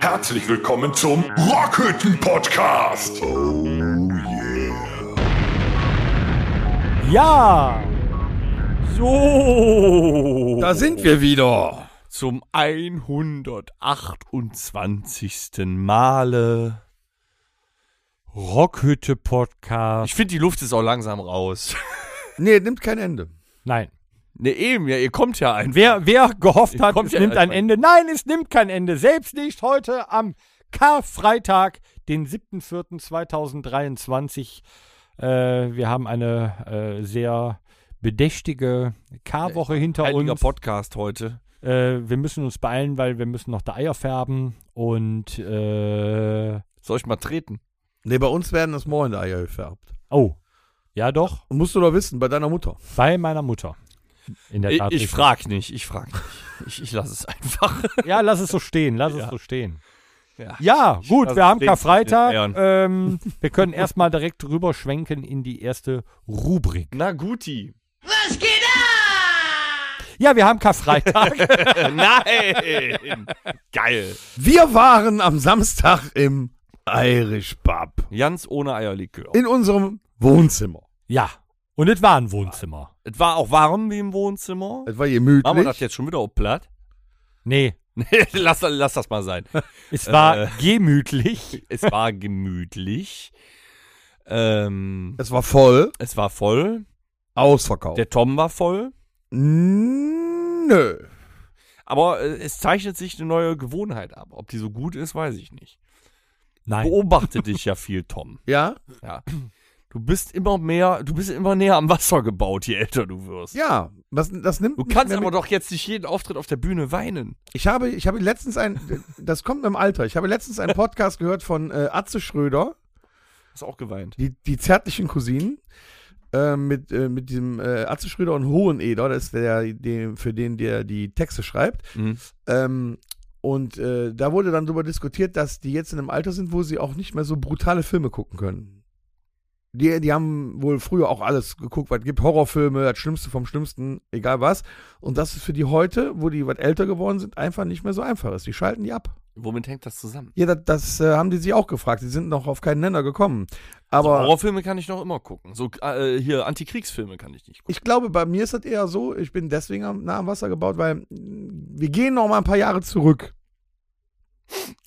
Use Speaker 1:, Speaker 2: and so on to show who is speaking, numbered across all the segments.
Speaker 1: Herzlich willkommen zum Rockhütten Podcast. Oh
Speaker 2: Ja! So!
Speaker 3: Da sind wir wieder.
Speaker 2: Zum 128. Male Rockhütte Podcast.
Speaker 3: Ich finde, die Luft ist auch langsam raus.
Speaker 4: Nee, nimmt kein Ende.
Speaker 2: Nein.
Speaker 3: Ne, eben, ja, ihr kommt ja ein.
Speaker 2: Wer, wer gehofft hat,
Speaker 3: Kommt
Speaker 2: es
Speaker 3: ja
Speaker 2: nimmt ein
Speaker 3: erstmal.
Speaker 2: Ende. Nein, es nimmt kein Ende. Selbst nicht heute am Karfreitag, den 7.4.2023. Äh, wir haben eine äh, sehr bedächtige Karwoche hinter
Speaker 3: Heiliger
Speaker 2: uns.
Speaker 3: Podcast heute.
Speaker 2: Äh, wir müssen uns beeilen, weil wir müssen noch die Eier färben und äh,
Speaker 3: Soll ich mal treten?
Speaker 4: Nee, bei uns werden das morgen Eier gefärbt.
Speaker 2: oh, ja doch,
Speaker 4: Und musst du doch wissen, bei deiner Mutter.
Speaker 2: bei meiner Mutter. In der
Speaker 3: Ich,
Speaker 2: Tat
Speaker 3: ich
Speaker 2: richtig.
Speaker 3: frag nicht, ich frag nicht. Ich, ich lasse es einfach.
Speaker 2: Ja, lass es so stehen, lass es
Speaker 3: Ja.
Speaker 2: so stehen.
Speaker 3: Ja.
Speaker 2: Ja, gut,
Speaker 3: lass
Speaker 2: wir
Speaker 3: es
Speaker 2: haben
Speaker 3: stehen
Speaker 2: Karfreitag.
Speaker 3: mit den
Speaker 2: Ähm, wir können erstmal direkt rüber schwenken in die erste Rubrik.
Speaker 3: Na guti.
Speaker 2: Ja, wir haben Karfreitag.
Speaker 3: Äh, Nein. Geil.
Speaker 4: Wir waren am Samstag im Irish Pub.
Speaker 3: Jans ohne Eierlikör.
Speaker 4: In unserem Wohnzimmer.
Speaker 2: ja, und es war ein Wohnzimmer.
Speaker 3: Es war auch warm wie im Wohnzimmer.
Speaker 4: Es war
Speaker 3: Machen wir das
Speaker 4: gemütlich.
Speaker 3: jetzt schon wieder auch platt?
Speaker 2: Nee,
Speaker 3: Nee, lass, lass das mal sein.
Speaker 2: es war
Speaker 3: Äh.
Speaker 2: gemütlich.
Speaker 3: Es war gemütlich. Ähm,
Speaker 4: Es war voll,
Speaker 3: es war voll.
Speaker 4: ausverkauft.
Speaker 3: Der Tom war voll.
Speaker 4: Nö.
Speaker 3: Aber äh, es zeichnet sich eine neue Gewohnheit ab. Ob die so gut ist, weiß ich nicht.
Speaker 2: Nein,
Speaker 3: Beobachte dich ja viel, Tom.
Speaker 4: Ja?
Speaker 3: Ja. Du bist immer mehr, du bist immer näher am Wasser gebaut, je älter du wirst.
Speaker 4: Ja. Das, das nimmt
Speaker 3: Du
Speaker 4: nicht
Speaker 3: kannst
Speaker 4: mehr
Speaker 3: aber
Speaker 4: mit.
Speaker 3: doch jetzt nicht jeden Auftritt auf der Bühne weinen.
Speaker 4: Ich habe, ich habe letztens ein. Das kommt im Alter. Ich habe letztens einen Podcast gehört von äh, Atze Schröder,
Speaker 3: Hast auch geweint.
Speaker 4: die, die zärtlichen Cousinen. äh, Mit, äh, mit diesem äh, Atze Schröder und Hoheneder, das ist der, der, für den der die Texte schreibt. Ähm, und äh, da wurde dann darüber diskutiert, dass die jetzt in einem Alter sind, wo sie auch nicht mehr so brutale Filme gucken können. Die, die haben wohl früher auch alles geguckt, was gibt, Horrorfilme, das Schlimmste vom Schlimmsten, egal was. Und das ist für die heute, wo die was älter geworden sind, einfach nicht mehr so einfach ist. Die schalten die ab.
Speaker 3: Womit hängt das zusammen?
Speaker 4: Ja, das, das äh, haben die sich auch gefragt. Die sind noch auf keinen Nenner gekommen. Aber
Speaker 3: Horrorfilme kann ich noch immer gucken. So äh, hier Antikriegsfilme kann ich nicht gucken.
Speaker 4: ich glaube, bei mir ist das eher so, ich bin deswegen am, nah am Wasser gebaut, weil mh, wir gehen noch mal ein paar Jahre zurück.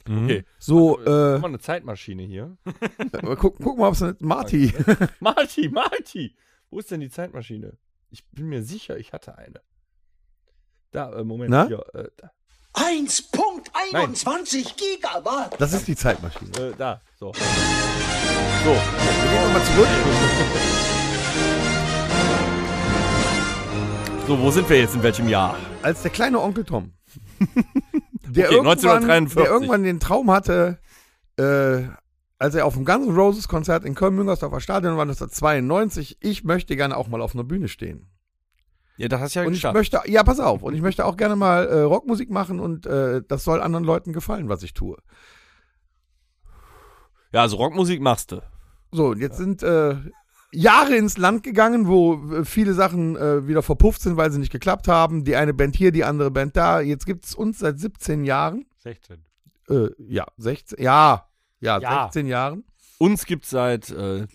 Speaker 2: Mhm.
Speaker 4: So,
Speaker 3: Äh,
Speaker 4: äh,
Speaker 3: Immer eine Zeitmaschine hier.
Speaker 4: guck, guck mal, ob es eine Marty
Speaker 3: Marty, Marty, wo ist denn die Zeitmaschine? Ich bin mir sicher, ich hatte eine. Da, äh, Moment,
Speaker 4: Na?
Speaker 3: hier, äh, da.
Speaker 5: 1.21 Gigawatt.
Speaker 4: Das ist die Zeitmaschine.
Speaker 3: Äh, da, so.
Speaker 4: Wir gehen nochmal zurück.
Speaker 3: So, wo sind wir jetzt? In welchem Jahr?
Speaker 4: Als der kleine Onkel Tom, der,
Speaker 3: Okay,
Speaker 4: irgendwann,
Speaker 3: 1943.
Speaker 4: der irgendwann den Traum hatte, äh, als er auf dem Guns N' Roses Konzert in Köln-Müngersdorfer Stadion war, 1992, ich möchte gerne auch mal auf einer Bühne stehen.
Speaker 3: Ja, da hast du ja
Speaker 4: und ich
Speaker 3: geschafft.
Speaker 4: möchte, ja, pass auf, und ich möchte auch gerne mal äh, Rockmusik machen und äh, das soll anderen Leuten gefallen, was ich tue.
Speaker 3: ja, also Rockmusik machst du.
Speaker 4: So, und jetzt sind äh, Jahre ins Land gegangen, wo äh, viele Sachen äh, wieder verpufft sind, weil sie nicht geklappt haben. Die eine Band hier, die andere Band da. Jetzt gibt es uns seit 17 Jahren.
Speaker 2: 16.
Speaker 4: Äh, ja, 16, ja, ja,
Speaker 2: Ja.
Speaker 4: 16 Jahren.
Speaker 3: Uns gibt's seit, äh,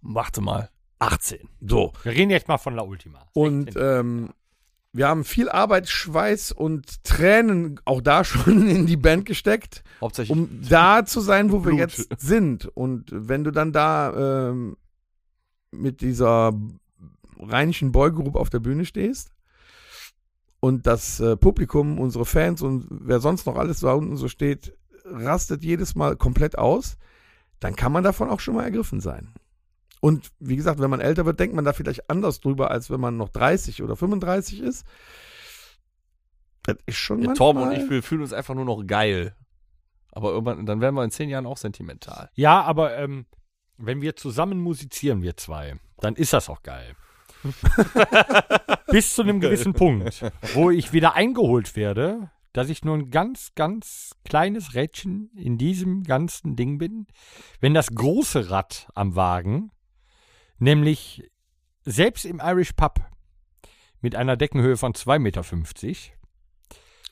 Speaker 3: warte mal, 18.
Speaker 4: So.
Speaker 2: Wir reden jetzt mal von La Ultima.
Speaker 4: Und ähm, wir haben viel Arbeit, Schweiß und Tränen auch da schon in die Band gesteckt,
Speaker 3: Hauptsächlich.
Speaker 4: um da zu sein, wo wir
Speaker 3: Blut.
Speaker 4: jetzt sind. Und wenn du dann da ähm, mit dieser rheinischen Boygroup auf der Bühne stehst und das äh, Publikum, unsere Fans und wer sonst noch alles da unten so steht, rastet jedes Mal komplett aus, dann kann man davon auch schon mal ergriffen sein. Und wie gesagt, wenn man älter wird, denkt man da vielleicht anders drüber, als wenn man noch 30 oder 35 ist. Das ist schon
Speaker 3: ja,
Speaker 4: manchmal...
Speaker 3: Torben und ich, wir fühlen uns einfach nur noch geil. Aber irgendwann, dann werden wir in 10 Jahren auch sentimental.
Speaker 2: Ja, aber ähm, wenn wir zusammen musizieren, wir zwei, dann ist das auch geil. Bis zu einem gewissen Punkt, wo ich wieder eingeholt werde, dass ich nur ein ganz, ganz kleines Rädchen in diesem ganzen Ding bin. Wenn das große Rad am Wagen, nämlich selbst im Irish Pub, mit einer Deckenhöhe von 2,50 Meter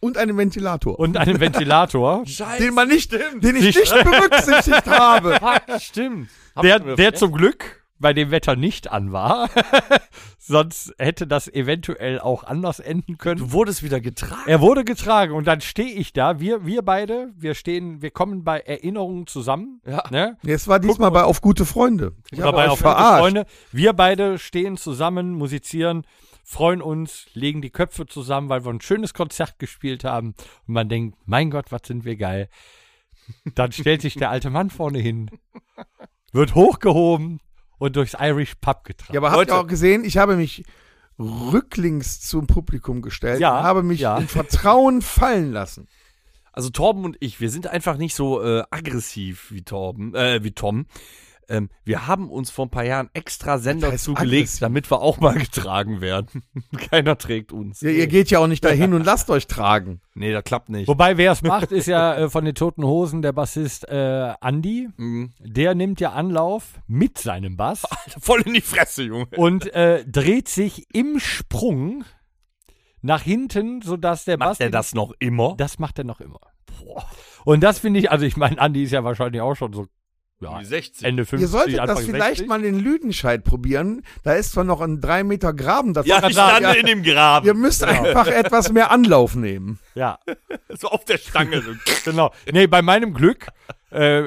Speaker 4: Und einen Ventilator.
Speaker 2: und einem Ventilator.
Speaker 3: Scheiße.
Speaker 4: den man nicht, den ich
Speaker 2: Nicht-
Speaker 4: nicht berücksichtigt habe.
Speaker 3: Fuck, stimmt.
Speaker 2: der
Speaker 3: Haben wir-
Speaker 2: der zum Glück bei dem Wetter nicht an war. Sonst hätte das eventuell auch anders enden können.
Speaker 3: du wurdest wieder getragen.
Speaker 2: Er wurde getragen und dann stehe ich da. Wir, wir beide, wir stehen, wir kommen bei Erinnerungen zusammen.
Speaker 3: Ja.
Speaker 2: Ne?
Speaker 4: Es war diesmal bei Auf gute Freunde. Ich
Speaker 2: Oder
Speaker 4: habe
Speaker 2: bei
Speaker 4: euch
Speaker 2: auf
Speaker 4: verarscht.
Speaker 2: Freunde. Wir beide stehen zusammen, musizieren, freuen uns, legen die Köpfe zusammen, weil wir ein schönes Konzert gespielt haben. Und man denkt, mein Gott, was sind wir geil. Dann stellt sich der alte Mann vorne hin, wird hochgehoben und durchs Irish Pub getragen.
Speaker 4: Ja, aber habt ihr
Speaker 3: Leute.
Speaker 4: auch gesehen, ich habe mich rücklings zum Publikum gestellt
Speaker 2: Ja,
Speaker 4: und habe mich
Speaker 2: ja.
Speaker 4: im Vertrauen fallen lassen.
Speaker 3: Also Torben und ich, wir sind einfach nicht so äh, aggressiv wie Torben, äh, wie Tom. Ähm, wir haben uns vor ein paar Jahren extra Sender
Speaker 4: heißt
Speaker 3: zugelegt,
Speaker 4: aggressiv?
Speaker 3: damit wir auch mal getragen werden. Keiner trägt uns.
Speaker 4: Ihr, ihr geht ja auch nicht dahin und lasst euch tragen.
Speaker 3: nee, das klappt nicht.
Speaker 2: Wobei, wer es macht, ist ja äh, von den Toten Hosen der Bassist äh, Andy.
Speaker 3: Mhm.
Speaker 2: Der nimmt ja Anlauf mit seinem Bass
Speaker 3: Voll in die Fresse, Junge.
Speaker 2: und äh, dreht sich im Sprung nach hinten, sodass der Bass.
Speaker 3: Macht er das noch immer?
Speaker 2: Das macht er noch immer. Und das finde ich, also ich meine, Andi ist ja wahrscheinlich auch schon so ja,
Speaker 3: Die 60.
Speaker 2: Ende 50.
Speaker 4: Ihr solltet
Speaker 2: Anfang
Speaker 4: das vielleicht
Speaker 2: 60.
Speaker 4: mal in Lüdenscheid probieren. Da ist zwar noch ein 3 Meter Graben dazwischen.
Speaker 3: Ja, ich stand in dem Graben.
Speaker 4: Ihr müsst
Speaker 2: Genau.
Speaker 4: einfach etwas mehr Anlauf nehmen.
Speaker 2: Ja,
Speaker 3: So auf der Stange. So.
Speaker 2: genau. Nee, bei meinem Glück äh,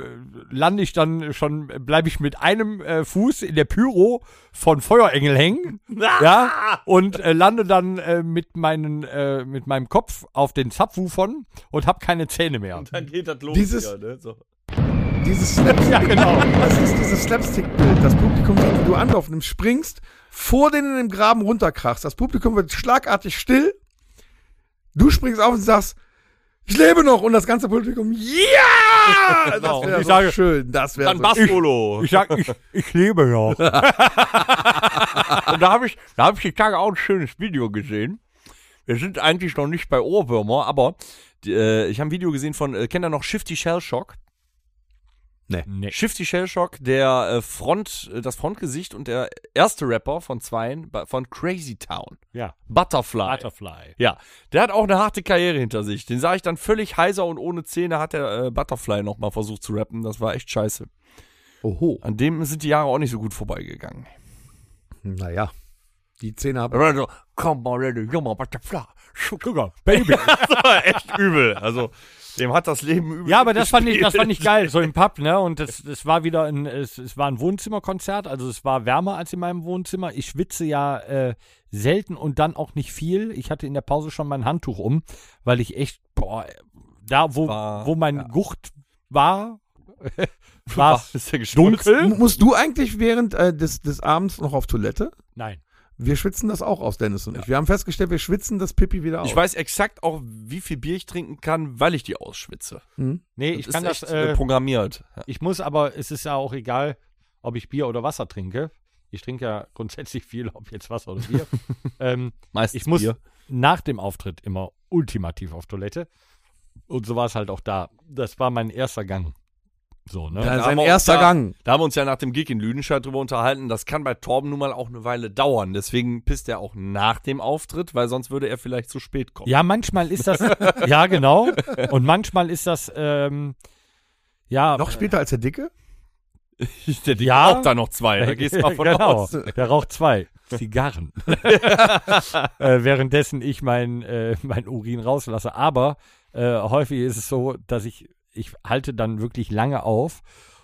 Speaker 2: lande ich dann schon, bleibe ich mit einem äh, Fuß in der Pyro von Feuerengel hängen. ja, und äh, lande dann äh, mit, meinen, äh, mit meinem Kopf auf den Zapfwufern und habe keine Zähne mehr.
Speaker 3: Dann geht das los.
Speaker 4: Dieses-
Speaker 3: wieder, ne? so.
Speaker 4: Dieses Slapstick.
Speaker 2: Ja, genau.
Speaker 4: Das ist dieses Slapstick-Bild. Das Publikum sieht, wie du Anlauf nimmst, springst, vor denen im Graben runterkrachst. Das Publikum wird schlagartig still. Du springst auf und sagst, ich lebe noch. Und das ganze Publikum, ja!
Speaker 2: Genau.
Speaker 4: Das
Speaker 2: Und
Speaker 4: wäre
Speaker 2: ich
Speaker 4: so
Speaker 2: sage,
Speaker 4: schön. Das wäre
Speaker 3: Dann
Speaker 4: so
Speaker 3: Bassolo.
Speaker 2: Ich sag, ich, ich lebe noch.
Speaker 3: Und da habe ich, da habe ich die Tage auch ein schönes Video gesehen. Wir sind eigentlich noch nicht bei Ohrwürmer, aber die, äh, ich habe ein Video gesehen von, äh, kennt ihr noch Shifty Shell Shock?
Speaker 2: Nee.
Speaker 3: Shifty Shell Shock, der äh, Front, äh, das Frontgesicht und der erste Rapper von zweien bei- von Crazy Town.
Speaker 2: Ja.
Speaker 3: Butterfly.
Speaker 2: Butterfly.
Speaker 3: Ja, der hat auch eine harte Karriere hinter sich. Den sah ich dann völlig heiser und ohne Zähne hat der äh, Butterfly nochmal versucht zu rappen. Das war echt scheiße.
Speaker 4: Oho.
Speaker 3: An dem sind die Jahre auch nicht so gut vorbeigegangen.
Speaker 4: Naja. Die Szene
Speaker 3: Da
Speaker 4: habe
Speaker 3: war er so, Come on, little human Butterfly.
Speaker 2: Sugar, Baby.
Speaker 3: Das war echt übel. Also, dem hat das Leben übel.
Speaker 2: Ja, aber das fand ich, das fand ich geil, so im Pub, ne? Und das, das war wieder ein, es, es war ein Wohnzimmerkonzert, also es war wärmer als in meinem Wohnzimmer. Ich schwitze ja äh, selten und dann auch nicht viel. Ich hatte in der Pause schon mein Handtuch um, weil ich echt, boah, da wo,
Speaker 3: War-
Speaker 2: wo mein Gucht war, war
Speaker 3: Was? Ist der geschmolzen?
Speaker 4: ich. Musst du eigentlich während äh, des, des Abends noch auf Toilette?
Speaker 2: Nein.
Speaker 4: Wir schwitzen das auch aus, Dennis und ich. Wir haben festgestellt, wir schwitzen das Pipi wieder aus.
Speaker 3: Ich weiß exakt auch, wie viel Bier ich trinken kann, weil ich die ausschwitze.
Speaker 4: Hm?
Speaker 2: Nee, ich kann das. Äh,
Speaker 3: programmiert.
Speaker 2: ich muss aber, es ist ja auch egal, ob ich Bier oder Wasser trinke. Ich trinke ja grundsätzlich viel, ob jetzt Wasser oder Bier. ähm,
Speaker 3: Meistens
Speaker 2: ich muss
Speaker 3: Bier.
Speaker 2: nach dem Auftritt immer ultimativ auf Toilette. Und so war es halt auch da. Das war mein erster Gang. So, ne?
Speaker 4: Ja,
Speaker 3: Da
Speaker 4: Also sein
Speaker 3: haben wir uns
Speaker 4: erster
Speaker 3: ja-
Speaker 4: Gang.
Speaker 3: Da haben wir uns ja nach dem Gig in Lüdenscheid drüber unterhalten. Das kann bei Torben nun mal auch eine Weile dauern. Deswegen pisst er auch nach dem Auftritt, weil sonst würde er vielleicht zu spät kommen.
Speaker 2: Ja, manchmal ist das. ja, genau. Und manchmal ist das. Ähm, ja,
Speaker 4: Noch später als der Dicke?
Speaker 3: der Dick
Speaker 2: Ja.
Speaker 3: raucht da noch zwei. Da gehst du mal von
Speaker 2: genau.
Speaker 3: aus.
Speaker 2: Der raucht zwei Zigarren. äh, währenddessen ich mein, äh, mein Urin rauslasse. Aber äh, häufig ist es so, dass ich, ich halte dann wirklich lange auf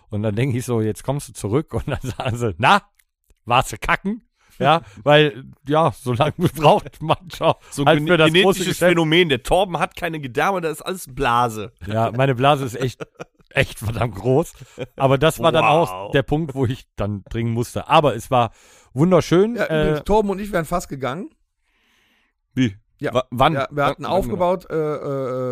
Speaker 2: und dann denke ich so, jetzt kommst du zurück und dann sagen sie, na, warst du kacken? Ja, weil, ja, so lange braucht man schon.
Speaker 3: So
Speaker 2: halt
Speaker 3: ein
Speaker 2: für das große
Speaker 3: genetisches
Speaker 2: Geschäft.
Speaker 3: Phänomen. Der Torben hat keine Gedärme, da ist alles Blase.
Speaker 2: Ja, meine Blase ist echt, echt verdammt groß. Aber das war dann
Speaker 3: Wow.
Speaker 2: auch der Punkt, wo ich dann dringen musste. Aber es war wunderschön.
Speaker 4: Ja,
Speaker 2: äh,
Speaker 4: übrigens, Torben und ich wären fast gegangen.
Speaker 3: Wie? W
Speaker 4: Ja.
Speaker 2: hm,
Speaker 3: wann?
Speaker 4: Ja, wir hatten
Speaker 3: Wann- wann
Speaker 4: aufgebaut äh,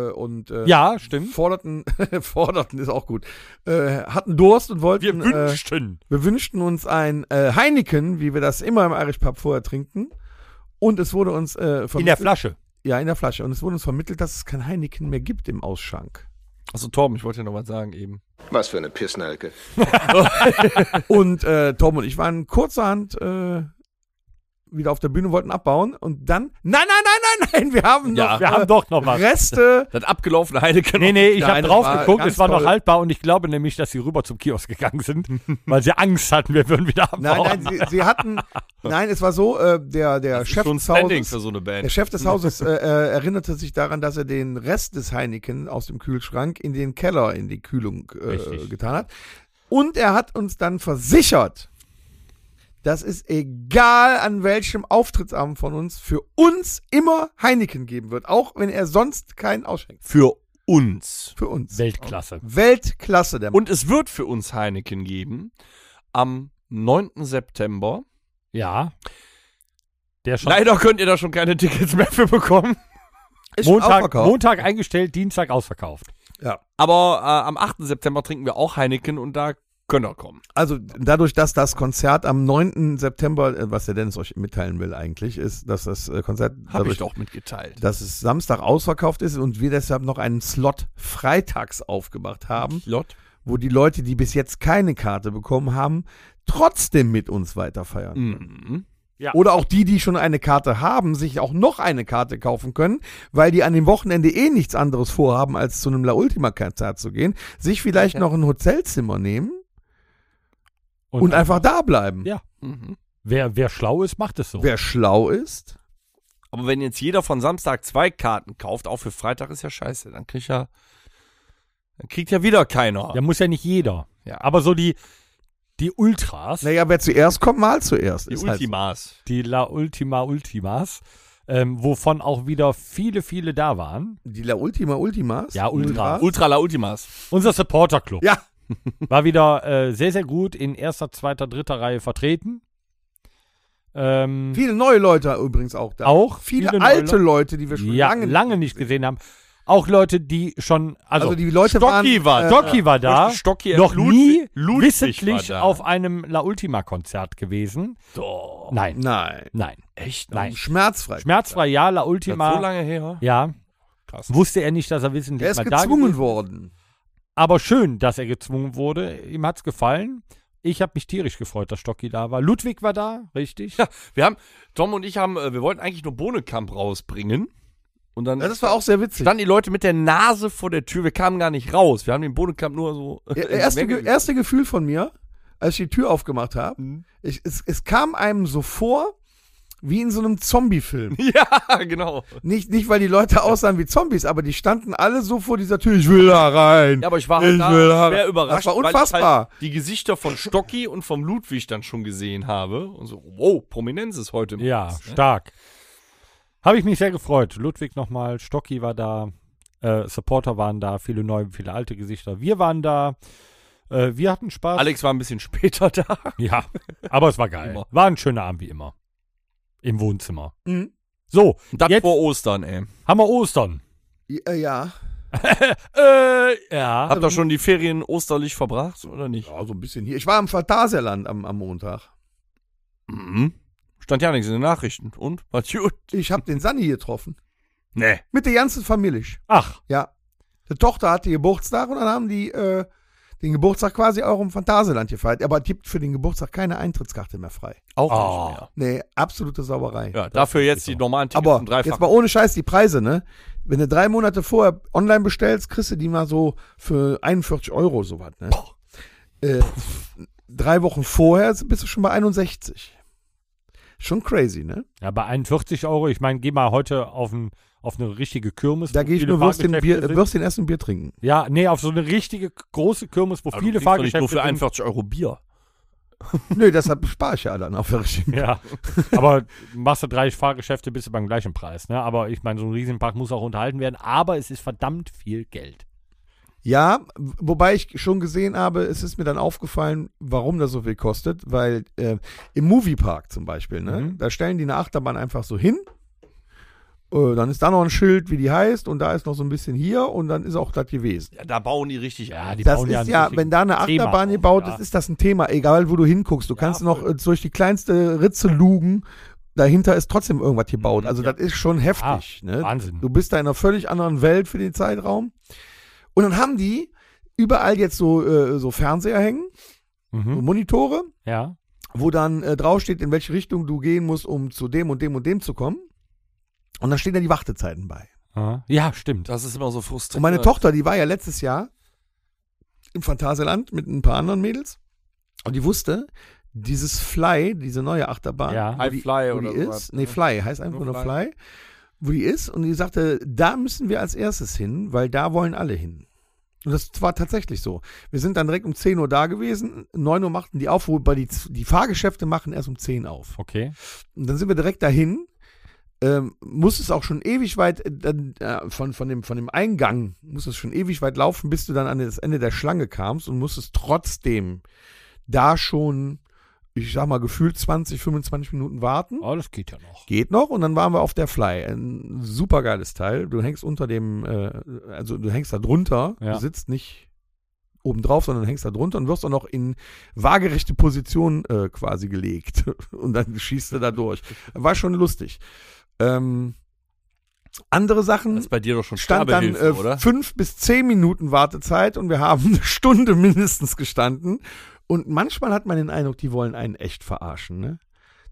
Speaker 4: äh, und äh,
Speaker 2: ja, stimmt.
Speaker 4: forderten, forderten ist auch gut, äh, hatten Durst und wollten, äh,
Speaker 2: wünschten.
Speaker 4: wir wünschten uns ein äh, Heineken, wie wir das immer im Irish Pub vorher trinken. Und es wurde uns äh, vermittelt,
Speaker 2: in der Flasche.
Speaker 4: ja in der Flasche. Und es wurde uns vermittelt, dass es kein Heineken mehr gibt im Ausschank.
Speaker 3: Achso, Torben, ich wollte dir noch was sagen eben.
Speaker 5: Was für eine Pissnelke.
Speaker 4: und äh, Tom und ich waren kurzerhand äh, wieder auf der Bühne, wollten abbauen und dann, nein, nein, nein, nein, nein, wir haben
Speaker 3: Ja.
Speaker 4: noch
Speaker 2: Wir haben doch noch was.
Speaker 4: Reste.
Speaker 3: Das abgelaufene Heineken.
Speaker 2: Nee, nee, ich
Speaker 4: Ja,
Speaker 2: habe
Speaker 4: das
Speaker 2: drauf
Speaker 4: war
Speaker 2: geguckt,
Speaker 4: ganz
Speaker 2: es war noch
Speaker 4: toll.
Speaker 2: haltbar und ich glaube nämlich, dass sie rüber zum Kiosk gegangen sind, weil sie Angst hatten, wir würden wieder abbauen.
Speaker 4: Nein, nein, sie, sie hatten, nein, es war so, äh, der, der Chef
Speaker 3: schon
Speaker 4: des
Speaker 3: Standing für
Speaker 4: Hauses,
Speaker 3: so eine
Speaker 4: der
Speaker 3: Band.
Speaker 4: Chef des Hauses äh, äh, erinnerte sich daran, dass er den Rest des Heineken aus dem Kühlschrank in den Keller in die Kühlung äh,
Speaker 2: Richtig.
Speaker 4: getan hat. Und er hat uns dann versichert, dass es egal an welchem Auftrittsabend von uns für uns immer Heineken geben wird, auch wenn er sonst keinen ausschenkt.
Speaker 3: Für uns.
Speaker 4: Für uns.
Speaker 2: Weltklasse.
Speaker 4: Weltklasse der Mann.
Speaker 3: Und es wird für uns Heineken geben am 9. September.
Speaker 2: Ja. Der schon
Speaker 3: Leider könnt ihr da schon keine Tickets mehr für bekommen.
Speaker 4: Ist schon
Speaker 2: Montag,
Speaker 4: ausverkauft.
Speaker 2: Montag eingestellt, Dienstag ausverkauft.
Speaker 4: Ja.
Speaker 3: Aber äh, am 8. September trinken wir auch Heineken und da könnt ihr kommen.
Speaker 4: Also dadurch, dass das Konzert am 9. September, äh, was der Dennis euch mitteilen will eigentlich, ist, dass das äh, Konzert
Speaker 3: Hab
Speaker 4: dadurch,
Speaker 3: ich doch mitgeteilt.
Speaker 4: dass es Samstag ausverkauft ist und wir deshalb noch einen Slot freitags aufgemacht haben,
Speaker 3: Lot.
Speaker 4: wo die Leute, die bis jetzt keine Karte bekommen haben, trotzdem mit uns weiterfeiern.
Speaker 3: Mhm.
Speaker 2: Ja.
Speaker 4: Oder auch die, die schon eine Karte haben, sich auch noch eine Karte kaufen können, weil die an dem Wochenende eh nichts anderes vorhaben, als zu einem La Ultima-Konzert zu gehen, sich vielleicht
Speaker 3: Ja.
Speaker 4: noch ein Hotelzimmer nehmen und, einfach da bleiben.
Speaker 2: Ja.
Speaker 3: Mhm.
Speaker 2: Wer, wer schlau ist, macht es so.
Speaker 4: Wer schlau ist,
Speaker 3: Aber wenn jetzt jeder von Samstag zwei Karten kauft, auch für Freitag ist ja scheiße. Dann kriegt ja, dann kriegt ja wieder keiner.
Speaker 2: Ja, muss ja nicht jeder.
Speaker 3: Ja.
Speaker 2: Aber so die, die Ultras,
Speaker 4: naja, wer zuerst kommt, mal zuerst.
Speaker 3: Die
Speaker 4: Ist halt
Speaker 3: Ultimas.
Speaker 2: die La Ultima Ultimas, ähm, wovon auch wieder viele, viele da waren.
Speaker 4: so. Die La Ultima Ultimas.
Speaker 2: Ja, Ultra.
Speaker 4: Ultras.
Speaker 3: Ultra La Ultimas.
Speaker 2: Unser Supporter-Club
Speaker 4: Ja,
Speaker 2: war wieder äh, sehr, sehr gut in erster, zweiter, dritter Reihe vertreten. Ähm,
Speaker 4: viele neue Leute übrigens auch da.
Speaker 2: auch
Speaker 4: Viele,
Speaker 2: neue
Speaker 4: alte Leute, die wir schon
Speaker 2: ja,
Speaker 4: lange,
Speaker 2: lange, nicht gesehen haben. Auch Leute, die schon, also,
Speaker 4: Also die Leute
Speaker 3: Stocki
Speaker 4: waren,
Speaker 3: war
Speaker 4: äh,
Speaker 2: Doki war da,
Speaker 3: Stocki
Speaker 2: noch
Speaker 3: Ludwig-
Speaker 2: nie
Speaker 3: Ludwig war
Speaker 2: wissentlich
Speaker 3: da.
Speaker 2: auf einem La Ultima-Konzert gewesen.
Speaker 3: Doch.
Speaker 2: Nein,
Speaker 4: Nein.
Speaker 2: nein.
Speaker 3: Echt?
Speaker 2: Nein.
Speaker 4: Schmerzfrei.
Speaker 2: Schmerzfrei ja, La
Speaker 3: Das ist
Speaker 2: Ultima.
Speaker 3: so lange her.
Speaker 2: ja,
Speaker 3: Krass.
Speaker 2: wusste er nicht, dass er wissentlich
Speaker 4: Der ist
Speaker 2: mal da gewesen-
Speaker 4: gezwungen worden.
Speaker 2: Aber schön, dass er gezwungen wurde. Ihm hat's gefallen. Ich habe mich tierisch gefreut, dass Stocki da war. Ludwig war da, richtig?
Speaker 3: Ja, wir haben, Tom und ich haben, äh, wir wollten eigentlich nur Bohnenkamp rausbringen. Und dann
Speaker 4: Ja, Das war auch sehr witzig.
Speaker 3: standen die Leute mit der Nase vor der Tür. Wir kamen gar nicht raus. Wir haben den Bohnenkamp nur so.
Speaker 4: Ja, erste, Ge erste Gefühl von mir, als ich die Tür aufgemacht habe, ich, es, es kam einem so vor, wie in so einem Zombie-Film.
Speaker 3: ja, genau.
Speaker 4: Nicht, nicht, weil die Leute aussahen wie Zombies, aber die standen alle so vor dieser Tür. Ich will da rein.
Speaker 3: Ja, aber ich war halt
Speaker 4: Ich
Speaker 3: da
Speaker 4: will haben.
Speaker 3: schwer überrascht.
Speaker 4: Das war
Speaker 3: weil ich
Speaker 4: unfassbar.
Speaker 3: Halt die Gesichter von Stocki und vom Ludwig dann schon gesehen habe. Und so, wow, Prominenz ist heute im
Speaker 2: Ja,
Speaker 3: Haus, ne?
Speaker 2: stark. Habe ich mich sehr gefreut. Ludwig nochmal, Stocki war da, äh, Supporter waren da, viele neue, viele alte Gesichter. Wir waren da. Äh, wir hatten Spaß.
Speaker 3: Alex war ein bisschen später da.
Speaker 2: Ja, aber es war geil.
Speaker 3: Immer.
Speaker 2: War ein schöner Abend wie immer. Im Wohnzimmer.
Speaker 4: Mhm.
Speaker 2: So,
Speaker 3: Das
Speaker 2: Jetzt-
Speaker 3: vor Ostern, ey.
Speaker 2: haben wir Ostern.
Speaker 4: Ja, ja.
Speaker 2: Äh, ja.
Speaker 3: Habt ihr schon die Ferien osterlich verbracht oder nicht?
Speaker 4: ja, so ein bisschen hier. Ich war im Phantasialand am, am Montag.
Speaker 3: Mhm. Stand ja nichts in den Nachrichten. Und? War gut?
Speaker 4: Ich habe den Sanni getroffen.
Speaker 3: Nee.
Speaker 4: Mit der ganzen Familie.
Speaker 2: Ach,
Speaker 4: Ja. Die Tochter hatte Geburtstag und dann haben die äh, den Geburtstag quasi auch im Phantasialand gefeiert. Aber es gibt für den Geburtstag keine Eintrittskarte mehr frei.
Speaker 3: Auch
Speaker 2: Ah.
Speaker 3: nicht mehr.
Speaker 4: Nee, absolute Sauerei.
Speaker 3: Ja, dafür jetzt die normalen Tickets
Speaker 4: Aber
Speaker 3: zum Dreifachen.
Speaker 4: jetzt mal ohne Scheiß die Preise, ne? Wenn du drei Monate vorher online bestellst, kriegst du die mal so für 41 Euro sowas, ne? Äh, drei Wochen vorher bist du schon bei 61. Schon crazy, ne?
Speaker 2: ja, bei 41 Euro. Ich meine, geh mal heute auf, ein, auf eine richtige Kirmes.
Speaker 4: Da
Speaker 2: wo
Speaker 4: gehe ich
Speaker 2: viele
Speaker 4: nur Würstchen,
Speaker 2: Fahrgeschäfte
Speaker 4: Bier, äh,
Speaker 2: sind.
Speaker 4: Würstchen essen und Bier trinken.
Speaker 2: Ja, nee, auf so eine richtige große Kirmes, wo
Speaker 3: Aber du
Speaker 2: viele
Speaker 3: kriegst doch nicht
Speaker 2: Fahrgeschäfte
Speaker 3: nur für
Speaker 2: sind.
Speaker 3: 41 Euro Bier.
Speaker 4: Nö, deshalb spare ich ja dann auf Würstchen.
Speaker 2: Ja, aber machst du drei Fahrgeschäfte, bist du beim gleichen Preis. Ne? Aber ich meine, so ein Riesenpark muss auch unterhalten werden. Aber es ist verdammt viel Geld.
Speaker 4: Ja, wobei ich schon gesehen habe, es ist mir dann aufgefallen, warum das so viel kostet, weil äh, im Moviepark zum Beispiel, ne,
Speaker 2: Mhm.
Speaker 4: da stellen die eine Achterbahn einfach so hin. Äh, dann ist da noch ein Schild, wie die heißt, und da ist noch so ein bisschen hier und dann ist auch das gewesen.
Speaker 3: Ja, da bauen die richtig ein.
Speaker 2: die
Speaker 4: Das
Speaker 2: bauen
Speaker 4: ist
Speaker 2: einen
Speaker 4: ja,
Speaker 2: richtigen
Speaker 4: wenn da eine
Speaker 2: Thema
Speaker 4: Achterbahn
Speaker 2: auf,
Speaker 4: gebaut
Speaker 2: ja.
Speaker 4: ist, ist das ein Thema, egal wo du hinguckst. Du kannst noch äh, durch die kleinste Ritze lugen, dahinter ist trotzdem irgendwas
Speaker 2: Mhm,
Speaker 4: gebaut. Also das ist schon heftig. ne?
Speaker 2: Wahnsinn.
Speaker 4: Du bist da in einer völlig anderen Welt für den Zeitraum. Und dann haben die überall jetzt so, äh, so Fernseher hängen, so
Speaker 2: Mhm.
Speaker 4: Monitore.
Speaker 2: Ja.
Speaker 4: wo dann äh, draufsteht, in welche Richtung du gehen musst, um zu dem und dem und dem zu kommen. Und dann stehen da die Wartezeiten bei.
Speaker 2: Ah, Ja, stimmt.
Speaker 3: Das ist immer so frustrierend.
Speaker 4: Und meine Tochter, die war ja letztes Jahr im Phantasialand mit ein paar anderen Mädels. Und die wusste, dieses Fly, diese neue Achterbahn,
Speaker 2: Ja.
Speaker 4: wo die,
Speaker 3: Fly
Speaker 4: wo
Speaker 3: oder
Speaker 4: die
Speaker 3: sowas,
Speaker 4: ist, nee,
Speaker 3: ne?
Speaker 4: Fly heißt einfach
Speaker 3: Nur
Speaker 4: nur
Speaker 3: Fly.
Speaker 4: Fly, wo die ist. Und die sagte, da müssen wir als erstes hin, weil da wollen alle hin. Und das war tatsächlich so. Wir sind dann direkt um 10 Uhr da gewesen. 9 Uhr machten die auf, wobei die, die Fahrgeschäfte machen erst um 10 auf.
Speaker 2: Okay.
Speaker 4: Und dann sind wir direkt dahin. Ähm, muss es auch schon ewig weit äh, dann, äh, von, von, dem, von dem Eingang, muss es schon ewig weit laufen, bis du dann an das Ende der Schlange kamst und musstest trotzdem da schon, ich sag mal, gefühlt 20, 25 Minuten warten.
Speaker 2: Oh, das geht ja noch.
Speaker 4: Geht noch und dann waren wir auf der Fly. Ein supergeiles Teil. Du hängst unter dem, äh, also du hängst da drunter,
Speaker 2: Ja.
Speaker 4: du sitzt nicht oben drauf, sondern hängst da drunter und wirst auch noch in waagerechte Position äh, quasi gelegt. Und dann schießt du da durch. War schon lustig. Ähm, andere
Speaker 3: Das
Speaker 4: Sachen
Speaker 3: ist bei dir doch schon
Speaker 4: stand dann
Speaker 3: Sterbehilfe,
Speaker 4: äh,
Speaker 3: oder?
Speaker 4: fünf bis zehn Minuten Wartezeit und wir haben eine Stunde mindestens gestanden. Und manchmal hat man den Eindruck, die wollen einen echt verarschen, ne?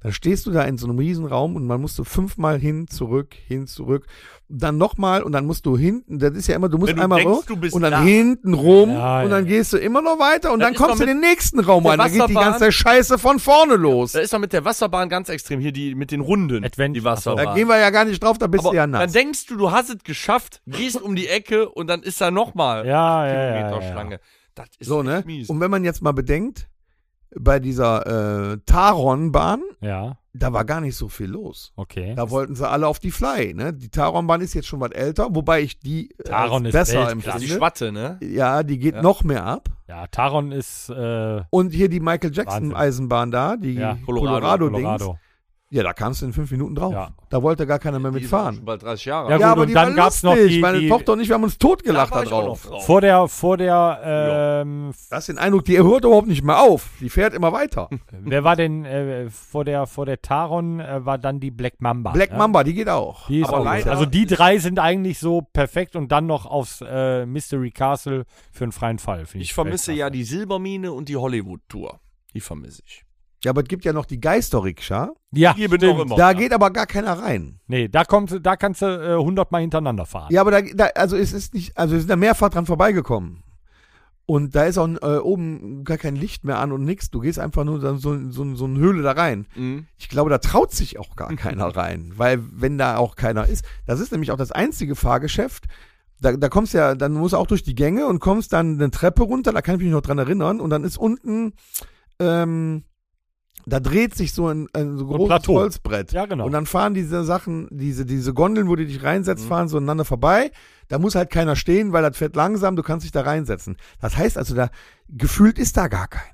Speaker 4: Dann stehst du da in so einem Riesenraum und man musst du fünfmal hin, zurück, hin, zurück, dann nochmal und dann musst du hinten, das ist ja immer, du musst
Speaker 5: Wenn du
Speaker 4: einmal
Speaker 5: denkst,
Speaker 4: rum
Speaker 5: du bist
Speaker 4: und dann
Speaker 5: da.
Speaker 4: hinten rum
Speaker 2: Ja,
Speaker 4: und
Speaker 2: ja,
Speaker 4: dann
Speaker 2: ja.
Speaker 4: gehst du immer noch weiter und
Speaker 3: Das
Speaker 4: dann
Speaker 3: ist
Speaker 4: kommst du
Speaker 3: doch
Speaker 4: in den nächsten Raum
Speaker 3: der
Speaker 4: rein, dann geht die
Speaker 3: Wasserbahn.
Speaker 4: ganze Scheiße von vorne los.
Speaker 3: Da ist doch mit der Wasserbahn ganz extrem. Hier die mit den Runden.
Speaker 2: Adventure.
Speaker 3: Die
Speaker 4: Da
Speaker 3: Wasserbahn.
Speaker 4: gehen wir ja gar nicht drauf, da bist
Speaker 3: Aber
Speaker 4: du ja
Speaker 3: dann
Speaker 4: nass.
Speaker 3: denkst du, du hast es geschafft, gehst um die Ecke und dann ist da nochmal
Speaker 2: Ja, ja, ja,
Speaker 3: Kilometer
Speaker 2: ja.
Speaker 3: Schlange. Das ist
Speaker 4: So,
Speaker 3: echt
Speaker 4: ne?
Speaker 3: mies.
Speaker 4: Und wenn man jetzt mal bedenkt, bei dieser äh, Taron-Bahn,
Speaker 2: Ja,
Speaker 4: da war gar nicht so viel los.
Speaker 2: okay.
Speaker 4: Da wollten sie alle auf die Fly, ne? Die Taron-Bahn ist jetzt schon was älter, wobei ich die äh,
Speaker 2: Taron
Speaker 4: als
Speaker 2: ist
Speaker 4: besser
Speaker 2: Weltklasse.
Speaker 3: das ist die
Speaker 4: empfinde.
Speaker 3: Schwatte, ne?
Speaker 4: Ja, die geht
Speaker 3: Ja.
Speaker 4: noch mehr ab.
Speaker 2: Ja, Taron ist äh,
Speaker 4: Und hier die Michael
Speaker 2: Wahnsinn.
Speaker 4: Jackson-Eisenbahn da, die
Speaker 2: Ja,
Speaker 4: Colorado-Dings.
Speaker 2: Colorado.
Speaker 4: ja, da kamst du in fünf Minuten drauf.
Speaker 2: Ja.
Speaker 4: Da wollte gar keiner mehr
Speaker 3: Die ist auch
Speaker 4: mitfahren.
Speaker 3: schon bald 30 Jahre.
Speaker 2: Ja,
Speaker 3: alt.
Speaker 2: gut, und dann
Speaker 4: war
Speaker 2: gab's noch
Speaker 4: lustig.
Speaker 2: die-
Speaker 4: Meine
Speaker 2: die-
Speaker 4: Tochter und ich, wir haben uns totgelacht da
Speaker 3: war ich auch noch
Speaker 4: drauf.
Speaker 3: drauf.
Speaker 2: Vor der, vor der, ähm,
Speaker 4: Das ist den Eindruck, die hört überhaupt nicht mehr auf. Die fährt immer weiter.
Speaker 2: wer war denn äh, vor der, vor der Taron äh, war dann die Black Mamba.
Speaker 4: Black
Speaker 2: ne?
Speaker 4: Mamba, die geht auch.
Speaker 2: Die ist
Speaker 3: Aber
Speaker 2: auch gut.
Speaker 3: leider
Speaker 2: Also die
Speaker 3: ist-
Speaker 2: drei sind eigentlich so perfekt und dann noch aufs äh, Mystery Castle für einen freien Fall. find
Speaker 3: Ich vermisse
Speaker 2: klasse.
Speaker 3: ja die Silbermine und die Hollywood-Tour. Die vermisse ich.
Speaker 4: Ja, aber es gibt ja noch die Geisterrikscha.
Speaker 2: Ja,
Speaker 3: Hier bin
Speaker 2: stimmt.
Speaker 3: ich auch immer.
Speaker 4: Da geht aber gar keiner rein.
Speaker 2: Nee, da kommt, da kannst du äh, 100 Mal hintereinander fahren.
Speaker 4: Ja, aber da, da also es ist nicht, also wir sind da mehrfach dran vorbeigekommen. Und da ist auch äh, oben gar kein Licht mehr an und nix. Du gehst einfach nur dann so, so, so eine Höhle da rein.
Speaker 3: Mhm.
Speaker 4: Ich glaube, da traut sich auch
Speaker 2: Mhm.
Speaker 4: gar keiner rein, weil wenn da auch keiner ist, das ist nämlich auch das einzige Fahrgeschäft. Da, da kommst ja, dann musst du auch durch die Gänge und kommst dann eine Treppe runter, da kann ich mich noch dran erinnern. Und dann ist unten, ähm, da dreht sich so ein, ein so großes
Speaker 2: Plateau.
Speaker 4: Holzbrett.
Speaker 2: Ja, genau.
Speaker 4: Und dann fahren diese Sachen, diese, diese Gondeln, wo du dich reinsetzt,
Speaker 2: Mhm.
Speaker 4: fahren so aneinander vorbei. Da muss halt keiner stehen, weil das fährt langsam, du kannst dich da reinsetzen. Das heißt also, da gefühlt ist da gar keiner.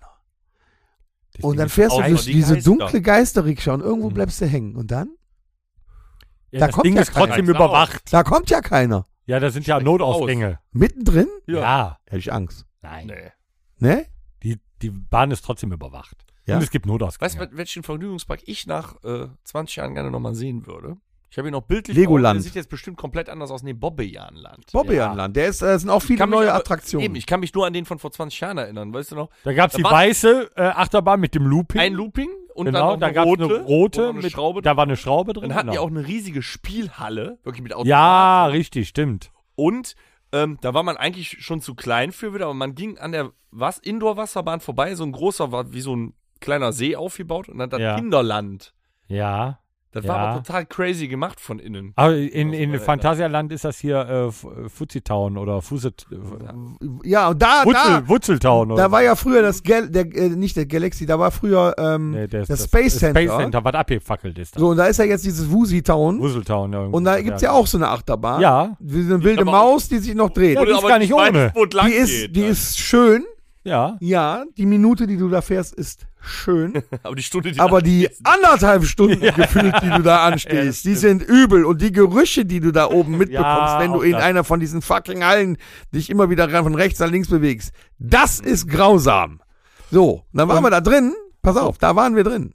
Speaker 4: Und dann fährst du
Speaker 3: außer
Speaker 4: durch
Speaker 3: die
Speaker 4: diese
Speaker 3: Geister.
Speaker 4: dunkle Geisterrikscha und irgendwo
Speaker 3: Mhm.
Speaker 4: bleibst du hängen. Und dann?
Speaker 2: ja,
Speaker 4: da
Speaker 2: das
Speaker 4: kommt
Speaker 2: Ding
Speaker 4: ja
Speaker 2: ist trotzdem
Speaker 3: keiner.
Speaker 2: überwacht.
Speaker 4: Da kommt ja keiner.
Speaker 2: Ja, da sind ja
Speaker 3: Schlecht
Speaker 2: Notausgänge.
Speaker 4: Mittendrin?
Speaker 3: Ja.
Speaker 4: Hätte ich Angst.
Speaker 2: Nein.
Speaker 3: Nee.
Speaker 4: Ne?
Speaker 2: Die, die Bahn ist trotzdem überwacht.
Speaker 4: Ja.
Speaker 2: Und es gibt Notausgänge.
Speaker 3: Weißt du, welchen Vergnügungspark ich nach äh, 20 Jahren gerne nochmal sehen würde? Ich habe ihn noch bildlich.
Speaker 4: Legoland.
Speaker 3: vor Augen. Der sieht jetzt bestimmt komplett anders aus. Nee, Bobbejaanland.
Speaker 4: Bobbejaanland. Der ist, da sind auch viele
Speaker 3: Kann mich
Speaker 4: neue
Speaker 3: aber-
Speaker 4: Attraktionen.
Speaker 3: Eben, ich kann mich nur an den von vor 20 Jahren erinnern, weißt du noch?
Speaker 2: da gab es
Speaker 3: Da
Speaker 2: die
Speaker 3: war-
Speaker 2: weiße äh, Achterbahn mit dem Looping.
Speaker 3: Ein Looping und
Speaker 2: genau,
Speaker 3: dann
Speaker 2: da
Speaker 3: noch
Speaker 2: gab es
Speaker 3: eine rote,
Speaker 2: eine rote,
Speaker 3: und noch eine
Speaker 2: mit,
Speaker 3: Schraube.
Speaker 2: da war eine Schraube drin.
Speaker 3: dann hatten die
Speaker 2: genau.
Speaker 3: auch eine riesige Spielhalle, wirklich mit Automaten.
Speaker 2: ja, richtig, stimmt.
Speaker 3: Und ähm, da war man eigentlich schon zu klein für wieder, aber man ging an der Was Indoor-Wasserbahn vorbei, so ein großer, war wie so ein kleiner See aufgebaut und dann das
Speaker 2: Ja.
Speaker 3: Kinderland.
Speaker 2: Ja.
Speaker 3: Das war
Speaker 2: Ja.
Speaker 3: aber total crazy gemacht von innen.
Speaker 2: Aber in,
Speaker 3: Muss
Speaker 2: in
Speaker 3: man-
Speaker 2: Phantasialand ist das hier äh, Fu- Fuzitown oder Fuset,
Speaker 4: Ja, und Ah, da,
Speaker 2: Wutzel, Wutzeltown.
Speaker 4: da,
Speaker 2: oder
Speaker 4: da war ja früher das, Gal der, äh, nicht der Galaxy, da war früher ähm,
Speaker 2: Nee,
Speaker 4: das, Space Center.
Speaker 2: Space Center, was abgefackelt ist.
Speaker 4: So, und da ist ja jetzt dieses Woozy Town.
Speaker 2: Wutzeltown. irgendwie.
Speaker 4: Und da gibt's ja auch so eine Achterbahn.
Speaker 2: Ja.
Speaker 4: Wie so eine wilde
Speaker 3: Ich glaub auch-
Speaker 4: Maus, die sich noch dreht.
Speaker 2: Ja, die ist gar nicht ohne.
Speaker 3: wo es lang
Speaker 4: die ist,
Speaker 3: geht. ne?
Speaker 4: die ist schön.
Speaker 2: Ja.
Speaker 4: Ja, die Minute, die du da fährst, ist schön.
Speaker 3: aber die Stunde, die
Speaker 4: Aber die anderthalb Stunden gefühlt, die du da anstehst, die sind übel. Und die Gerüche, die du da oben mitbekommst, wenn du
Speaker 2: auch
Speaker 4: in
Speaker 2: das.
Speaker 4: einer von diesen fucking Hallen dich immer wieder ran- von rechts nach links bewegst, das ist grausam. So, dann waren wir da drin. Pass auf, da waren wir drin.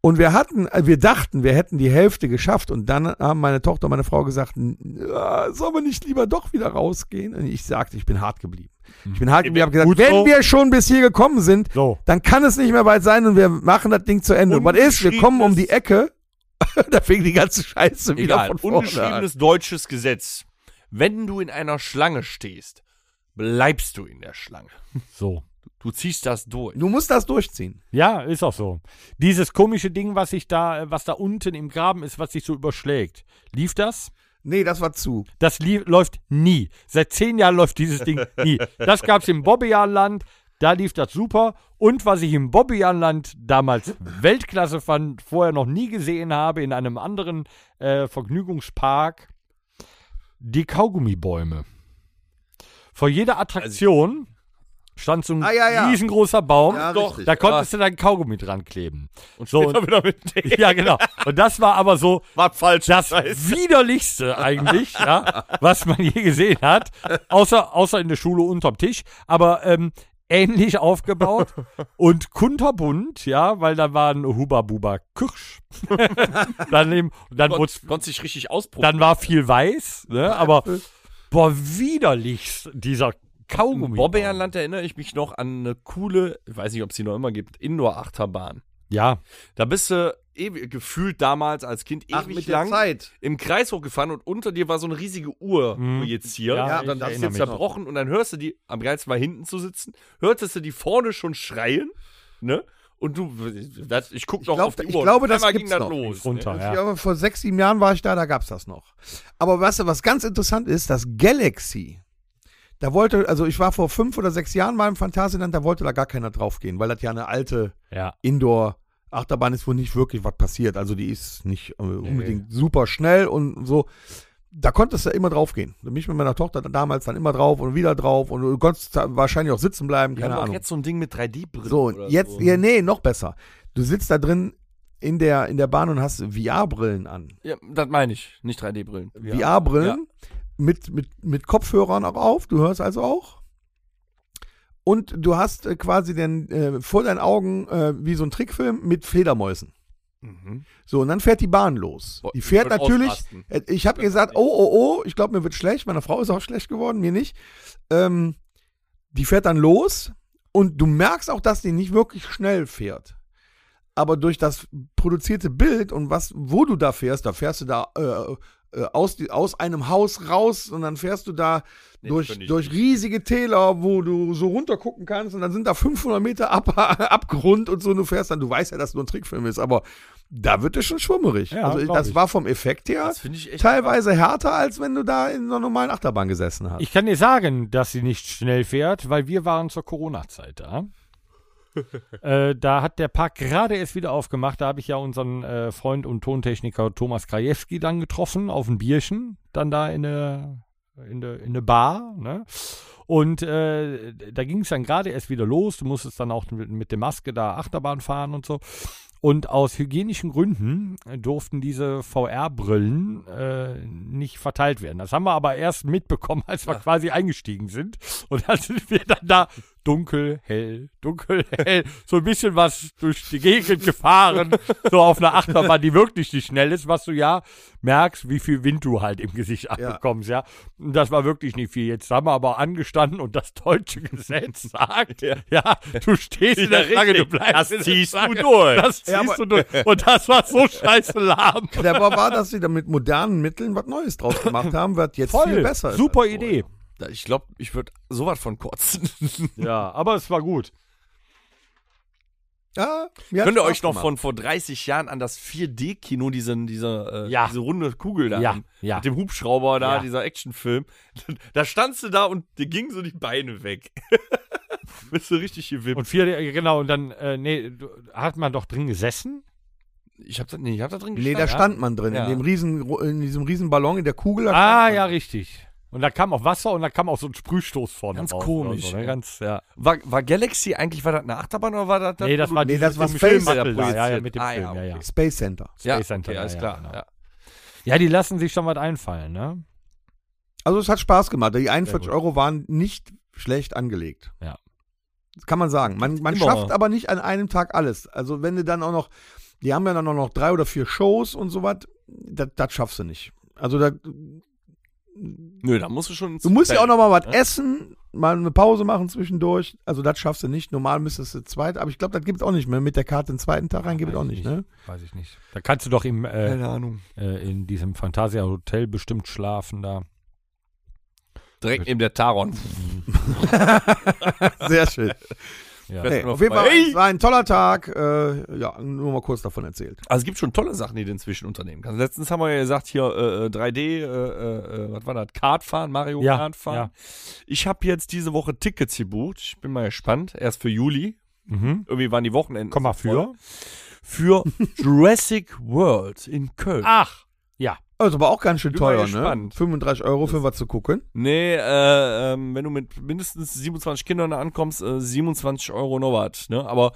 Speaker 4: Und wir hatten, äh, wir dachten, wir hätten die Hälfte geschafft. Und dann haben meine Tochter und meine Frau gesagt, "N- ja, sollen wir nicht lieber doch wieder rausgehen? Und ich sagte, ich bin hart geblieben. Ich bin hart geblieben, habe gesagt,
Speaker 2: Gut
Speaker 4: wenn
Speaker 2: so.
Speaker 4: wir schon bis hier gekommen sind,
Speaker 2: So.
Speaker 4: dann kann es nicht mehr weit sein und wir machen das Ding zu Ende. Und was ist? Wir kommen um die Ecke. da fing die ganze Scheiße wieder
Speaker 3: Egal,
Speaker 4: von vorne an.
Speaker 3: ungeschriebenes deutsches Gesetz. Wenn du in einer Schlange stehst, bleibst du in der Schlange.
Speaker 2: So.
Speaker 3: Du ziehst das durch.
Speaker 4: Du musst das durchziehen.
Speaker 2: Ja, ist auch so. Dieses komische Ding, was sich da, äh, was da unten im Graben ist, was sich so überschlägt. Lief das?
Speaker 4: Nee, das war zu.
Speaker 2: Das lief, läuft nie. Seit zehn Jahren läuft dieses Ding nie. Das gab es im Bobbianland, da lief das super. Und was ich im Bobbianland damals Weltklasse fand, vorher noch nie gesehen habe, in einem anderen äh, Vergnügungspark, die Kaugummibäume. Vor jeder Attraktion stand so ein
Speaker 4: Also Ah, ja, ja.
Speaker 2: riesengroßer Baum.
Speaker 4: Ja,
Speaker 2: Doch,
Speaker 4: richtig. Ah.
Speaker 2: da konntest du dein Kaugummi dran kleben. Und so, und,
Speaker 3: wieder mit dem.
Speaker 2: ja, genau. Und das war aber so,
Speaker 3: War falsch.
Speaker 2: das widerlichste eigentlich, ja, was man je gesehen hat, außer, außer in der Schule unterm Tisch, aber ähm, ähnlich aufgebaut und kunterbunt, ja, weil da waren Huba Buba Kirsch. dann eben, dann, wurd's-
Speaker 3: Konntest konntest dich richtig ausprobieren.
Speaker 2: dann war viel weiß, ne, aber boah, widerlichst dieser Kaugummi.
Speaker 3: Bobbejahrland erinnere ich mich noch an eine coole, ich weiß nicht, ob es die noch immer gibt, Indoor-Achterbahn.
Speaker 2: Ja,
Speaker 3: Da bist du ewi- gefühlt damals als Kind ewig lang
Speaker 4: Zeit.
Speaker 3: im Kreis hochgefahren und unter dir war so eine riesige Uhr
Speaker 2: Mhm.
Speaker 3: projiziert.
Speaker 2: Ja,
Speaker 4: Ja,
Speaker 2: ich
Speaker 4: dann darfst
Speaker 3: Die
Speaker 2: erinnere
Speaker 3: ist
Speaker 2: mich.
Speaker 3: zerbrochen und dann hörst du die, am geilsten war hinten zu sitzen, hörtest du die vorne schon schreien, ne? Und du, das, ich guck noch
Speaker 4: glaub,
Speaker 3: auf die Uhr.
Speaker 4: ich glaube,
Speaker 3: und
Speaker 4: das
Speaker 3: einmal
Speaker 4: gibt's noch.
Speaker 3: los.
Speaker 2: runter,
Speaker 3: ne?
Speaker 2: ja.
Speaker 4: Ja, aber vor sechs, sieben Jahren war ich da, da gab's das noch. Aber weißt du, was ganz interessant ist, das Galaxy. Da wollte, also ich war vor fünf oder sechs Jahren mal im Phantasialand, da wollte da gar keiner draufgehen, weil das ja eine alte
Speaker 2: ja.
Speaker 4: Indoor-Achterbahn ist, wo nicht wirklich was passiert. Also die ist nicht äh, unbedingt super schnell und so. Da konntest du immer draufgehen. Da bin ich mit meiner Tochter dann damals dann immer drauf und wieder drauf und du konntest da wahrscheinlich auch sitzen bleiben,
Speaker 3: Die
Speaker 4: keine
Speaker 3: haben auch
Speaker 4: Ahnung.
Speaker 3: jetzt so ein Ding mit 3D-Brillen.
Speaker 4: So,
Speaker 3: oder
Speaker 4: und jetzt, ne-
Speaker 3: so. ne?
Speaker 4: ja, nee, noch besser. Du sitzt da drin in der, in der Bahn und hast VR-Brillen an.
Speaker 3: Ja, das meine ich, nicht 3D-Brillen.
Speaker 4: VR-Brillen mit, mit, mit Kopfhörern auch auf, du hörst also auch. Und du hast äh, quasi den, äh, vor deinen Augen äh, wie so ein Trickfilm mit Fledermäusen.
Speaker 3: Mhm.
Speaker 4: So, und dann fährt die Bahn los.
Speaker 3: Boah,
Speaker 4: Die
Speaker 3: ich
Speaker 4: fährt
Speaker 3: würd
Speaker 4: natürlich.
Speaker 3: ausrasten.
Speaker 4: Äh, Ich habe gesagt, oh, oh, oh, ich glaube, mir wird schlecht. Meiner Frau ist auch schlecht geworden, mir nicht. Ähm, die fährt dann los und du merkst auch, dass die nicht wirklich schnell fährt. Aber durch das produzierte Bild und was, wo du da fährst, da fährst du da äh, äh, aus, die, aus einem Haus raus und dann fährst du da
Speaker 3: Nee,
Speaker 4: durch,
Speaker 3: find ich
Speaker 4: durch riesige Täler, wo du so runtergucken kannst und dann sind da 500 Meter Ab Abgrund und so. Und du fährst dann, du weißt ja, dass es nur ein Trickfilm ist, aber da wird es schon schwummerig.
Speaker 2: Ja,
Speaker 4: also
Speaker 2: glaub
Speaker 4: das
Speaker 2: ich.
Speaker 4: war vom Effekt her
Speaker 3: Das finde ich echt.
Speaker 4: teilweise härter, als wenn du da in einer normalen Achterbahn gesessen hast.
Speaker 2: Ich kann dir sagen, dass sie nicht schnell fährt, weil wir waren zur Corona-Zeit da. äh, da hat der Park gerade erst wieder aufgemacht. Da habe ich ja unseren äh, Freund und Tontechniker Thomas Krajewski dann getroffen auf ein Bierchen, dann da in eine, in eine, in eine Bar. Ne? Und äh, da ging es dann gerade erst wieder los. Du musstest dann auch mit, mit der Maske da Achterbahn fahren und so. Und aus hygienischen Gründen durften diese VR-Brillen äh, nicht verteilt werden. Das haben wir aber erst mitbekommen, als wir quasi eingestiegen sind. Und dann sind wir dann da dunkel, hell, dunkel, hell, so ein bisschen was durch die Gegend gefahren, so auf einer Achterbahn, die wirklich nicht schnell ist, was du ja merkst, wie viel Wind du halt im Gesicht abbekommst, ja. Und das war wirklich nicht viel. Jetzt haben wir aber angestanden und das deutsche Gesetz sagt, ja, du stehst in der
Speaker 3: Ja,
Speaker 2: Schlange, du
Speaker 3: richtig.
Speaker 2: bleibst
Speaker 3: Das
Speaker 2: in der
Speaker 3: ziehst du
Speaker 2: Schlange.
Speaker 3: durch.
Speaker 2: Das ziehst
Speaker 4: Ja,
Speaker 2: du durch. Und das war so scheiße lahm.
Speaker 4: Clever war, dass sie da mit modernen Mitteln was Neues draus gemacht haben, wird jetzt viel besser. ist
Speaker 2: Super
Speaker 4: als vorher.
Speaker 2: Idee.
Speaker 3: Da- Ich glaube, ich würde sowas von kotzen.
Speaker 2: Ja, aber es war gut.
Speaker 4: Ja, mir hat's
Speaker 3: Könnt ihr
Speaker 4: Spaß
Speaker 3: euch noch
Speaker 4: gemacht.
Speaker 3: von vor 30 Jahren an das 4D-Kino, diesen, dieser, äh,
Speaker 2: Ja.
Speaker 3: diese runde Kugel da,
Speaker 2: Ja,
Speaker 3: mit
Speaker 2: ja.
Speaker 3: dem Hubschrauber da,
Speaker 2: Ja.
Speaker 3: dieser Actionfilm, da standst du da und dir gingen so die Beine weg. Bist du richtig gewippt.
Speaker 2: Und vier, genau, und dann, äh, nee, du- hat man doch drin gesessen?
Speaker 3: ich hab da, nee, ich hab da drin
Speaker 4: Nee, da
Speaker 3: gestanden.
Speaker 4: stand man drin,
Speaker 3: Ja.
Speaker 4: in, dem riesen, in diesem riesen Ballon, in der Kugel. da
Speaker 2: Ah,
Speaker 4: stand man.
Speaker 2: ja, richtig. Und da kam auch Wasser und da kam auch so ein Sprühstoß vorne.
Speaker 3: Ganz
Speaker 2: raus oder
Speaker 3: komisch,
Speaker 2: So, ne?
Speaker 3: ja.
Speaker 2: Ganz, ja.
Speaker 3: War, war Galaxy eigentlich, war das eine Achterbahn oder war das
Speaker 2: Nee, das war
Speaker 4: Nee,
Speaker 2: dieses
Speaker 4: das war
Speaker 2: mit
Speaker 4: Space
Speaker 2: dem Filmmantel
Speaker 3: Center
Speaker 2: da, ja, ja,
Speaker 3: projiziert.
Speaker 2: mit dem
Speaker 3: Ah, ja,
Speaker 2: Film, ja, ja.
Speaker 3: okay.
Speaker 4: Space Center.
Speaker 3: ja,
Speaker 2: Space Center,
Speaker 3: okay, alles
Speaker 2: ja,
Speaker 3: klar.
Speaker 2: genau.
Speaker 3: Ja.
Speaker 2: Ja, die lassen sich schon was einfallen, ne?
Speaker 4: Also es hat Spaß gemacht. Die 41
Speaker 2: gut.
Speaker 4: Euro waren nicht schlecht angelegt.
Speaker 2: Ja.
Speaker 4: Das kann man sagen. Man, man
Speaker 3: Immer.
Speaker 4: schafft aber nicht an einem Tag alles. Also wenn du dann auch noch Die haben ja dann auch noch drei oder vier Shows und sowas. Das, das schaffst du nicht. Also da,
Speaker 3: Nö, da musst du schon.
Speaker 4: du musst ja auch noch mal was essen, mal eine Pause machen zwischendurch. Also das schaffst du nicht. Normal müsstest du zweit, aber ich glaube, das gibt es auch nicht mehr. Mit der Karte den zweiten Tag rein gibt es auch nicht. Ne?
Speaker 2: Weiß ich nicht. Da kannst du doch im, äh,
Speaker 3: Keine Ahnung.
Speaker 2: äh, in diesem Fantasia Hotel bestimmt schlafen da.
Speaker 3: Direkt neben der Taron.
Speaker 4: Sehr schön.
Speaker 2: Ja.
Speaker 3: Best-
Speaker 4: Nee, auf jeden Fall es war ein toller Tag. Äh, ja, nur mal kurz davon erzählt.
Speaker 3: Also es gibt schon tolle Sachen, die du inzwischen unternehmen kannst. Letztens haben wir ja gesagt, hier äh, äh, 3D, äh, äh, äh, was war das? Kartfahren, Mario
Speaker 2: Ja,
Speaker 3: Kartfahren. Ich habe jetzt diese Woche Tickets gebucht. Ich bin mal gespannt. Erst für Juli.
Speaker 2: Mhm.
Speaker 3: Irgendwie waren die Wochenenden.
Speaker 2: Komm mal
Speaker 3: so
Speaker 2: für.
Speaker 3: voll. Für Jurassic World in Köln.
Speaker 2: Ach, ja.
Speaker 4: Also war auch ganz schön
Speaker 3: Bin mal
Speaker 4: teuer, ne?
Speaker 3: gespannt.
Speaker 4: 35 Euro für was zu gucken.
Speaker 3: Nee, äh, ähm, wenn du mit mindestens 27 Kindern da ankommst, äh, 27 Euro noch was, ne? Aber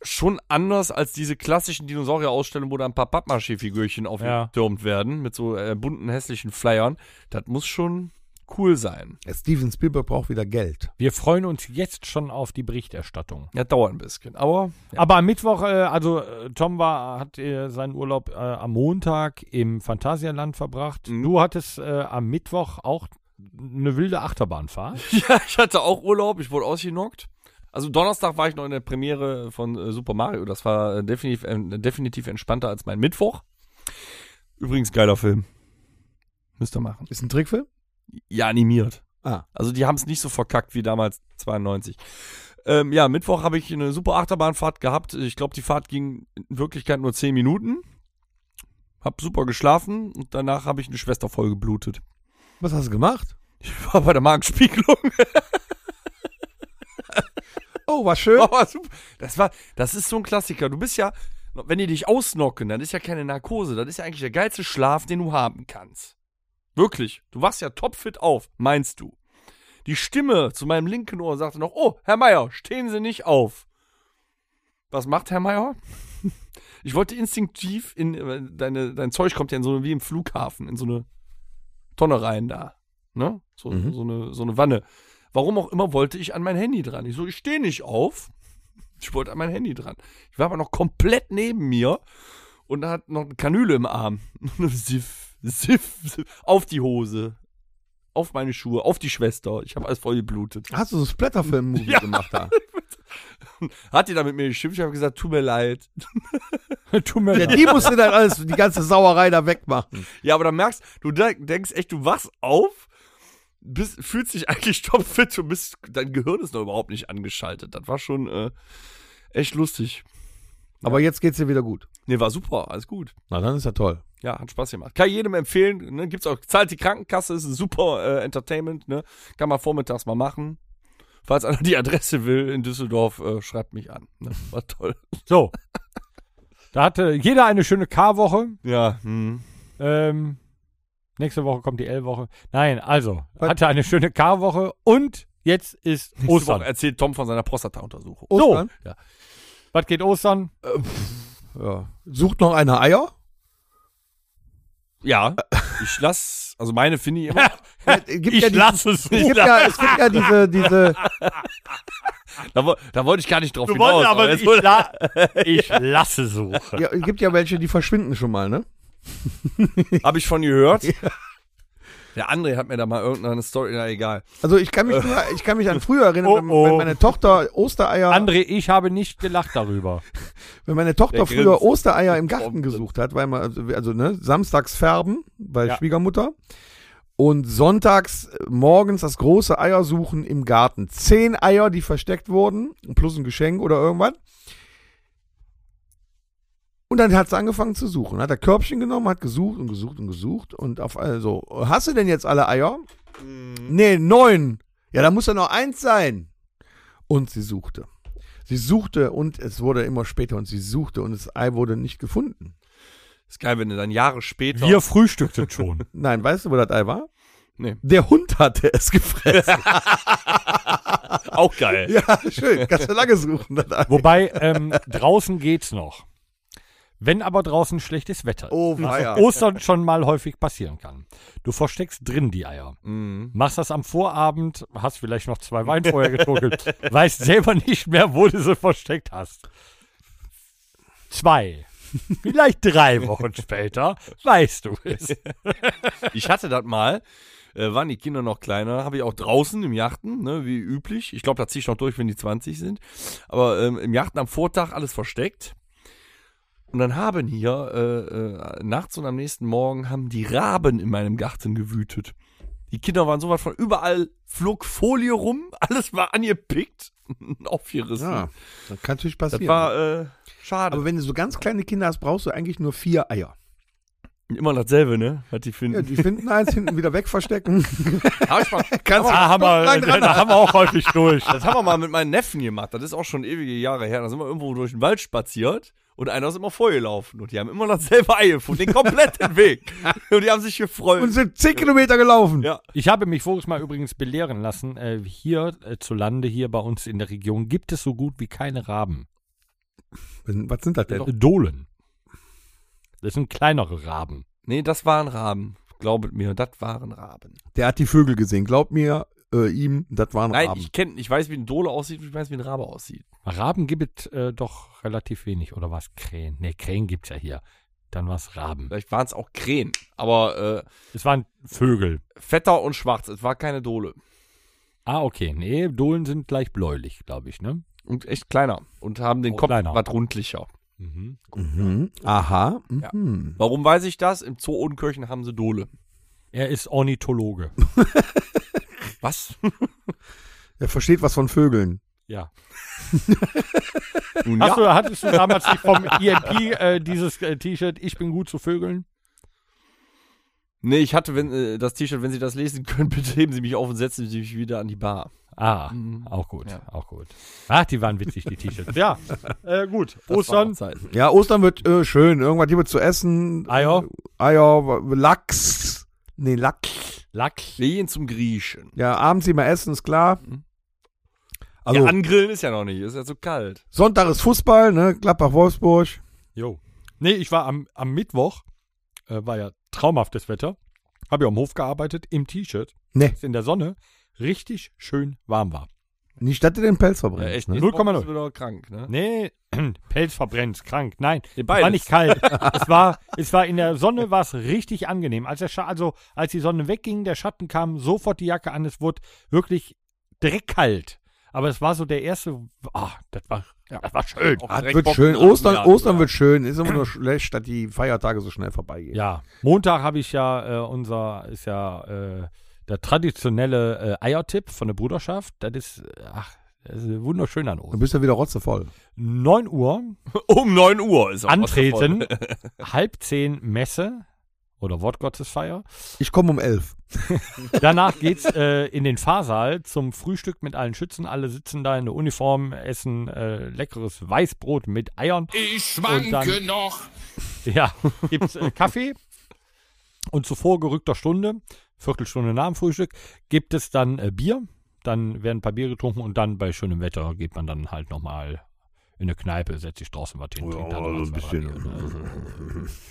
Speaker 3: schon anders als diese klassischen Dinosaurier-Ausstellungen, wo da ein paar Pappmaché-Figürchen aufgetürmt werden mit so äh, bunten, hässlichen Flyern. Das muss schon cool sein.
Speaker 4: Ja, Steven Spielberg braucht wieder Geld.
Speaker 2: Wir freuen uns jetzt schon auf die Berichterstattung.
Speaker 3: Ja, dauert ein bisschen, aber ja.
Speaker 2: Aber am Mittwoch, äh, also äh, Tom war, hat äh, seinen Urlaub äh, am Montag im Phantasialand verbracht.
Speaker 3: Mhm.
Speaker 2: Du hattest äh, am Mittwoch auch eine wilde Achterbahnfahrt.
Speaker 3: ja, ich hatte auch Urlaub, ich wurde ausgenockt. Also Donnerstag war ich noch in der Premiere von äh, Super Mario. Das war äh, definitiv, äh, definitiv entspannter als mein Mittwoch. Übrigens geiler Film. Müsst ihr machen.
Speaker 4: Ist ein Trickfilm?
Speaker 3: ja animiert.
Speaker 4: Ah.
Speaker 3: Also die haben es nicht so verkackt wie damals 92. Ähm, ja, Mittwoch habe ich eine super Achterbahnfahrt gehabt. Ich glaube, die Fahrt ging in Wirklichkeit nur 10 Minuten. Hab super geschlafen und danach habe ich eine Schwester voll geblutet.
Speaker 4: Was hast du gemacht?
Speaker 3: Ich war bei der Magenspiegelung.
Speaker 4: Oh, war schön.
Speaker 3: Aber super. Das war, das ist so ein Klassiker. Du bist ja, wenn die dich ausnocken, dann ist ja keine Narkose. Das ist ja eigentlich der geilste Schlaf, den du haben kannst. Wirklich. Du wachst ja topfit auf, meinst du. Die Stimme zu meinem linken Ohr sagte noch, oh, Herr Meier, stehen Sie nicht auf. Was macht Herr Meier? Ich wollte instinktiv in, äh, deine, dein Zeug kommt ja in so eine, wie im Flughafen, in so eine Tonne rein da. Ne? So,
Speaker 4: Mhm.
Speaker 3: so, eine, so eine Wanne. Warum auch immer wollte ich an mein Handy dran. Ich so, ich stehe nicht auf. Ich wollte an mein Handy dran. Ich war aber noch komplett neben mir und da hat noch eine Kanüle im Arm. siff, siff, siff. Auf die Hose. Auf meine Schuhe, auf die Schwester. Ich habe alles voll geblutet.
Speaker 4: Hast du so einen Splatterfilm-Movie
Speaker 3: Ja.
Speaker 4: gemacht da?
Speaker 3: Hat die da mit mir geschimpft? Ich habe gesagt, tut mir leid.
Speaker 2: Tut mir
Speaker 4: Ja,
Speaker 2: leid.
Speaker 4: die musste dann alles, die ganze Sauerei da wegmachen.
Speaker 3: Ja, aber dann merkst du, de- denkst echt, du wachst auf, bist, fühlst dich eigentlich topfit, du bist, dein Gehirn ist noch überhaupt nicht angeschaltet. Das war schon äh, echt lustig.
Speaker 4: Aber jetzt geht's dir wieder gut.
Speaker 3: Nee, war super, alles gut.
Speaker 4: Na, dann ist ja toll.
Speaker 3: Ja, hat Spaß gemacht. Kann ich jedem empfehlen. Ne? Gibt's auch, zahlt die Krankenkasse, ist ein super äh, Entertainment. Ne? Kann man vormittags mal machen. Falls einer die Adresse will in Düsseldorf, äh, schreibt mich an. Ne? War toll.
Speaker 2: So. Da hatte jeder eine schöne K-Woche.
Speaker 3: Ja, hm.
Speaker 2: Ähm, nächste Woche kommt die L-Woche. Nein, also, hatte eine schöne K-Woche und jetzt ist
Speaker 3: Nächste
Speaker 2: Ostern.
Speaker 3: Woche erzählt Tom von seiner Prostata-Untersuchung.
Speaker 4: Ostern?
Speaker 2: Was geht Ostern?
Speaker 4: Ja. Sucht noch einer Eier?
Speaker 3: Ja, ich lass, also meine finde ich immer.
Speaker 4: Es äh, gibt ja die-
Speaker 2: lasse es
Speaker 4: es gibt ja, es gibt ja diese, diese,
Speaker 3: da, wo- da wollte ich gar nicht drauf
Speaker 2: Du
Speaker 3: hinaus.
Speaker 2: wolltest aber,
Speaker 3: jetzt
Speaker 2: ich,
Speaker 3: wurde-
Speaker 2: la ich lasse suchen.
Speaker 4: ja, es gibt ja welche, die verschwinden schon mal, ne?
Speaker 3: Hab ich von gehört. Der André hat mir da mal irgendeine Story, na egal.
Speaker 4: Also ich kann mich, nur, ich kann mich an früher erinnern,
Speaker 2: Oh,
Speaker 4: wenn,
Speaker 2: oh.
Speaker 4: wenn meine Tochter Ostereier,
Speaker 3: Ah.
Speaker 2: André, ich habe nicht gelacht darüber.
Speaker 4: wenn meine Tochter
Speaker 3: Der
Speaker 4: früher
Speaker 3: grinst.
Speaker 4: Ostereier im Garten
Speaker 3: Kommt.
Speaker 4: gesucht hat, weil man, also, also ne, samstags färben bei
Speaker 2: Ja.
Speaker 4: Schwiegermutter und sonntags äh, morgens das große Eiersuchen im Garten. Zehn Eier, die versteckt wurden, plus ein Geschenk oder irgendwas. Und dann hat sie angefangen zu suchen. Hat er Körbchen genommen, hat gesucht und gesucht und gesucht. Und auf also, hast du denn jetzt alle Eier?
Speaker 3: Mhm.
Speaker 4: Nee, neun. Ja, da muss ja noch eins sein. Und sie suchte. Sie suchte und es wurde immer später und sie suchte und das Ei wurde nicht gefunden.
Speaker 3: Ist geil, wenn du dann Jahre später.
Speaker 2: Wir frühstückten schon.
Speaker 4: Nein, weißt du, wo das Ei war?
Speaker 3: Nee.
Speaker 4: Der Hund hatte es gefressen.
Speaker 3: Auch geil.
Speaker 4: ja, schön. Kannst du lange suchen, das Ei.
Speaker 2: Wobei, ähm, draußen geht's noch. Wenn aber draußen schlechtes Wetter ist,
Speaker 4: Oh,
Speaker 2: was
Speaker 4: weia.
Speaker 2: Ostern schon mal häufig passieren kann. Du versteckst drin die Eier.
Speaker 3: Mhm.
Speaker 2: Machst das am Vorabend, hast vielleicht noch zwei Wein vorher getrunken, weißt selber nicht mehr, wo du sie versteckt hast. zwei, vielleicht drei Wochen später weißt du es.
Speaker 3: Ich hatte das mal, äh, waren die Kinder noch kleiner, habe ich auch draußen im Yachten, ne, wie üblich. Ich glaube, da ziehe ich noch durch, wenn die 20 sind. Aber ähm, im Yachten am Vortag alles versteckt. Und dann haben hier äh, äh, nachts und am nächsten Morgen haben die Raben in meinem Garten gewütet. Die Kinder waren sowas von überall flog Folie rum, alles war angepickt und aufgerissen.
Speaker 4: Ja, das kann natürlich
Speaker 3: das
Speaker 4: passieren.
Speaker 3: war äh, schade.
Speaker 4: Aber wenn du so ganz kleine Kinder hast, brauchst du eigentlich nur vier Eier.
Speaker 3: Immer dasselbe, ne? Was die finden.
Speaker 4: Ja, die finden eins hinten wieder weg verstecken. Ah,
Speaker 3: Hab ich mal,
Speaker 4: Kannst
Speaker 2: Da haben wir,
Speaker 4: stundenlang dran
Speaker 2: da haben wir auch häufig durch.
Speaker 3: Das haben wir mal mit meinen Neffen gemacht. Das ist auch schon ewige Jahre her. Da sind wir irgendwo durch den Wald spaziert und einer ist immer vorgelaufen. Und die haben immer dasselbe Ei gefunden, den kompletten Weg. Und die haben sich gefreut.
Speaker 4: und sind zehn Kilometer gelaufen.
Speaker 3: Ja.
Speaker 2: Ich habe mich voriges Mal übrigens belehren lassen, äh, hier äh, zu Lande, hier bei uns in der Region, gibt es so gut wie keine Raben.
Speaker 4: Was sind das denn?
Speaker 2: Äh, Dohlen. Das sind kleinere Raben.
Speaker 3: nee, das waren Raben. Glaubet mir, das waren Raben.
Speaker 4: Der hat die Vögel gesehen. Glaub mir, äh, ihm, das waren
Speaker 3: Nein,
Speaker 4: Raben.
Speaker 3: ich kenne, ich weiß, wie ein Dole aussieht und ich weiß, wie ein Rabe aussieht.
Speaker 2: Raben gibt es äh, doch relativ wenig, oder was? Krähen. Ne, Krähen gibt es ja hier. Dann war es Raben.
Speaker 3: Vielleicht waren es auch Krähen. Aber
Speaker 2: Es waren Vögel.
Speaker 3: äh, fetter und schwarz. Es war keine Dole.
Speaker 2: Ah, okay. Nee, Dohlen sind gleich bläulich, glaube ich, ne?
Speaker 3: Und echt kleiner. Und haben den
Speaker 2: Oh,
Speaker 3: Kopf
Speaker 2: kleiner.
Speaker 3: was rundlicher.
Speaker 2: Mhm.
Speaker 4: Mhm. Aha. Mhm.
Speaker 3: Warum weiß ich das? Im Zoo Odenkirchen haben sie Dole.
Speaker 2: Er ist Ornithologe.
Speaker 3: Was?
Speaker 4: Er versteht was von Vögeln.
Speaker 2: ja.
Speaker 3: Nun,
Speaker 2: Hast du, hattest du damals nicht vom IMP äh, dieses äh, T-Shirt, ich bin gut zu Vögeln?
Speaker 3: Nee, ich hatte wenn, äh, das T-Shirt, wenn Sie das lesen können, bitte heben Sie mich auf und setzen Sie mich wieder an die Bar.
Speaker 2: Ah,
Speaker 3: Mhm.
Speaker 2: auch gut,
Speaker 3: Ja.
Speaker 2: auch gut. Ach, die waren witzig, die T-Shirts. Ja, äh, gut. Ostern.
Speaker 3: Das war auch Zeit.
Speaker 4: Ja, Ostern wird äh, schön. Irgendwas gibt es zu essen.
Speaker 2: Eier.
Speaker 4: Eier, w- Lachs. Nee, Lachs.
Speaker 2: Lachs.
Speaker 3: Wir gehen zum Griechen.
Speaker 4: Ja, abends immer essen, ist klar.
Speaker 2: Mhm.
Speaker 4: Also,
Speaker 3: ja, angrillen ist ja noch nicht, ist ja zu kalt.
Speaker 4: Sonntag ist Fußball, ne? Gladbach-Wolfsburg.
Speaker 2: Jo. Nee, ich war am, am Mittwoch, äh, war ja traumhaftes Wetter, habe ja am Hof gearbeitet, im T-Shirt,
Speaker 4: Nee.
Speaker 2: das in der Sonne richtig schön warm war.
Speaker 4: Nicht, dass du den Pelz verbrennst.
Speaker 3: echt
Speaker 4: ne?
Speaker 3: nächste Woche
Speaker 2: 0,0.
Speaker 3: bist du wieder krank, ne?
Speaker 2: Nee, Pelz verbrennt, krank. Nein,
Speaker 3: Nee,
Speaker 2: war nicht kalt. es war, es war in der Sonne war es richtig angenehm. Als der Scha also als die Sonne wegging, der Schatten kam, sofort die Jacke an. Es wurde wirklich direkt kalt. Aber es war so der erste. Ah, das war, das war schön.
Speaker 3: Auch
Speaker 4: Ah,
Speaker 3: direkt
Speaker 4: wird
Speaker 3: Bock
Speaker 4: schön.
Speaker 3: nach dem
Speaker 4: Ostern,
Speaker 3: Jahr.
Speaker 4: Ostern wird schön. Ist immer nur schlecht, dass die Feiertage so schnell vorbeigehen.
Speaker 2: Ja, Montag habe ich ja äh, unser ist ja äh, der traditionelle äh, Eiertipp von der Bruderschaft. Das ist äh, ach, das ist wunderschön an
Speaker 4: Dann
Speaker 2: Ostern.
Speaker 4: bist du wieder rotzevoll.
Speaker 2: 9 Uhr
Speaker 3: Um 9 Uhr ist auch
Speaker 2: antreten, halb zehn Messe oder Wortgottesfeier.
Speaker 4: Ich komme um elf.
Speaker 2: Danach geht's äh, in den Fahrsaal zum Frühstück mit allen Schützen. Alle sitzen da in der Uniform, essen äh, leckeres Weißbrot mit Eiern.
Speaker 1: Ich
Speaker 2: schwanke dann-
Speaker 1: noch.
Speaker 2: Ja, gibt's äh, Kaffee. Und zuvor gerückter Stunde, Viertelstunde nach dem Frühstag, gibt es dann äh, Bier. Dann werden ein paar Bier getrunken und dann bei schönem Wetter geht man dann halt nochmal in eine Kneipe, setzt sich draußen was hin, trinkt dann noch mal zwei, drei Bier.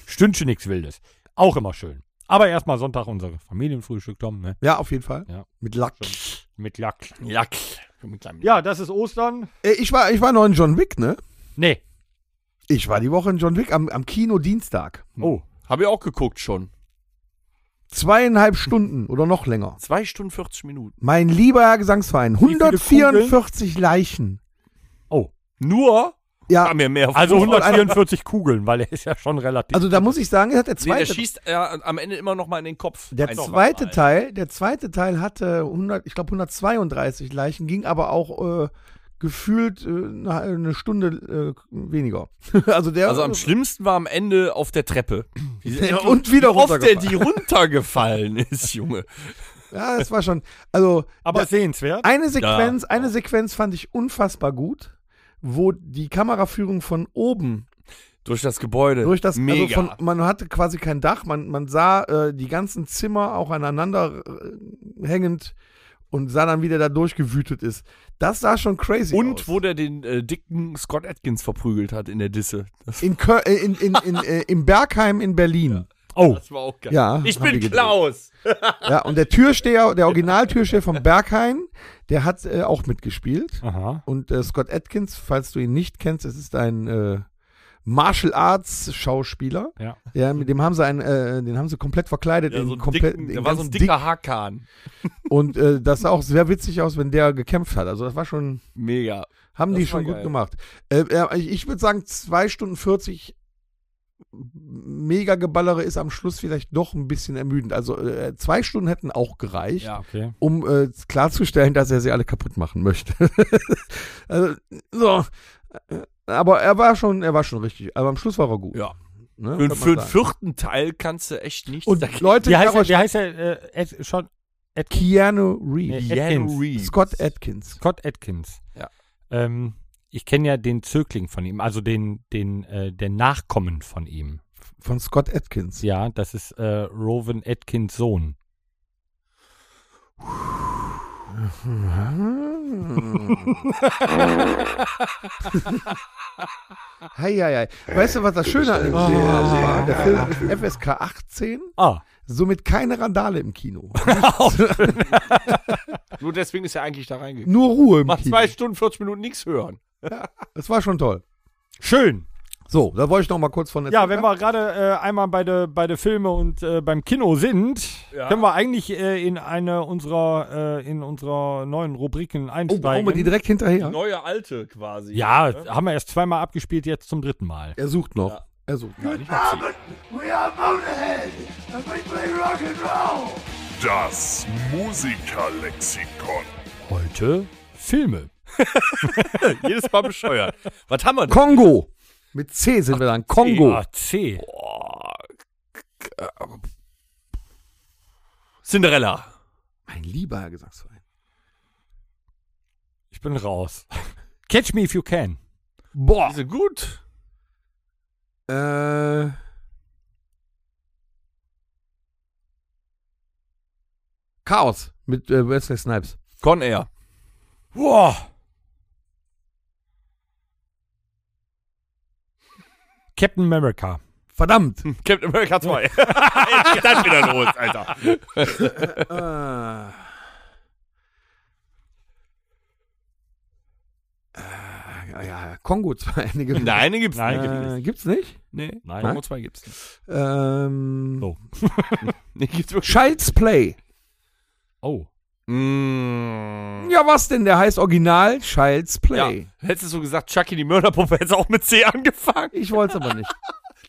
Speaker 2: Stündchen nichts Wildes. Auch immer schön. Aber erstmal Sonntag unser Familienfrühstück, Tom, ne?
Speaker 4: Ja, auf jeden Fall.
Speaker 2: Ja.
Speaker 4: Mit Lack.
Speaker 2: Mit Lack.
Speaker 3: Ja, klar. Mit kleinem-
Speaker 2: Ja, das ist Ostern.
Speaker 4: Äh, Ich war, ich war noch in John Wick, ne?
Speaker 2: Nee.
Speaker 4: Ich war die Woche in John Wick am, am Kino Dienstag.
Speaker 2: Oh.
Speaker 3: Hab ich auch geguckt schon.
Speaker 4: Zweieinhalb Stunden oder noch länger.
Speaker 3: 2 Stunden 40 Minuten.
Speaker 4: Mein lieber Herr Gesangsverein,
Speaker 2: viele
Speaker 4: 144 Leichen.
Speaker 2: Oh.
Speaker 3: Nur
Speaker 4: Ja,
Speaker 3: haben wir mehr
Speaker 2: Also
Speaker 3: Fußball-
Speaker 2: 144 Kugeln, weil er ist ja schon relativ.
Speaker 4: also da muss ich sagen, hat der
Speaker 3: Nee, der
Speaker 4: zweite,
Speaker 3: schießt äh, am Ende immer noch mal in den Kopf.
Speaker 4: der
Speaker 3: Einfach
Speaker 4: zweite
Speaker 3: mal.
Speaker 4: Teil, der zweite Teil hatte 100, ich glaube 132 Leichen, ging aber auch äh, gefühlt äh, eine, eine Stunde äh, weniger. also der
Speaker 3: Also am schlimmsten war am Ende auf der Treppe.
Speaker 4: und wieder
Speaker 3: Auf der die
Speaker 4: runtergefallen.
Speaker 3: runtergefallen ist, Junge.
Speaker 4: Ja, das war schon. Also
Speaker 2: aber
Speaker 4: da-
Speaker 2: sehenswert.
Speaker 4: Eine Sequenz, eine Sequenz fand ich unfassbar gut, wo die Kameraführung von oben
Speaker 3: Durch das Gebäude.
Speaker 4: durch das
Speaker 3: Äh, Mega.
Speaker 4: Also von, man hatte quasi kein Dach, man man sah äh, die ganzen Zimmer auch aneinander äh, hängend und sah dann, wie der da durchgewütet ist. Das sah schon crazy
Speaker 3: Und
Speaker 4: aus.
Speaker 3: wo der den äh, dicken Scott Atkins verprügelt hat in der Disse. Das,
Speaker 4: in, Kör, äh, in, in, in, äh, im Bergheim in Berlin.
Speaker 2: Oh,
Speaker 3: war auch geil.
Speaker 4: Ja,
Speaker 3: ich
Speaker 4: haben
Speaker 3: bin
Speaker 4: wir gedreht.
Speaker 3: Klaus.
Speaker 4: Ja. und der Türsteher, der Originaltürsteher von Bergheim, der hat äh, auch mitgespielt.
Speaker 2: aha.
Speaker 4: Und äh, Scott Atkins, falls du ihn nicht kennst, es ist ein äh, Martial Arts Schauspieler.
Speaker 2: Ja.
Speaker 4: Ja, mit dem haben sie einen, äh, den haben sie komplett verkleidet.
Speaker 3: Ja,
Speaker 4: in
Speaker 3: so einen
Speaker 4: komplett,
Speaker 3: dicken,
Speaker 4: in
Speaker 3: da war so
Speaker 4: ganz
Speaker 3: ein
Speaker 4: dick.
Speaker 3: dicker Hakan.
Speaker 4: Und äh, das sah auch sehr witzig aus, wenn der gekämpft hat. Also das war schon,
Speaker 3: Mega.
Speaker 4: haben
Speaker 3: Das
Speaker 4: die
Speaker 3: war
Speaker 4: schon
Speaker 3: geil.
Speaker 4: gut gemacht. Äh, ja, ich ich würde sagen, 2 Stunden 40 mega Geballere ist am Schluss vielleicht doch ein bisschen ermüdend. Also äh, zwei Stunden hätten auch gereicht
Speaker 3: Ja.
Speaker 2: Okay.
Speaker 4: um äh, klarzustellen, dass er sie alle kaputt machen möchte. also, so. Äh, Aber er war schon, er war schon richtig. Aber am Schluss war er gut.
Speaker 3: Ja.
Speaker 4: Ne,
Speaker 3: Für,
Speaker 4: kann man
Speaker 3: für den
Speaker 4: sagen.
Speaker 3: vierten Teil kannst du echt nichts
Speaker 4: Und
Speaker 3: dagegen-
Speaker 4: Leute,
Speaker 2: Wie heißt er,
Speaker 4: Karosch-
Speaker 2: wie heißt er äh, Ed, schon
Speaker 4: Keanu Reeves.
Speaker 2: Nee, Atkins.
Speaker 3: Reeves.
Speaker 4: Scott Atkins.
Speaker 2: Scott Atkins.
Speaker 3: Ja.
Speaker 2: Ähm, ich kenne ja den Zögling von ihm, also den, den, äh, der Nachkommen von ihm.
Speaker 4: Von Scott Atkins.
Speaker 2: Ja, das ist äh, Rowan Atkins Sohn.
Speaker 4: Ah. Hei, hei, hei. Weißt du, was das Schöne an dem Film war? Der Film ist FSK 18,
Speaker 2: Ah.
Speaker 4: somit keine Randale im Kino.
Speaker 3: Nur deswegen ist er eigentlich da reingegangen.
Speaker 4: Nur Ruhe im
Speaker 3: Nach
Speaker 4: Kino.
Speaker 3: zwei Stunden, 40 Minuten nichts hören.
Speaker 4: Das war schon toll.
Speaker 2: Schön.
Speaker 4: So, da wollte ich noch mal kurz von
Speaker 2: Ja,
Speaker 4: erzählen.
Speaker 2: wenn wir gerade äh, einmal bei der bei der Filme und äh, beim Kino sind,
Speaker 3: Ja.
Speaker 2: können wir eigentlich äh, in eine unserer äh, in unserer neuen Rubriken
Speaker 4: Oh,
Speaker 2: einsteigen.
Speaker 4: brauchen wir die direkt hinterher?
Speaker 3: Neue alte quasi.
Speaker 2: ja, haben wir erst zweimal abgespielt, jetzt zum dritten Mal.
Speaker 4: Er sucht noch.
Speaker 3: Ja.
Speaker 4: Er sucht noch.
Speaker 3: Nein, ich hab sie.
Speaker 1: Das Musikerlexikon.
Speaker 2: Heute Filme.
Speaker 3: Jedes Mal bescheuert. Was haben wir denn?
Speaker 4: Kongo. Mit C sind wir dann.
Speaker 3: E.
Speaker 4: Kongo.
Speaker 2: Ah, C.
Speaker 3: Cinderella.
Speaker 4: Mein lieber Herr Gesangsverein.
Speaker 2: Ich bin raus. Catch me if you can.
Speaker 4: Boah.
Speaker 3: Ist sie gut?
Speaker 4: Äh. Chaos mit äh, Wesley Snipes.
Speaker 3: Con Air.
Speaker 2: Boah. Captain America.
Speaker 4: Verdammt.
Speaker 3: Captain America 2. Jetzt geht das wieder los, Alter.
Speaker 4: äh. Äh, Ja, Kongo zwei. Nee, gibt's-
Speaker 3: Nein, den gibt's
Speaker 2: Nein,
Speaker 3: nicht.
Speaker 4: äh, gibt's nicht.
Speaker 3: Nee,
Speaker 2: Nein.
Speaker 3: Congo 2 gibt's nicht.
Speaker 4: Ähm,
Speaker 3: Oh.
Speaker 2: So.
Speaker 3: Nee, gibt's wirklich.
Speaker 4: Child's Play.
Speaker 2: Oh.
Speaker 3: Mm.
Speaker 4: Ja, was denn? Der heißt Original Child's Play.
Speaker 3: Ja, hättest du so gesagt, Chucky die Mörderpuppe, hättest du auch mit C angefangen.
Speaker 4: Ich wollte es aber nicht.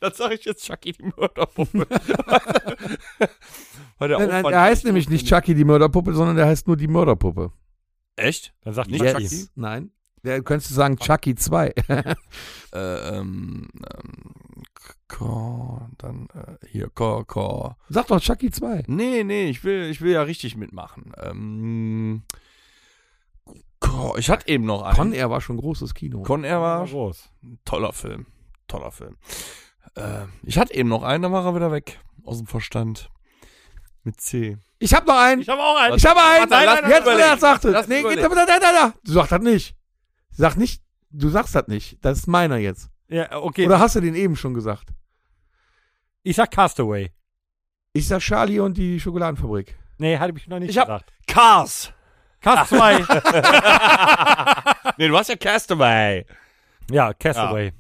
Speaker 3: Dann sage ich jetzt Chucky die Mörderpuppe. Weil der
Speaker 4: Nein, nein,
Speaker 3: Aufwand
Speaker 4: der heißt
Speaker 3: echt
Speaker 4: nämlich
Speaker 3: hoch
Speaker 4: nicht
Speaker 3: ist.
Speaker 4: Chucky die Mörderpuppe, sondern der heißt nur die Mörderpuppe.
Speaker 3: Echt?
Speaker 2: Dann sagt
Speaker 3: Nicht
Speaker 2: man
Speaker 3: Chucky?
Speaker 2: Chucky.
Speaker 4: Nein. Der könntest du sagen Chucky 2.
Speaker 3: Äh, ähm, ähm, Kor, dann, äh, hier, Kor, Kor.
Speaker 4: Sag doch Chucky 2.
Speaker 3: Nee, nee, ich will, ich will ja richtig mitmachen. Ähm, Kor, ich hatte eben noch einen.
Speaker 4: Con Air war schon großes Kino.
Speaker 3: Con Air war
Speaker 2: groß.
Speaker 3: ein toller Film. Toller Film. Äh, ich hatte eben noch einen, dann war er wieder weg. Aus dem Verstand. Mit C.
Speaker 4: ich hab noch einen.
Speaker 3: habe auch einen.
Speaker 4: Ich hab einen.
Speaker 3: Warte, lass mich
Speaker 4: jetzt, wenn
Speaker 3: überlegen.
Speaker 4: er sagte.
Speaker 3: Lass mich
Speaker 4: Nee, geht, da,
Speaker 3: überlegen.
Speaker 4: da, da, da. Du sagst das nicht. Sag nicht. Du sagst das nicht. Das ist meiner jetzt.
Speaker 2: Ja, okay.
Speaker 4: Oder hast du den eben schon gesagt?
Speaker 2: ich sag Castaway.
Speaker 4: Ich sag Charlie und die Schokoladenfabrik.
Speaker 2: Nee, hatte ich noch nicht
Speaker 3: Ich hab-
Speaker 2: gesagt.
Speaker 3: Cars.
Speaker 2: Castaway.
Speaker 3: nee, du hast ja Castaway.
Speaker 2: ja, Castaway.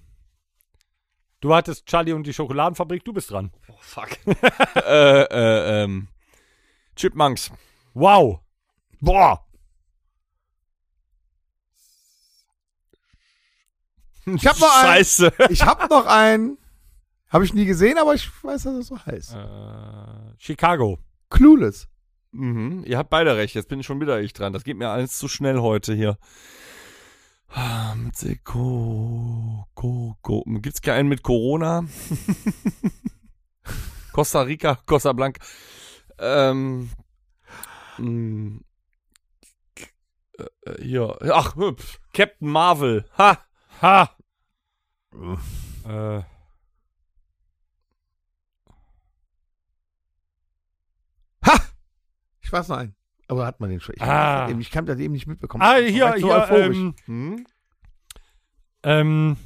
Speaker 2: Du hattest Charlie und die Schokoladenfabrik, du bist dran.
Speaker 3: Oh, fuck. äh, äh, ähm. Chipmunks.
Speaker 2: Wow.
Speaker 4: Boah. Ich hab noch einen.
Speaker 3: Scheiße.
Speaker 4: Ich hab noch einen. Habe ich nie gesehen, aber ich weiß, dass es so heißt.
Speaker 2: Äh, Chicago.
Speaker 4: Clueless.
Speaker 3: Mhm, ihr habt beide recht. Jetzt bin ich schon wieder ich dran. Das geht mir alles zu schnell heute hier. Ah, Mit Se- Co, Co, Co. Gibt's keinen mit Corona? Costa Rica, Costa Blanca. Ähm. mh, äh, Hier. Ach, hüpf. Captain Marvel. Ha! Ha!
Speaker 2: Äh,
Speaker 4: Ich weiß noch einen. Aber hat man den schon? Ich,
Speaker 2: Ah.
Speaker 4: eben, ich kann das eben nicht mitbekommen.
Speaker 2: ah,
Speaker 4: Ich
Speaker 2: hier,
Speaker 4: war echt so
Speaker 2: hier,
Speaker 4: euphorisch.
Speaker 2: ähm,
Speaker 3: Hm?
Speaker 2: ähm,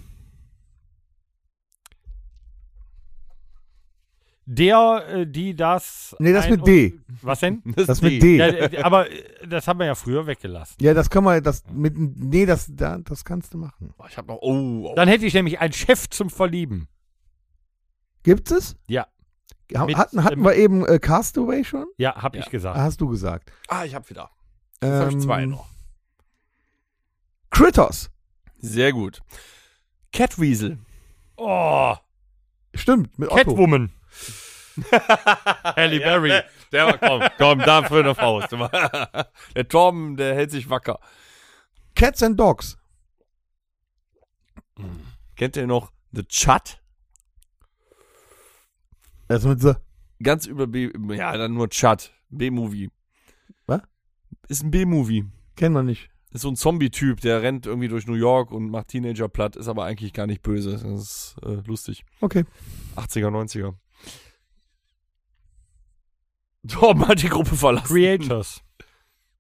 Speaker 2: der, äh, die, das.
Speaker 4: Nee, das
Speaker 2: ein
Speaker 4: mit
Speaker 2: und-
Speaker 4: D.
Speaker 2: Was denn?
Speaker 4: Das mit
Speaker 3: D.
Speaker 4: D.
Speaker 2: ja, äh, aber äh, das haben wir ja früher weggelassen.
Speaker 4: Ja, das kann man, das mit, nee, das, da, das kannst du machen.
Speaker 3: Oh, ich hab noch. Oh, oh.
Speaker 2: Dann hätte ich nämlich einen Chef zum Verlieben.
Speaker 4: Gibt es?
Speaker 2: Ja.
Speaker 4: Ha-
Speaker 2: Mit,
Speaker 4: hatten hatten
Speaker 2: ähm,
Speaker 4: wir eben äh, Castaway schon?
Speaker 2: Ja, hab
Speaker 3: Ja.
Speaker 2: ich gesagt.
Speaker 4: Ah, hast du gesagt.
Speaker 3: Ah, ich hab wieder.
Speaker 4: Ähm,
Speaker 3: Jetzt hab ich zwei noch.
Speaker 4: Critters.
Speaker 3: Sehr gut. Catweasel.
Speaker 2: Oh,
Speaker 4: Stimmt, mit Otto.
Speaker 2: Catwoman. Halle Berry.
Speaker 3: Der war, komm, komm, dafür eine Faust. der Torben, der hält sich wacker.
Speaker 4: Cats and Dogs.
Speaker 3: Kennt ihr noch The Chat?
Speaker 4: Das mit so,
Speaker 3: Ganz über B. Ja, dann nur Chat. B-Movie.
Speaker 4: Was?
Speaker 3: Ist ein B-Movie.
Speaker 4: kennen wir nicht.
Speaker 3: Ist so ein Zombie-Typ, der rennt irgendwie durch New York und macht Teenager platt, ist aber eigentlich gar nicht böse. Das ist äh, lustig.
Speaker 4: Okay.
Speaker 3: 80er, 90er. Torben hat die Gruppe verlassen.
Speaker 2: Creators.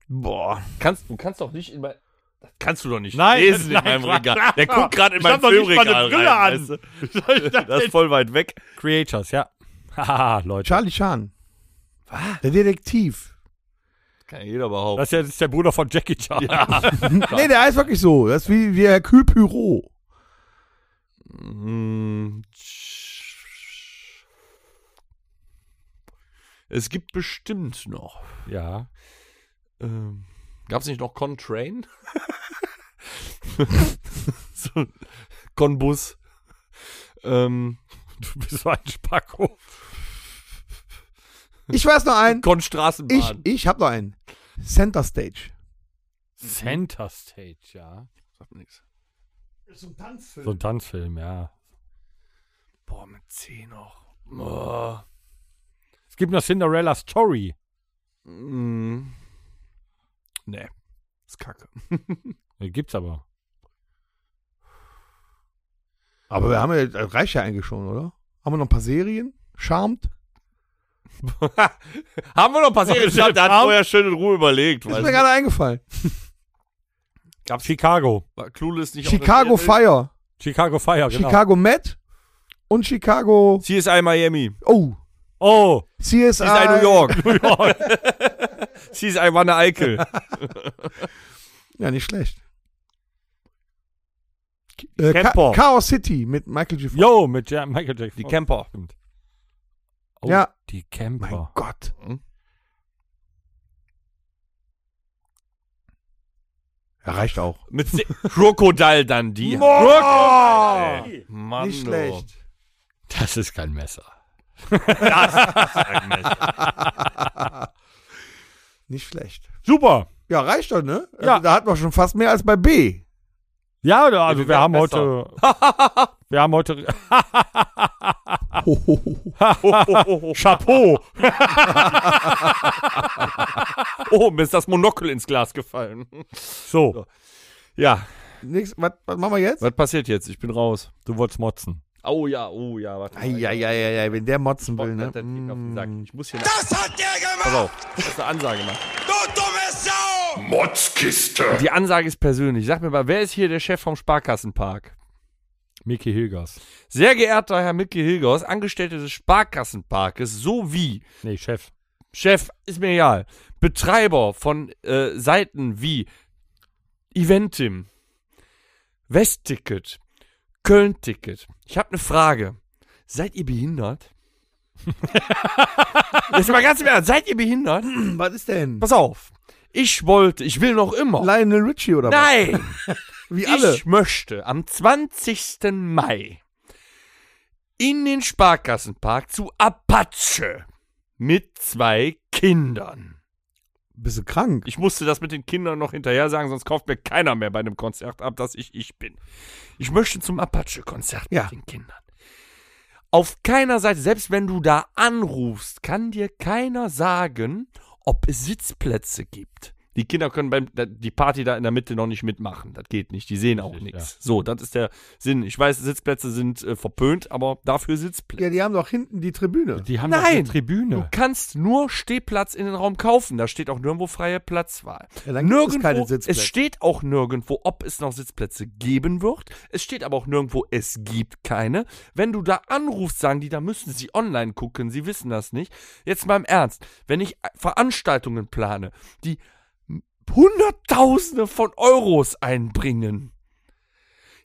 Speaker 4: Boah.
Speaker 3: Kannst, du kannst doch nicht in mein. Das kannst du doch nicht
Speaker 2: Nein,
Speaker 3: lesen
Speaker 2: nein,
Speaker 3: in meinem
Speaker 2: klar,
Speaker 3: Regal.
Speaker 2: klar.
Speaker 3: Der guckt gerade in
Speaker 2: Ich
Speaker 3: mein
Speaker 2: hab doch nicht mal eine
Speaker 3: Filmregal
Speaker 2: Brille
Speaker 3: rein.
Speaker 2: an.
Speaker 3: Weißt du? Das ist voll weit weg.
Speaker 2: Creators, ja. Haha, Leute.
Speaker 4: Charlie Chan. Der Detektiv.
Speaker 3: Kann jeder behaupten.
Speaker 2: Das ist, ja, das ist der Bruder von Jackie Chan.
Speaker 4: nee, der heißt wirklich so. Das ist wie, wie Hercule Poirot.
Speaker 3: Mm, Es gibt bestimmt noch.
Speaker 2: ja.
Speaker 3: Ähm, Gab es nicht noch Contrain? so, Conbus. Ähm,
Speaker 2: Du bist so ein Spacko.
Speaker 4: Ich weiß noch einen. Ich,
Speaker 3: Konstraßenbahn.
Speaker 4: ich hab noch einen. Center Stage.
Speaker 2: Center Stage, ja.
Speaker 3: Sagt mir nix.
Speaker 2: So ein Tanzfilm, ja.
Speaker 3: Boah, mit 10 noch. Oh. Boah.
Speaker 2: Es gibt noch Cinderella Story.
Speaker 3: Mm. Nee. Ist kacke.
Speaker 2: Äh, Gibt's aber.
Speaker 4: Aber wir haben ja, das reicht ja eigentlich schon, oder? Haben wir noch ein paar Serien? Charmed?
Speaker 3: Haben wir noch ein paar Serien? Ich hab- Der hat vorher schön in Ruhe überlegt.
Speaker 4: Ist mir gerade eingefallen.
Speaker 2: Chicago.
Speaker 3: War Clueless nicht
Speaker 4: Chicago
Speaker 3: auf der
Speaker 4: Fire.
Speaker 2: Chicago Fire, genau.
Speaker 4: Chicago Met. Und Chicago.
Speaker 3: CSI Miami.
Speaker 4: Oh.
Speaker 2: oh,
Speaker 4: CSI.
Speaker 3: CSI New York. New York. CSI Wanne Eickel.
Speaker 4: Ja, nicht schlecht. Äh, Ka
Speaker 3: Camper.
Speaker 4: Chaos City mit Michael G. Fox.
Speaker 2: yo, mit ja Michael Jackson.
Speaker 3: Die Camper.
Speaker 2: Stimmt. Oh,
Speaker 4: Ja.
Speaker 2: Die
Speaker 4: Mein
Speaker 2: Camper.
Speaker 4: Gott.
Speaker 3: Hm?
Speaker 4: Ja, reicht auch.
Speaker 3: Mit Se- Crocodile Dundee.
Speaker 4: Boah!
Speaker 3: Crocodile. Mann,
Speaker 4: Nicht
Speaker 3: du.
Speaker 4: schlecht.
Speaker 2: Das ist kein Messer.
Speaker 4: Nicht schlecht.
Speaker 2: Super.
Speaker 4: Ja, reicht doch, ne?
Speaker 2: Ja.
Speaker 4: Also, da hatten wir schon fast mehr als bei B.
Speaker 2: Ja, da- also
Speaker 3: wir
Speaker 2: wir
Speaker 3: werden
Speaker 2: haben
Speaker 3: besser.
Speaker 2: heute. wir haben heute. Chapeau.
Speaker 3: Oh, mir ist das Monokel ins Glas gefallen.
Speaker 2: So,
Speaker 3: Ja.
Speaker 4: Nächst, was, was machen wir jetzt?
Speaker 3: Was passiert jetzt? Ich bin raus.
Speaker 2: du wolltest motzen.
Speaker 3: Oh ja, oh ja. Warte mal.
Speaker 4: Eieieiei, wenn der motzen will, ne?
Speaker 3: Das geht mir auf den Sack. Ich muss hier
Speaker 5: Das hat der
Speaker 3: Pass
Speaker 5: gemacht,
Speaker 3: auf, ich muss eine Ansage machen.
Speaker 5: du dumme Sau!
Speaker 1: Motzkiste.
Speaker 3: Die Ansage ist persönlich. Sag mir mal, wer ist hier der Chef vom Sparkassenpark?
Speaker 2: Mickey Hilgers.
Speaker 3: Sehr geehrter Herr Micke Hilgers, Angestellte des Sparkassenparkes sowie
Speaker 2: Nee, Chef.
Speaker 3: Chef, ist mir egal, Betreiber von äh, Seiten wie Eventim, Westticket, Köln-Ticket. Ich habe eine Frage. Seid ihr behindert? Jetzt mal ganz im Ernst, seid ihr behindert?
Speaker 4: Hm. Was ist denn?
Speaker 3: Pass auf. Ich wollte, ich will noch immer.
Speaker 4: Lionel Richie oder
Speaker 3: Nein!
Speaker 4: was? Wie alle.
Speaker 3: Ich möchte am 20. Mai in den Sparkassenpark zu Apache mit zwei Kindern.
Speaker 4: Bist du krank?
Speaker 3: Ich musste das mit den Kindern noch hinterher sagen, sonst kauft mir keiner mehr bei einem Konzert ab, dass ich ich bin. Ich möchte zum Apache-Konzert
Speaker 4: Ja.
Speaker 3: mit den Kindern. Auf keiner Seite, selbst wenn du da anrufst, kann dir keiner sagen, ob es Sitzplätze gibt. Die Kinder können beim, da- die Party da in der Mitte noch nicht mitmachen. Das geht nicht. Die sehen auch
Speaker 2: Richtig,
Speaker 3: nichts. So, das ist der Sinn. Ich weiß, Sitzplätze sind äh, verpönt, aber dafür Sitzplätze.
Speaker 4: Ja, die haben doch hinten die Tribüne.
Speaker 2: Die haben
Speaker 3: Nein!
Speaker 2: doch eine Tribüne.
Speaker 3: Du kannst nur Stehplatz in den Raum kaufen. Da steht auch nirgendwo freie Platzwahl.
Speaker 4: Ja, dann gibt es
Speaker 3: nirgendwo,
Speaker 4: keine Sitzplätze.
Speaker 3: Es steht auch nirgendwo, ob es noch Sitzplätze geben wird. Es steht aber auch nirgendwo, es gibt keine. Wenn du da anrufst, sagen die, da müssen sie online gucken. Sie wissen das nicht. Jetzt mal im Ernst. Wenn ich Veranstaltungen plane, die Hunderttausende von Euros einbringen.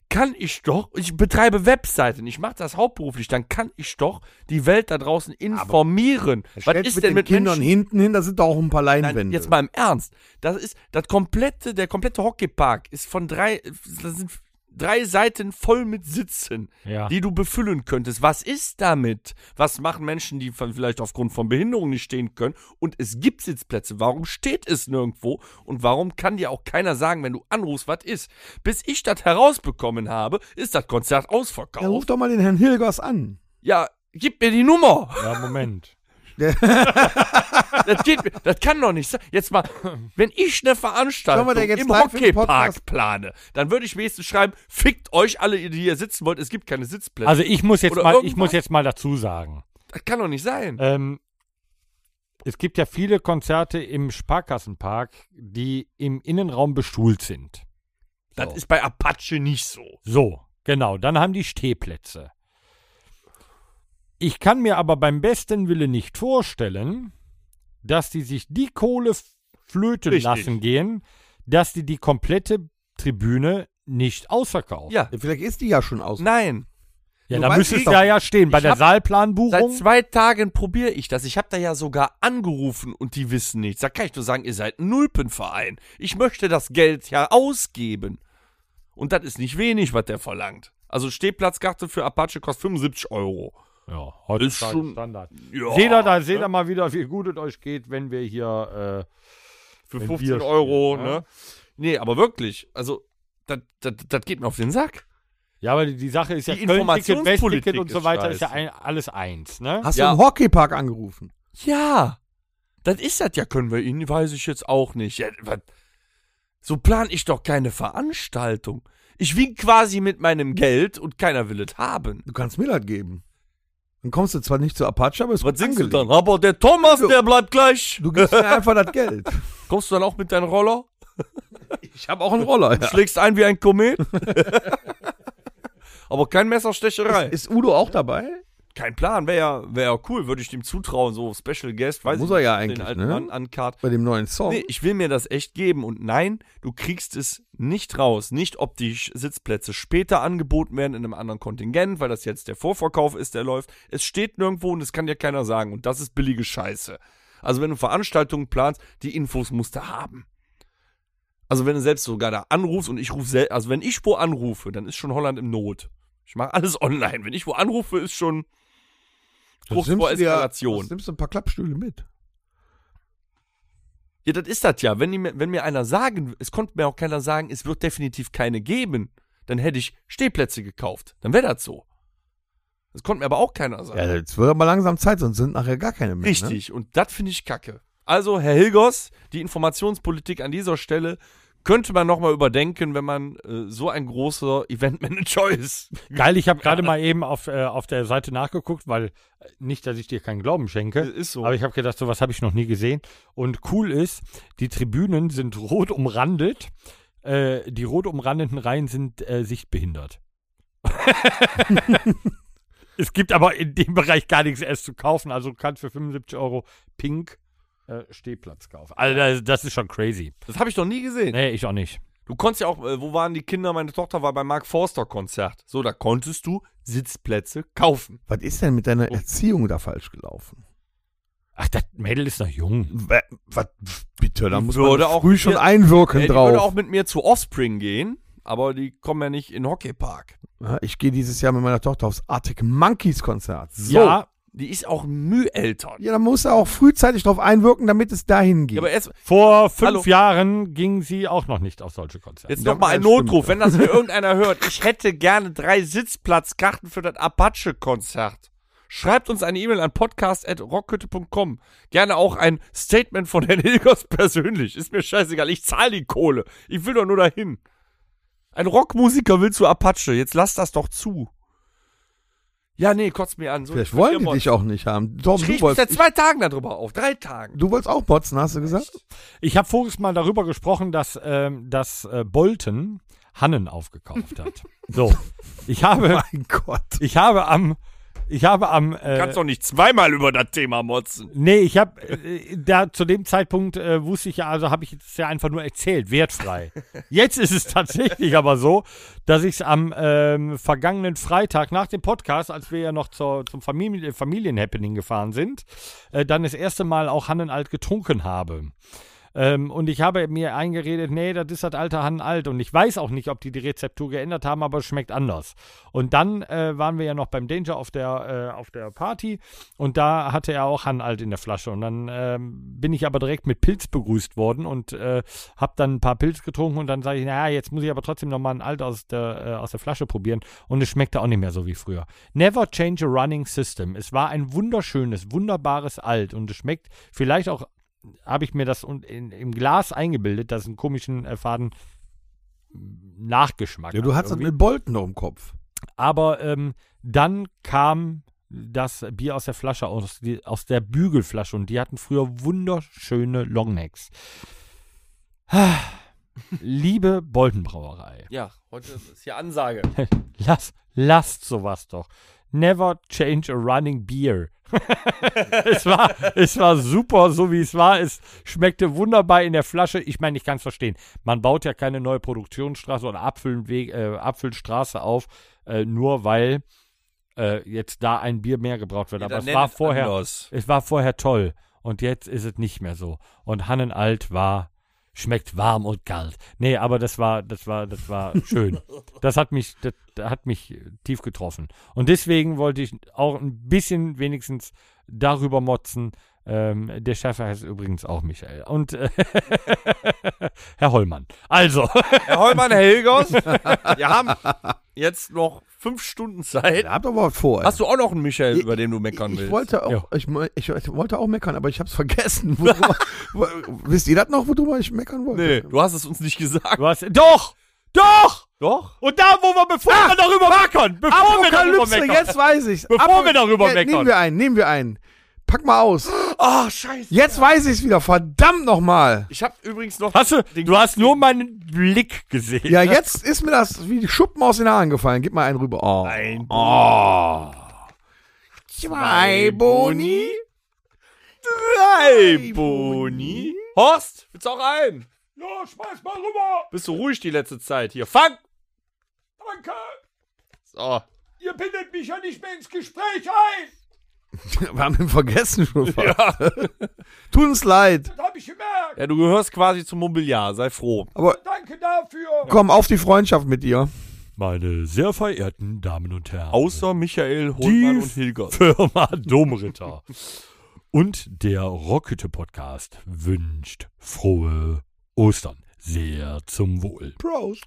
Speaker 3: Kann ich doch, ich betreibe Webseiten, ich mache das hauptberuflich, dann kann ich doch die Welt da draußen informieren. Was
Speaker 4: Stellt
Speaker 3: ist
Speaker 4: mit
Speaker 3: denn
Speaker 4: den
Speaker 3: mit
Speaker 4: Kindern
Speaker 3: Menschen?
Speaker 4: hinten hin, da sind doch auch ein paar
Speaker 3: Nein,
Speaker 4: Leinwände.
Speaker 3: jetzt mal im Ernst. Das ist das komplette, der komplette Hockeypark ist von drei, das sind drei Seiten voll mit Sitzen,
Speaker 2: Ja.
Speaker 3: die du befüllen könntest. Was ist damit? Was machen Menschen, die von- vielleicht aufgrund von Behinderungen nicht stehen können? Und es gibt Sitzplätze. Warum steht es nirgendwo? Und warum kann dir auch keiner sagen, wenn du anrufst, was ist? Bis ich das herausbekommen habe, ist das Konzert
Speaker 4: ja, ruf
Speaker 3: ausverkauft.
Speaker 4: doch mal den Herrn Hilgers an.
Speaker 3: Ja, gib mir die Nummer.
Speaker 2: Ja, Moment.
Speaker 3: Das geht mir, das kann doch nicht sein. Jetzt mal, wenn ich eine Veranstaltung
Speaker 4: Sollen wir denn jetzt
Speaker 3: im
Speaker 4: live im
Speaker 3: Hockeypark
Speaker 4: Podcast-
Speaker 3: plane, dann würde ich wenigstens schreiben, fickt euch alle, die hier sitzen wollt, es gibt keine Sitzplätze.
Speaker 2: Also ich muss jetzt
Speaker 3: Oder
Speaker 2: mal, ich
Speaker 3: irgendwas?
Speaker 2: muss jetzt mal dazu sagen.
Speaker 3: das kann doch nicht sein.
Speaker 2: Ähm, es gibt ja viele Konzerte im Sparkassenpark, die im Innenraum bestuhlt sind.
Speaker 3: das ist bei Apache nicht so.
Speaker 2: So, genau. Dann haben die Stehplätze. Ich kann mir aber beim besten Willen nicht vorstellen, dass die sich die Kohle f- flöten
Speaker 3: Richtig.
Speaker 2: lassen gehen, dass die die komplette Tribüne nicht ausverkauft.
Speaker 3: Ja,
Speaker 4: Ja, vielleicht ist die ja schon aus.
Speaker 3: nein.
Speaker 2: ja
Speaker 4: du
Speaker 2: da
Speaker 4: weißt
Speaker 2: müsste
Speaker 4: es
Speaker 2: es
Speaker 4: doch.
Speaker 2: da ja stehen. Bei
Speaker 3: Ich
Speaker 2: der
Speaker 3: hab Seit
Speaker 2: Saalplanbuchung.
Speaker 3: zwei Tagen probiere ich das. Ich habe da ja sogar angerufen und die wissen nichts. Da kann ich nur sagen, ihr seid ein Nulpenverein. Ich möchte das Geld ja ausgeben. Und das ist nicht wenig, was der verlangt. Also Stehplatzkarte für Apache kostet 75 Euro.
Speaker 2: Ja, heute
Speaker 3: Ist schon-
Speaker 2: Standard.
Speaker 3: Ja,
Speaker 2: seht ihr da, seht
Speaker 3: ne?
Speaker 2: ihr mal wieder, wie gut es euch geht, wenn wir hier äh,
Speaker 3: für
Speaker 2: Wenn
Speaker 3: 15
Speaker 2: wir spielen,
Speaker 3: Euro,
Speaker 2: ja.
Speaker 3: ne? Nee, aber wirklich, also, das geht mir auf den Sack.
Speaker 2: Ja, aber die- die Sache ist ja,
Speaker 3: Die
Speaker 2: Köln-Ticket,
Speaker 3: Informationspolitik
Speaker 2: West-Ticket und so
Speaker 3: ist
Speaker 2: weiter ist ja
Speaker 3: scheiße.
Speaker 2: ein, alles eins, ne?
Speaker 4: Hast
Speaker 3: Ja.
Speaker 4: du im Hockeypark angerufen?
Speaker 3: Ja, das ist das ja, können wir Ihnen, weiß ich jetzt auch nicht. Ja, was? So plan ich doch keine Veranstaltung. Ich wink quasi mit meinem Geld und keiner will es haben.
Speaker 4: Du kannst mir das geben. Dann kommst du zwar nicht zu Apache, aber es wird angelegt.
Speaker 3: Aber der Thomas,
Speaker 4: Jo.
Speaker 3: der bleibt gleich.
Speaker 4: Du gibst mir einfach das Geld.
Speaker 3: Also- Kommst du dann auch mit deinem Roller?
Speaker 4: Ich habe auch einen Roller. Ja.
Speaker 3: Schlägst ein wie ein Komet? aber kein Messerstecherei.
Speaker 4: Ist Udo auch dabei?
Speaker 3: Kein Plan, wäre ja, wär ja cool, würde ich dem zutrauen, so Special Guest, weiß
Speaker 4: Muss
Speaker 3: ich
Speaker 4: er ja
Speaker 3: den
Speaker 4: eigentlich,
Speaker 3: alten
Speaker 4: ne?
Speaker 3: Mann ankart.
Speaker 4: Bei dem neuen Song?
Speaker 3: Nee, ich will mir das echt geben und nein, du kriegst es nicht raus. Nicht, ob die Sch- Sitzplätze später angeboten werden in einem anderen Kontingent, weil das jetzt der Vorverkauf ist, der läuft. Es steht nirgendwo und es kann dir keiner sagen und das ist billige Scheiße. Also wenn du Veranstaltungen planst, die Infos musst du haben. Also wenn du selbst sogar da anrufst und ich rufe selbst, also wenn ich wo anrufe, dann ist schon Holland im Not. Ich mache alles online. Wenn ich wo anrufe, ist schon kurz vor
Speaker 4: du dir-
Speaker 3: Eskalation.
Speaker 4: sonst nimmst du ein paar Klappstühle mit.
Speaker 3: Ja, das ist das ja. Wenn, die, mir- wenn mir einer sagen, es konnte mir auch keiner sagen, es wird definitiv keine geben, dann hätte ich Stehplätze gekauft. Dann wäre das so. Das konnte mir aber auch keiner sagen.
Speaker 4: Ja, jetzt wird aber langsam Zeit, sonst sind nachher gar keine mehr. Ne?
Speaker 3: Richtig. Und das finde ich kacke. Also, Herr Hilgers, die Informationspolitik an dieser Stelle könnte man nochmal überdenken, wenn man äh, so ein großer Eventmanager ist.
Speaker 2: Geil, ich habe gerade mal eben auf, äh, auf der Seite nachgeguckt, weil äh, nicht, dass ich dir keinen Glauben schenke,
Speaker 3: Ist Äh, so.
Speaker 2: aber ich habe gedacht, sowas habe ich noch nie gesehen. Und cool ist, die Tribünen sind rot umrandet, äh, die rot umrandeten Reihen sind äh, sichtbehindert. es gibt aber in dem Bereich gar nichts erst zu kaufen, also du kannst für 75 Euro pink äh, Stehplatz kaufen. Also das, das ist schon crazy.
Speaker 3: Das habe ich noch nie gesehen.
Speaker 2: Nee, ich auch nicht.
Speaker 3: Du konntest ja auch, äh, wo waren die Kinder? Meine Tochter war beim Mark Forster Konzert. So, da konntest du Sitzplätze kaufen.
Speaker 4: Was ist denn mit
Speaker 3: Oh.
Speaker 4: deiner Erziehung da falsch gelaufen?
Speaker 2: Ach, das Mädel ist noch jung.
Speaker 4: Wa- Was? Bitte, da
Speaker 3: Die
Speaker 4: muss
Speaker 3: würde
Speaker 4: man
Speaker 3: auch
Speaker 4: früh
Speaker 3: mit
Speaker 4: schon
Speaker 3: mir-
Speaker 4: einwirken
Speaker 3: Äh, die würde auch
Speaker 4: drauf.
Speaker 3: mit mir zu Offspring gehen, aber die kommen ja nicht in den Hockeypark.
Speaker 4: Ja, ich gehe dieses Jahr mit meiner Tochter aufs Arctic Monkeys Konzert. So.
Speaker 2: Ja,
Speaker 3: Die ist auch mühälter.
Speaker 4: Ja, da muss er auch frühzeitig drauf einwirken, damit es dahin geht.
Speaker 3: Ja, aber erst,
Speaker 2: Vor fünf
Speaker 3: Hallo.
Speaker 2: Jahren ging sie auch noch nicht auf solche Konzerte.
Speaker 3: jetzt
Speaker 4: Ja,
Speaker 3: nochmal ein
Speaker 4: das stimmt,
Speaker 3: Notruf,
Speaker 4: ja.
Speaker 3: wenn das hier irgendeiner hört. Ich hätte gerne drei Sitzplatzkarten für das Apache-Konzert. Schreibt uns eine E-Mail an podcast.rockhütte.com. Gerne auch ein Statement von Herrn Hilgers persönlich. Ist mir scheißegal. Ich zahle die Kohle. Ich will doch nur dahin. Ein Rockmusiker will zu Apache. Jetzt lass das doch zu. Ja, nee, kotzt mir an. So
Speaker 4: Vielleicht wollen die dich auch nicht haben. Tom,
Speaker 3: Ich rieche
Speaker 4: du
Speaker 3: mich seit
Speaker 4: wolltest,
Speaker 3: zwei Tagen darüber auf. Drei Tagen.
Speaker 4: du wolltest auch botzen, hast du gesagt?
Speaker 2: Ich habe voriges Mal darüber gesprochen, dass, ähm, dass äh, Bolton Hannen aufgekauft hat. So, ich habe,
Speaker 4: Mein Gott.
Speaker 2: ich habe am, ich habe am, äh,
Speaker 3: Kannst doch nicht zweimal über das Thema motzen.
Speaker 2: nee, ich habe, äh, da zu dem Zeitpunkt äh, wusste ich ja, also habe ich es ja einfach nur erzählt, wertfrei. Jetzt ist es tatsächlich aber so, dass ich es am ähm, vergangenen Freitag nach dem Podcast, als wir ja noch zur, zum Familien, Familienhappening gefahren sind, äh, dann das erste Mal auch Hannenalt getrunken habe. Ähm, und ich habe mir eingeredet, nee, das ist das alte Hannen alt. Und ich weiß auch nicht, ob die die Rezeptur geändert haben, aber es schmeckt anders. Und dann äh, waren wir ja noch beim Danger auf der, äh, auf der Party und da hatte er auch Hannen alt in der Flasche. Und dann ähm, bin ich aber direkt mit Pilz begrüßt worden und äh, habe dann ein paar Pilz getrunken und dann sage ich, naja, jetzt muss ich aber trotzdem nochmal einen alt aus der, äh, aus der Flasche probieren. Und es schmeckte auch nicht mehr so wie früher. Never change a running system. Es war ein wunderschönes, wunderbares Alt und es schmeckt vielleicht auch habe ich mir das un- in, im Glas eingebildet, dass es einen komischen äh, Faden hm, Nachgeschmack
Speaker 4: Ja, du
Speaker 2: hat
Speaker 4: hast das
Speaker 2: irgendwie.
Speaker 4: mit Bolton noch im Kopf.
Speaker 2: Aber ähm, dann kam das Bier aus der Flasche, aus, die, aus der Bügelflasche und die hatten früher wunderschöne Longnecks. Liebe Boltenbrauerei,
Speaker 3: Ja, heute ist hier Ansage.
Speaker 2: lass, lasst sowas doch. Never change a running beer. es, war, es war super, so wie es war. Es schmeckte wunderbar in der Flasche. Ich meine, ich kann es verstehen. Man baut ja keine neue Produktionsstraße oder Apfelweg, äh, Apfelstraße auf, äh, nur weil äh, jetzt da ein Bier mehr gebraucht wird. Aber es war vorher,
Speaker 3: Anders.
Speaker 2: es war vorher toll und jetzt ist es nicht mehr so. Und Hannenalt war schmeckt warm und kalt. Nee, aber das war das war das war schön. Das hat mich das hat mich tief getroffen. Und deswegen wollte ich auch ein bisschen wenigstens darüber motzen. Ähm, der Chef heißt übrigens auch Michael und äh, Herr Hollmann. Also,
Speaker 3: Herr Hollmann, Herr Hilgers, wir haben jetzt noch fünf Stunden Zeit.
Speaker 4: Ihr habt aber was vor. ey.
Speaker 3: Äh, Hast du auch noch einen Michael,
Speaker 4: Ich-
Speaker 3: über den du meckern
Speaker 4: ich
Speaker 3: willst?
Speaker 4: Wollte
Speaker 2: Ja.
Speaker 4: auch, ich, mo- ich, ich wollte auch meckern, aber ich hab's vergessen. Worüber, wo- wisst ihr das noch, worüber ich meckern wollte?
Speaker 3: nee, du hast es uns nicht gesagt.
Speaker 2: du hast doch doch
Speaker 3: Doch?
Speaker 2: und da wo wir bevor wir darüber meckern, bevor wir darüber
Speaker 4: Apokalypse,
Speaker 2: meckern.
Speaker 4: jetzt weiß ich's.
Speaker 2: Bevor wir darüber
Speaker 4: Ja,
Speaker 2: meckern.
Speaker 4: Nehmen wir einen, nehmen wir einen. Pack mal aus.
Speaker 3: Ah, scheiße.
Speaker 4: Jetzt weiß ich's wieder, verdammt nochmal.
Speaker 3: Ich habe übrigens noch...
Speaker 2: Hast du, du hast nur meinen Blick gesehen.
Speaker 4: Ja, jetzt ist mir das wie die Schuppen aus den Haaren gefallen. Gib mal einen rüber. Oh.
Speaker 3: Ein
Speaker 4: Oh. Zwei Boni.
Speaker 3: Drei Boni. Horst, willst du auch ein? Ja, schmeiß Oh, mal rüber. Bist du ruhig die letzte Zeit hier. Fang! Danke. So. Ihr bindet mich ja nicht mehr ins Gespräch ein.
Speaker 4: Wir haben ihn vergessen schon fast. Tut uns leid.
Speaker 3: Hab ich gemerkt. Ja, du gehörst quasi zum Mobiliar. Sei froh.
Speaker 4: Aber
Speaker 3: Danke dafür.
Speaker 4: komm, auf die Freundschaft mit dir.
Speaker 2: Meine sehr verehrten Damen und Herren,
Speaker 3: Außer Michael, Hohlmann
Speaker 2: Die
Speaker 3: und Hilgert.
Speaker 2: Firma Domritter und der Rockhütte Podcast wünscht frohe Ostern. Sehr zum Wohl.
Speaker 4: Prost.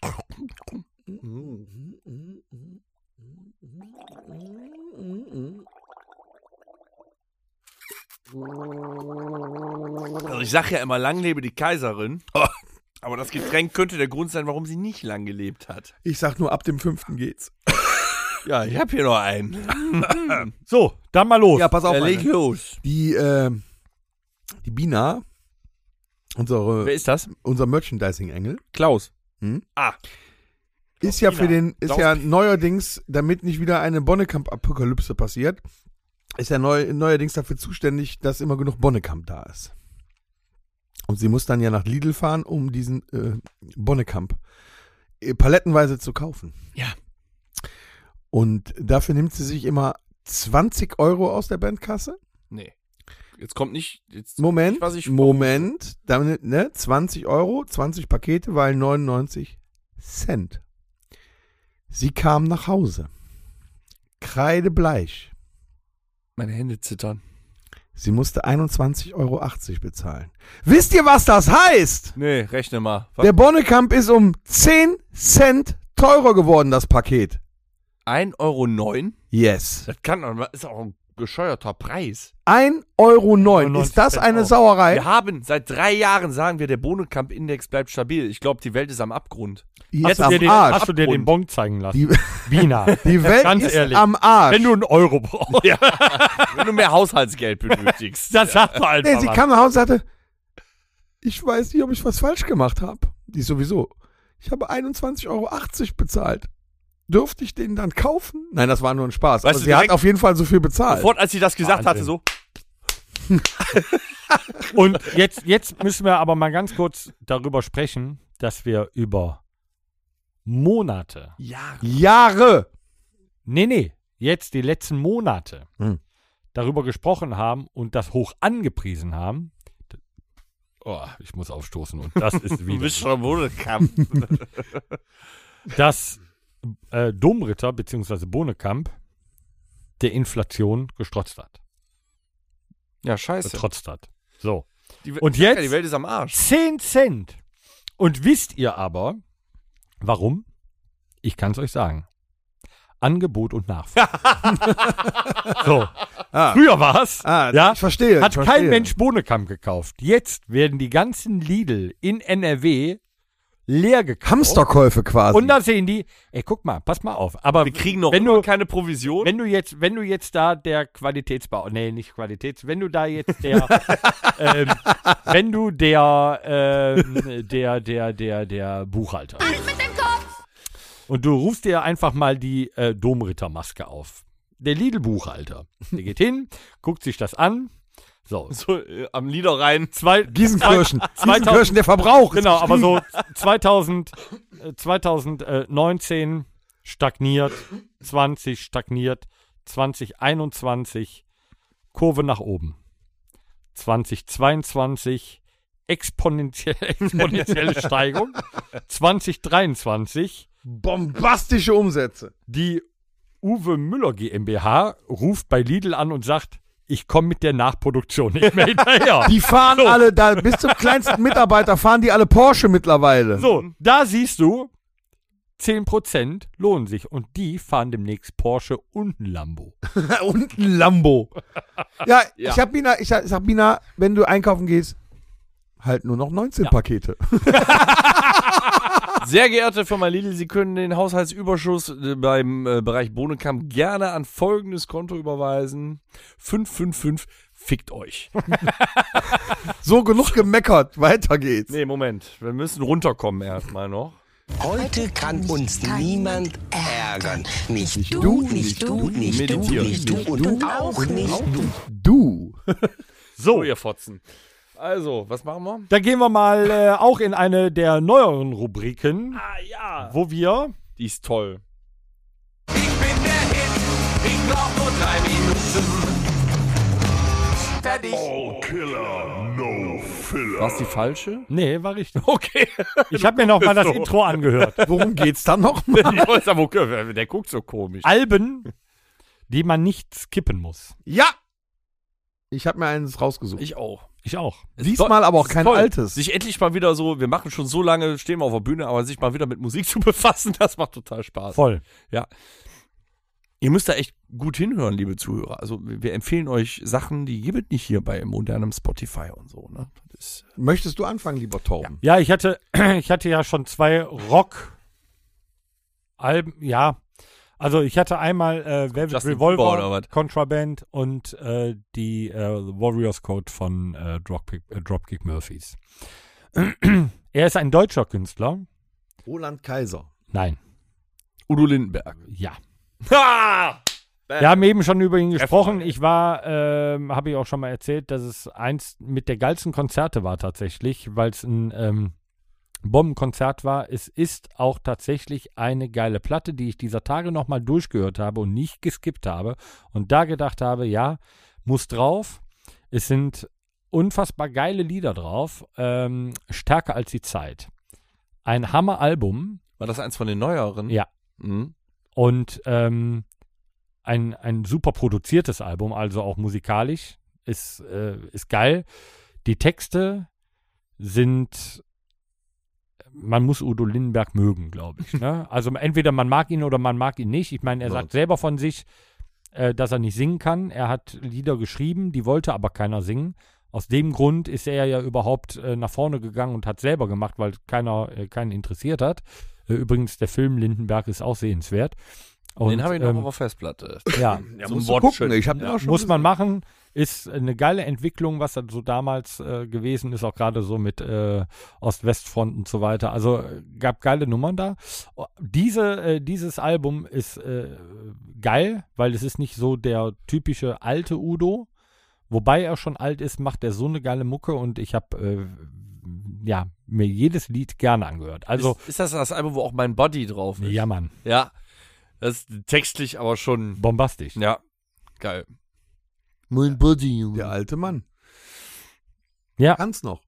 Speaker 3: Also ich sag ja immer, lang lebe die Kaiserin. Aber das Getränk könnte der Grund sein, warum sie nicht lang gelebt hat.
Speaker 4: Ich sag nur, ab dem fünften geht's.
Speaker 3: Ja, ich hab hier noch einen.
Speaker 2: So, dann mal los.
Speaker 4: Ja, pass auf.
Speaker 3: Ja, leg
Speaker 4: Alter.
Speaker 3: los.
Speaker 4: Die, äh, die Bina,
Speaker 3: Wer
Speaker 4: unsere,
Speaker 3: ist das?
Speaker 4: unser Merchandising-Engel,
Speaker 3: Klaus.
Speaker 4: ist ja für den, ist
Speaker 3: Klaus
Speaker 4: ja neuerdings, damit nicht wieder eine Bonnekamp-Apokalypse passiert, ist ja neu, neuerdings dafür zuständig, dass immer genug Bonnekamp da ist. Und sie muss dann ja nach Lidl fahren, um diesen äh, Bonnekamp äh, palettenweise zu kaufen.
Speaker 3: Ja.
Speaker 4: Und dafür nimmt sie sich immer 20 Euro aus der Bandkasse.
Speaker 3: Nee. Jetzt kommt nicht. Jetzt
Speaker 4: Moment,
Speaker 3: nicht, was ich
Speaker 4: Moment, damit, ne, 20 Euro, 20 Pakete, weil 99 Cent. Sie kam nach Hause. Kreidebleich.
Speaker 3: Meine Hände zittern.
Speaker 4: Sie musste 21,80 Euro bezahlen. Wisst ihr, was das heißt?
Speaker 3: Nee, rechne mal.
Speaker 4: Der Bonnekamp ist um 10 Cent teurer geworden, das Paket.
Speaker 3: 1,09 Euro?
Speaker 4: Yes.
Speaker 3: Das kann doch. Das ist auch ein gescheuerter Preis.
Speaker 4: 1,09 Euro.
Speaker 2: 99
Speaker 4: Ist das
Speaker 2: Cent
Speaker 4: eine
Speaker 2: auch.
Speaker 4: Sauerei?
Speaker 3: Wir haben seit drei Jahren sagen wir, der Bohnenkamp-Index bleibt stabil. Ich glaube, die Welt ist am Abgrund.
Speaker 4: Die
Speaker 2: Hast
Speaker 4: ist
Speaker 2: du, dir
Speaker 4: am
Speaker 2: den,
Speaker 4: Arsch.
Speaker 2: hast du dir den
Speaker 3: Abgrund.
Speaker 2: Bon zeigen lassen?
Speaker 4: Die,
Speaker 2: Wiener.
Speaker 4: die Welt
Speaker 2: Ganz
Speaker 4: ist
Speaker 2: ehrlich.
Speaker 4: am Arsch.
Speaker 2: Wenn du einen Euro brauchst,
Speaker 3: Wenn du mehr Haushaltsgeld benötigst.
Speaker 2: das sagt man einfach.
Speaker 4: nee, sie
Speaker 2: was.
Speaker 4: kam nach Hause und sagte, ich weiß nicht, ob ich was falsch gemacht habe. Die sowieso. Ich habe 21,80 Euro bezahlt. Dürfte ich den dann kaufen? Nein, das war nur ein Spaß.
Speaker 3: Weißt
Speaker 4: Aber
Speaker 3: du,
Speaker 4: sie hat
Speaker 3: direkt-
Speaker 4: auf jeden Fall so viel bezahlt.
Speaker 3: Sofort, als sie das gesagt
Speaker 2: Wahnsinn.
Speaker 3: hatte, so,
Speaker 2: Und jetzt, jetzt müssen wir aber mal ganz kurz darüber sprechen, dass wir über Monate,
Speaker 3: ja,
Speaker 4: Jahre.
Speaker 2: nee, nee, jetzt die letzten Monate
Speaker 4: Hm.
Speaker 2: darüber gesprochen haben und das hoch angepriesen haben. Oh, ich muss aufstoßen und das ist
Speaker 3: du
Speaker 2: wieder.
Speaker 3: bist schon am Bohnenkamp.
Speaker 2: dass äh, Domritter bzw. Bohnekamp der Inflation gestrotzt hat.
Speaker 3: ja, scheiße.
Speaker 2: Getrotzt hat. So.
Speaker 3: Die We-
Speaker 2: Und
Speaker 3: ich sag
Speaker 2: jetzt?
Speaker 3: Ja, die Welt ist am Arsch.
Speaker 2: 10 Cent. Und wisst ihr aber, warum? Ich kann es euch sagen. Angebot und Nachfrage. so.
Speaker 4: Ah.
Speaker 2: Früher war es.
Speaker 4: Ah,
Speaker 2: ja,
Speaker 4: ich verstehe.
Speaker 2: hat
Speaker 4: ich verstehe.
Speaker 2: kein Mensch Bohnenkamp gekauft. Jetzt werden die ganzen Lidl in NRW leer gekauft.
Speaker 4: Hamsterkäufe quasi.
Speaker 2: Und da sehen die, ey, guck mal, pass mal auf. Aber
Speaker 3: Wir kriegen noch
Speaker 2: wenn du,
Speaker 3: keine Provision.
Speaker 2: wenn du jetzt, wenn du jetzt da der Qualitätsbau, nee, nicht Qualitäts, wenn du da jetzt der, ähm, wenn du der, ähm, der, der, der, der Buchhalter. Und du rufst dir einfach mal die äh, Domrittermaske auf. Der Lidl-Buchhalter. Der geht hin, guckt sich das an. So,
Speaker 3: so, äh, am Niederrhein.
Speaker 2: zwei,
Speaker 4: Gießenkirchen.
Speaker 2: 2000
Speaker 4: Gießenkirchen, der Verbrauch. ist
Speaker 2: Genau, aber so 2000, äh, 2019 stagniert, 20 stagniert, 2021 Kurve nach oben, 2022 exponentielle, exponentielle Steigung, 2023
Speaker 4: Bombastische Umsätze.
Speaker 2: die Uwe Müller GmbH ruft bei Lidl an und sagt, ich komme mit der Nachproduktion nicht mehr hinterher.
Speaker 4: Die fahren alle, da bis zum kleinsten Mitarbeiter fahren die alle Porsche mittlerweile.
Speaker 2: So,
Speaker 3: Mhm.
Speaker 2: da siehst du, 10% lohnen sich und die fahren demnächst Porsche und ein Lambo.
Speaker 4: Und ein Lambo. Ja, ich hab Mina, ich sag, sag Mina, wenn du einkaufen gehst, halt nur noch 19 Pakete.
Speaker 3: Sehr geehrte Firma Lidl, Sie können den Haushaltsüberschuss äh, beim äh, Bereich Bohnenkamp gerne an folgendes Konto überweisen. 555 fickt euch.
Speaker 4: So genug gemeckert, weiter geht's.
Speaker 3: Nee, Moment. Wir müssen runterkommen erstmal noch.
Speaker 6: Heute kann uns niemand ärgern. Nicht
Speaker 4: du,
Speaker 6: du, nicht du, nicht du,
Speaker 3: meditieren.
Speaker 6: nicht du und auch nicht du.
Speaker 4: Du.
Speaker 3: So, Oh, ihr Fotzen. Also, was machen wir?
Speaker 2: Da gehen wir mal äh, auch in eine der neueren Rubriken,
Speaker 3: Ah ja.
Speaker 2: wo wir
Speaker 3: Die ist toll.
Speaker 5: Ich bin der Hit, ich brauch nur drei Minuten. Fertig.
Speaker 1: All killer, no filler.
Speaker 3: War die falsche?
Speaker 2: Nee, war richtig.
Speaker 3: Okay.
Speaker 2: Ich habe mir noch mal das
Speaker 3: So.
Speaker 2: Intro angehört.
Speaker 4: Worum geht's dann nochmal?
Speaker 3: Ich weiß aber, okay, der guckt so komisch.
Speaker 2: Alben, die man nicht skippen muss.
Speaker 4: ja. Ich habe mir eins rausgesucht.
Speaker 3: Ich auch.
Speaker 2: Ich auch.
Speaker 4: Diesmal aber auch
Speaker 3: Ist
Speaker 4: kein
Speaker 3: toll,
Speaker 4: altes.
Speaker 3: Sich endlich mal wieder so, wir machen schon so lange, stehen wir auf der Bühne, aber sich mal wieder mit Musik zu befassen, das macht total Spaß.
Speaker 2: Voll.
Speaker 3: Ihr müsst da echt gut hinhören, liebe Zuhörer. Also wir wir empfehlen euch Sachen, die gibt es nicht hier bei modernem Spotify und so. Ne? Das ist,
Speaker 4: Möchtest du anfangen, lieber Torben?
Speaker 2: Ja, ich hatte, ich hatte ja schon zwei Rock-Alben. Ja, also ich hatte einmal äh, Velvet
Speaker 3: Justin
Speaker 2: Revolver,
Speaker 3: Bieber oder was?
Speaker 2: Contraband und äh, die äh, Warriors Code von äh, Dropkick, äh, Dropkick Murphys. er ist ein deutscher Künstler.
Speaker 4: Roland Kaiser.
Speaker 2: Nein,
Speaker 3: äh, Udo Lindenberg.
Speaker 2: ja.
Speaker 3: Ha!
Speaker 2: Wir haben eben schon über ihn gesprochen. Ich war, ähm, habe ich auch schon mal erzählt, dass es eins mit der geilsten Konzerte war tatsächlich, weil es ein ähm, Bombenkonzert war. Es ist auch tatsächlich eine geile Platte, die ich dieser Tage nochmal durchgehört habe und nicht geskippt habe und da gedacht habe, ja, muss drauf. Es sind unfassbar geile Lieder drauf. Ähm, stärker als die Zeit. Ein Hammeralbum.
Speaker 3: War das eins von den neueren?
Speaker 2: Ja.
Speaker 3: Mhm.
Speaker 2: Und ähm, ein, ein super produziertes Album, also auch musikalisch, ist, äh, ist geil. Die Texte sind, man muss Udo Lindenberg mögen, glaube ich. Ne? Also entweder man mag ihn oder man mag ihn nicht. Ich meine, er sagt selber von sich, äh, äh, dass er nicht singen kann. Er hat Lieder geschrieben, die wollte aber keiner singen. Aus dem Grund ist er ja überhaupt äh, nach vorne gegangen und hat selber gemacht, weil keiner äh, keinen interessiert hat. Äh, übrigens, der Film Lindenberg ist auch sehenswert. Und,
Speaker 3: Den habe ich noch
Speaker 2: ähm,
Speaker 3: auf Festplatte.
Speaker 2: ja,
Speaker 4: Ja,
Speaker 3: So
Speaker 4: musst
Speaker 3: ein
Speaker 4: du gucken.
Speaker 3: Watschen.
Speaker 4: Ich habe den auch schon
Speaker 2: muss man
Speaker 4: gesehen.
Speaker 2: machen. Ist eine geile Entwicklung, was da so damals äh, gewesen ist, auch gerade so mit äh, Ost-West-Front und so weiter. Also äh, gab geile Nummern da. Oh, Diese, äh, dieses Album ist äh, geil, weil es ist nicht so der typische alte Udo. Wobei er schon alt ist, macht er so eine geile Mucke und ich habe äh, ja, mir jedes Lied gerne angehört. Also,
Speaker 3: ist, ist das das Album, wo auch mein Body drauf ist?
Speaker 2: ja, Mann,
Speaker 3: Ja. Das ist textlich aber schon.
Speaker 2: bombastisch.
Speaker 3: Ja. Geil.
Speaker 4: Mein Buddy, Junge. Der alte Mann.
Speaker 2: Ja.
Speaker 4: Kann's noch.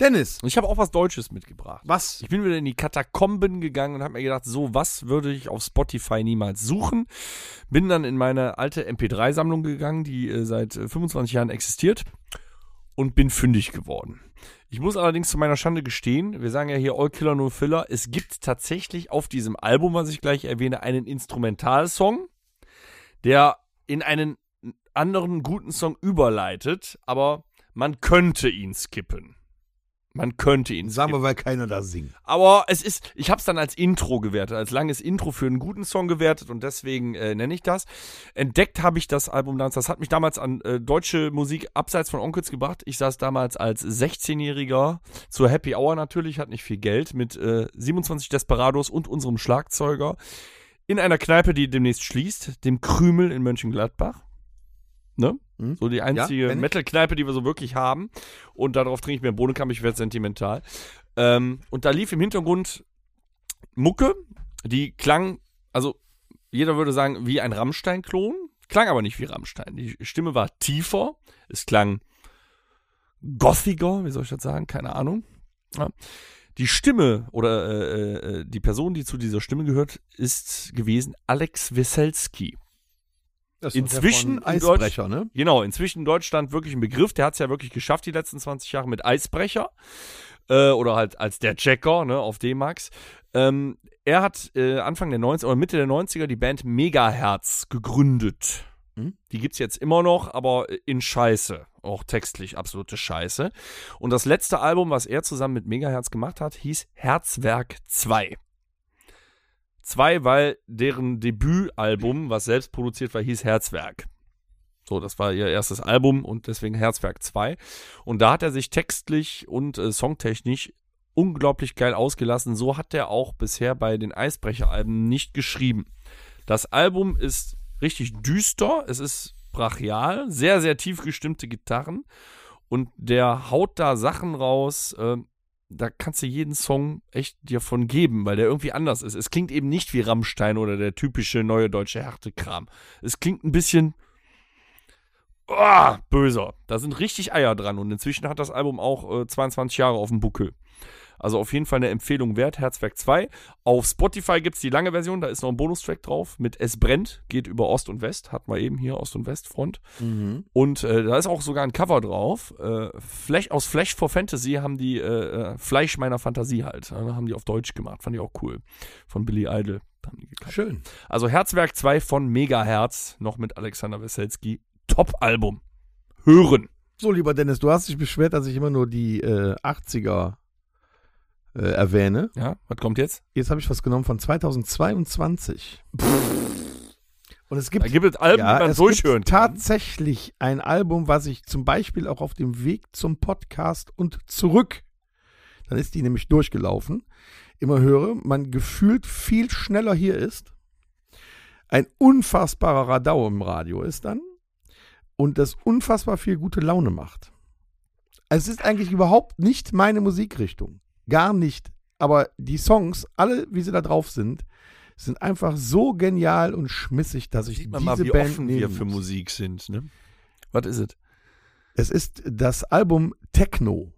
Speaker 4: Dennis,
Speaker 3: Ich habe auch was Deutsches mitgebracht.
Speaker 4: was?
Speaker 3: Ich bin wieder in die Katakomben gegangen und habe mir gedacht, so was würde ich auf Spotify niemals suchen. Bin dann in meine alte MP3-Sammlung gegangen, die äh, seit äh, 25 Jahren existiert und bin fündig geworden. Ich muss allerdings zu meiner Schande gestehen, wir sagen ja hier All Killer No Filler, es gibt tatsächlich auf diesem Album, was ich gleich erwähne, einen Instrumentalsong, der in einen anderen guten Song überleitet, aber man könnte ihn skippen. Man könnte ihn
Speaker 4: Sagen
Speaker 3: skippen.
Speaker 4: wir, weil keiner da singt.
Speaker 3: Aber es ist, ich habe es dann als Intro gewertet, als langes Intro für einen guten Song gewertet und deswegen äh, nenne ich das. Entdeckt habe ich das Album damals, das hat mich damals an äh, deutsche Musik abseits von Onkels gebracht. Ich saß damals als 16-Jähriger zur Happy Hour natürlich, hat nicht viel Geld, mit äh, 27 Desperados und unserem Schlagzeuger in einer Kneipe, die demnächst schließt, dem Krümel in Mönchengladbach. Ne?
Speaker 4: Hm?
Speaker 3: So die einzige
Speaker 4: kenn ich.
Speaker 3: Metal-Kneipe, die wir so wirklich haben. Und darauf trinke ich mir einen Bohnenkamm, ich werde sentimental. Ähm, und da lief im Hintergrund Mucke, die klang, also jeder würde sagen, wie ein Rammstein-Klon. Klang aber nicht wie Rammstein. Die Stimme war tiefer, es klang gothiger, wie soll ich das sagen? Keine Ahnung. Ja. Die Stimme oder äh, äh, die Person, die zu dieser Stimme gehört, ist gewesen Alex Wieselski.
Speaker 4: Das
Speaker 3: ist doch der Inzwischen von in Deutsch-
Speaker 4: Eisbrecher, ne?
Speaker 3: Genau, inzwischen in Deutschland wirklich ein Begriff. Der hat es ja wirklich geschafft, die letzten 20 Jahre mit Eisbrecher. Äh, oder halt als der Checker, ne, auf D-Max. Ähm, er hat äh, Anfang der 90er oder Mitte der 90er die Band Megaherz gegründet.
Speaker 4: Hm?
Speaker 3: Die gibt's jetzt immer noch, aber in Scheiße. Auch textlich absolute Scheiße. Und das letzte Album, was er zusammen mit Megaherz gemacht hat, hieß Herzwerk 2. Zwei, weil deren Debütalbum, was selbst produziert war, hieß Herzwerk. So, das war ihr erstes Album und deswegen Herzwerk 2. Und da hat er sich textlich und äh, songtechnisch unglaublich geil ausgelassen. So hat er auch bisher bei den Eisbrecher-Alben nicht geschrieben. Das Album ist richtig düster, es ist brachial, sehr, sehr tief gestimmte Gitarren und der haut da Sachen raus. Äh, da kannst du jeden Song echt dir von geben, weil der irgendwie anders ist. Es klingt eben nicht wie Rammstein oder der typische neue deutsche Härtekram. Es klingt ein bisschen Ah, böser. Da sind richtig Eier dran und inzwischen hat das Album auch äh, 22 Jahre auf dem Buckel. Also auf jeden Fall eine Empfehlung wert, Herzwerk 2. Auf Spotify gibt es die lange Version, da ist noch ein Bonustrack drauf mit Es brennt, geht über Ost und West, hatten wir eben hier Ost und West Front. Und äh, da ist auch sogar ein Cover drauf. Äh, Flash, aus Flash for Fantasy haben die äh, äh, Fleisch meiner Fantasie halt. Äh, haben die auf Deutsch gemacht. Fand ich auch cool. Von Billy Idol. Haben die gecovert.
Speaker 4: Schön.
Speaker 3: Also Herzwerk 2 von Megaherz, noch mit Alexander Weselski. Top-Album. Hören.
Speaker 4: So, lieber Dennis, du hast dich beschwert, dass ich immer nur die äh, 80er äh, erwähne.
Speaker 3: Ja, was kommt jetzt?
Speaker 4: Jetzt habe ich was genommen von 2022. Und es gibt
Speaker 3: Da gibt es Alben, die man
Speaker 4: es
Speaker 3: durchhören
Speaker 4: gibt
Speaker 3: kann.
Speaker 4: tatsächlich ein Album, was ich zum Beispiel auch auf dem Weg zum Podcast und zurück, dann ist die nämlich durchgelaufen, immer höre, man gefühlt viel schneller hier ist, ein unfassbarer Radau im Radio ist dann und das unfassbar viel gute Laune macht. Also Es ist eigentlich überhaupt nicht meine Musikrichtung, gar nicht, aber die Songs, alle wie sie da drauf sind, sind einfach so genial und schmissig, dass ich
Speaker 3: Sieht man
Speaker 4: diese
Speaker 3: mal, wie
Speaker 4: Band
Speaker 3: offen
Speaker 4: nehmen
Speaker 3: wir für
Speaker 4: muss.
Speaker 3: Musik sind. Ne? Was ist es?
Speaker 4: Es ist das Album Techno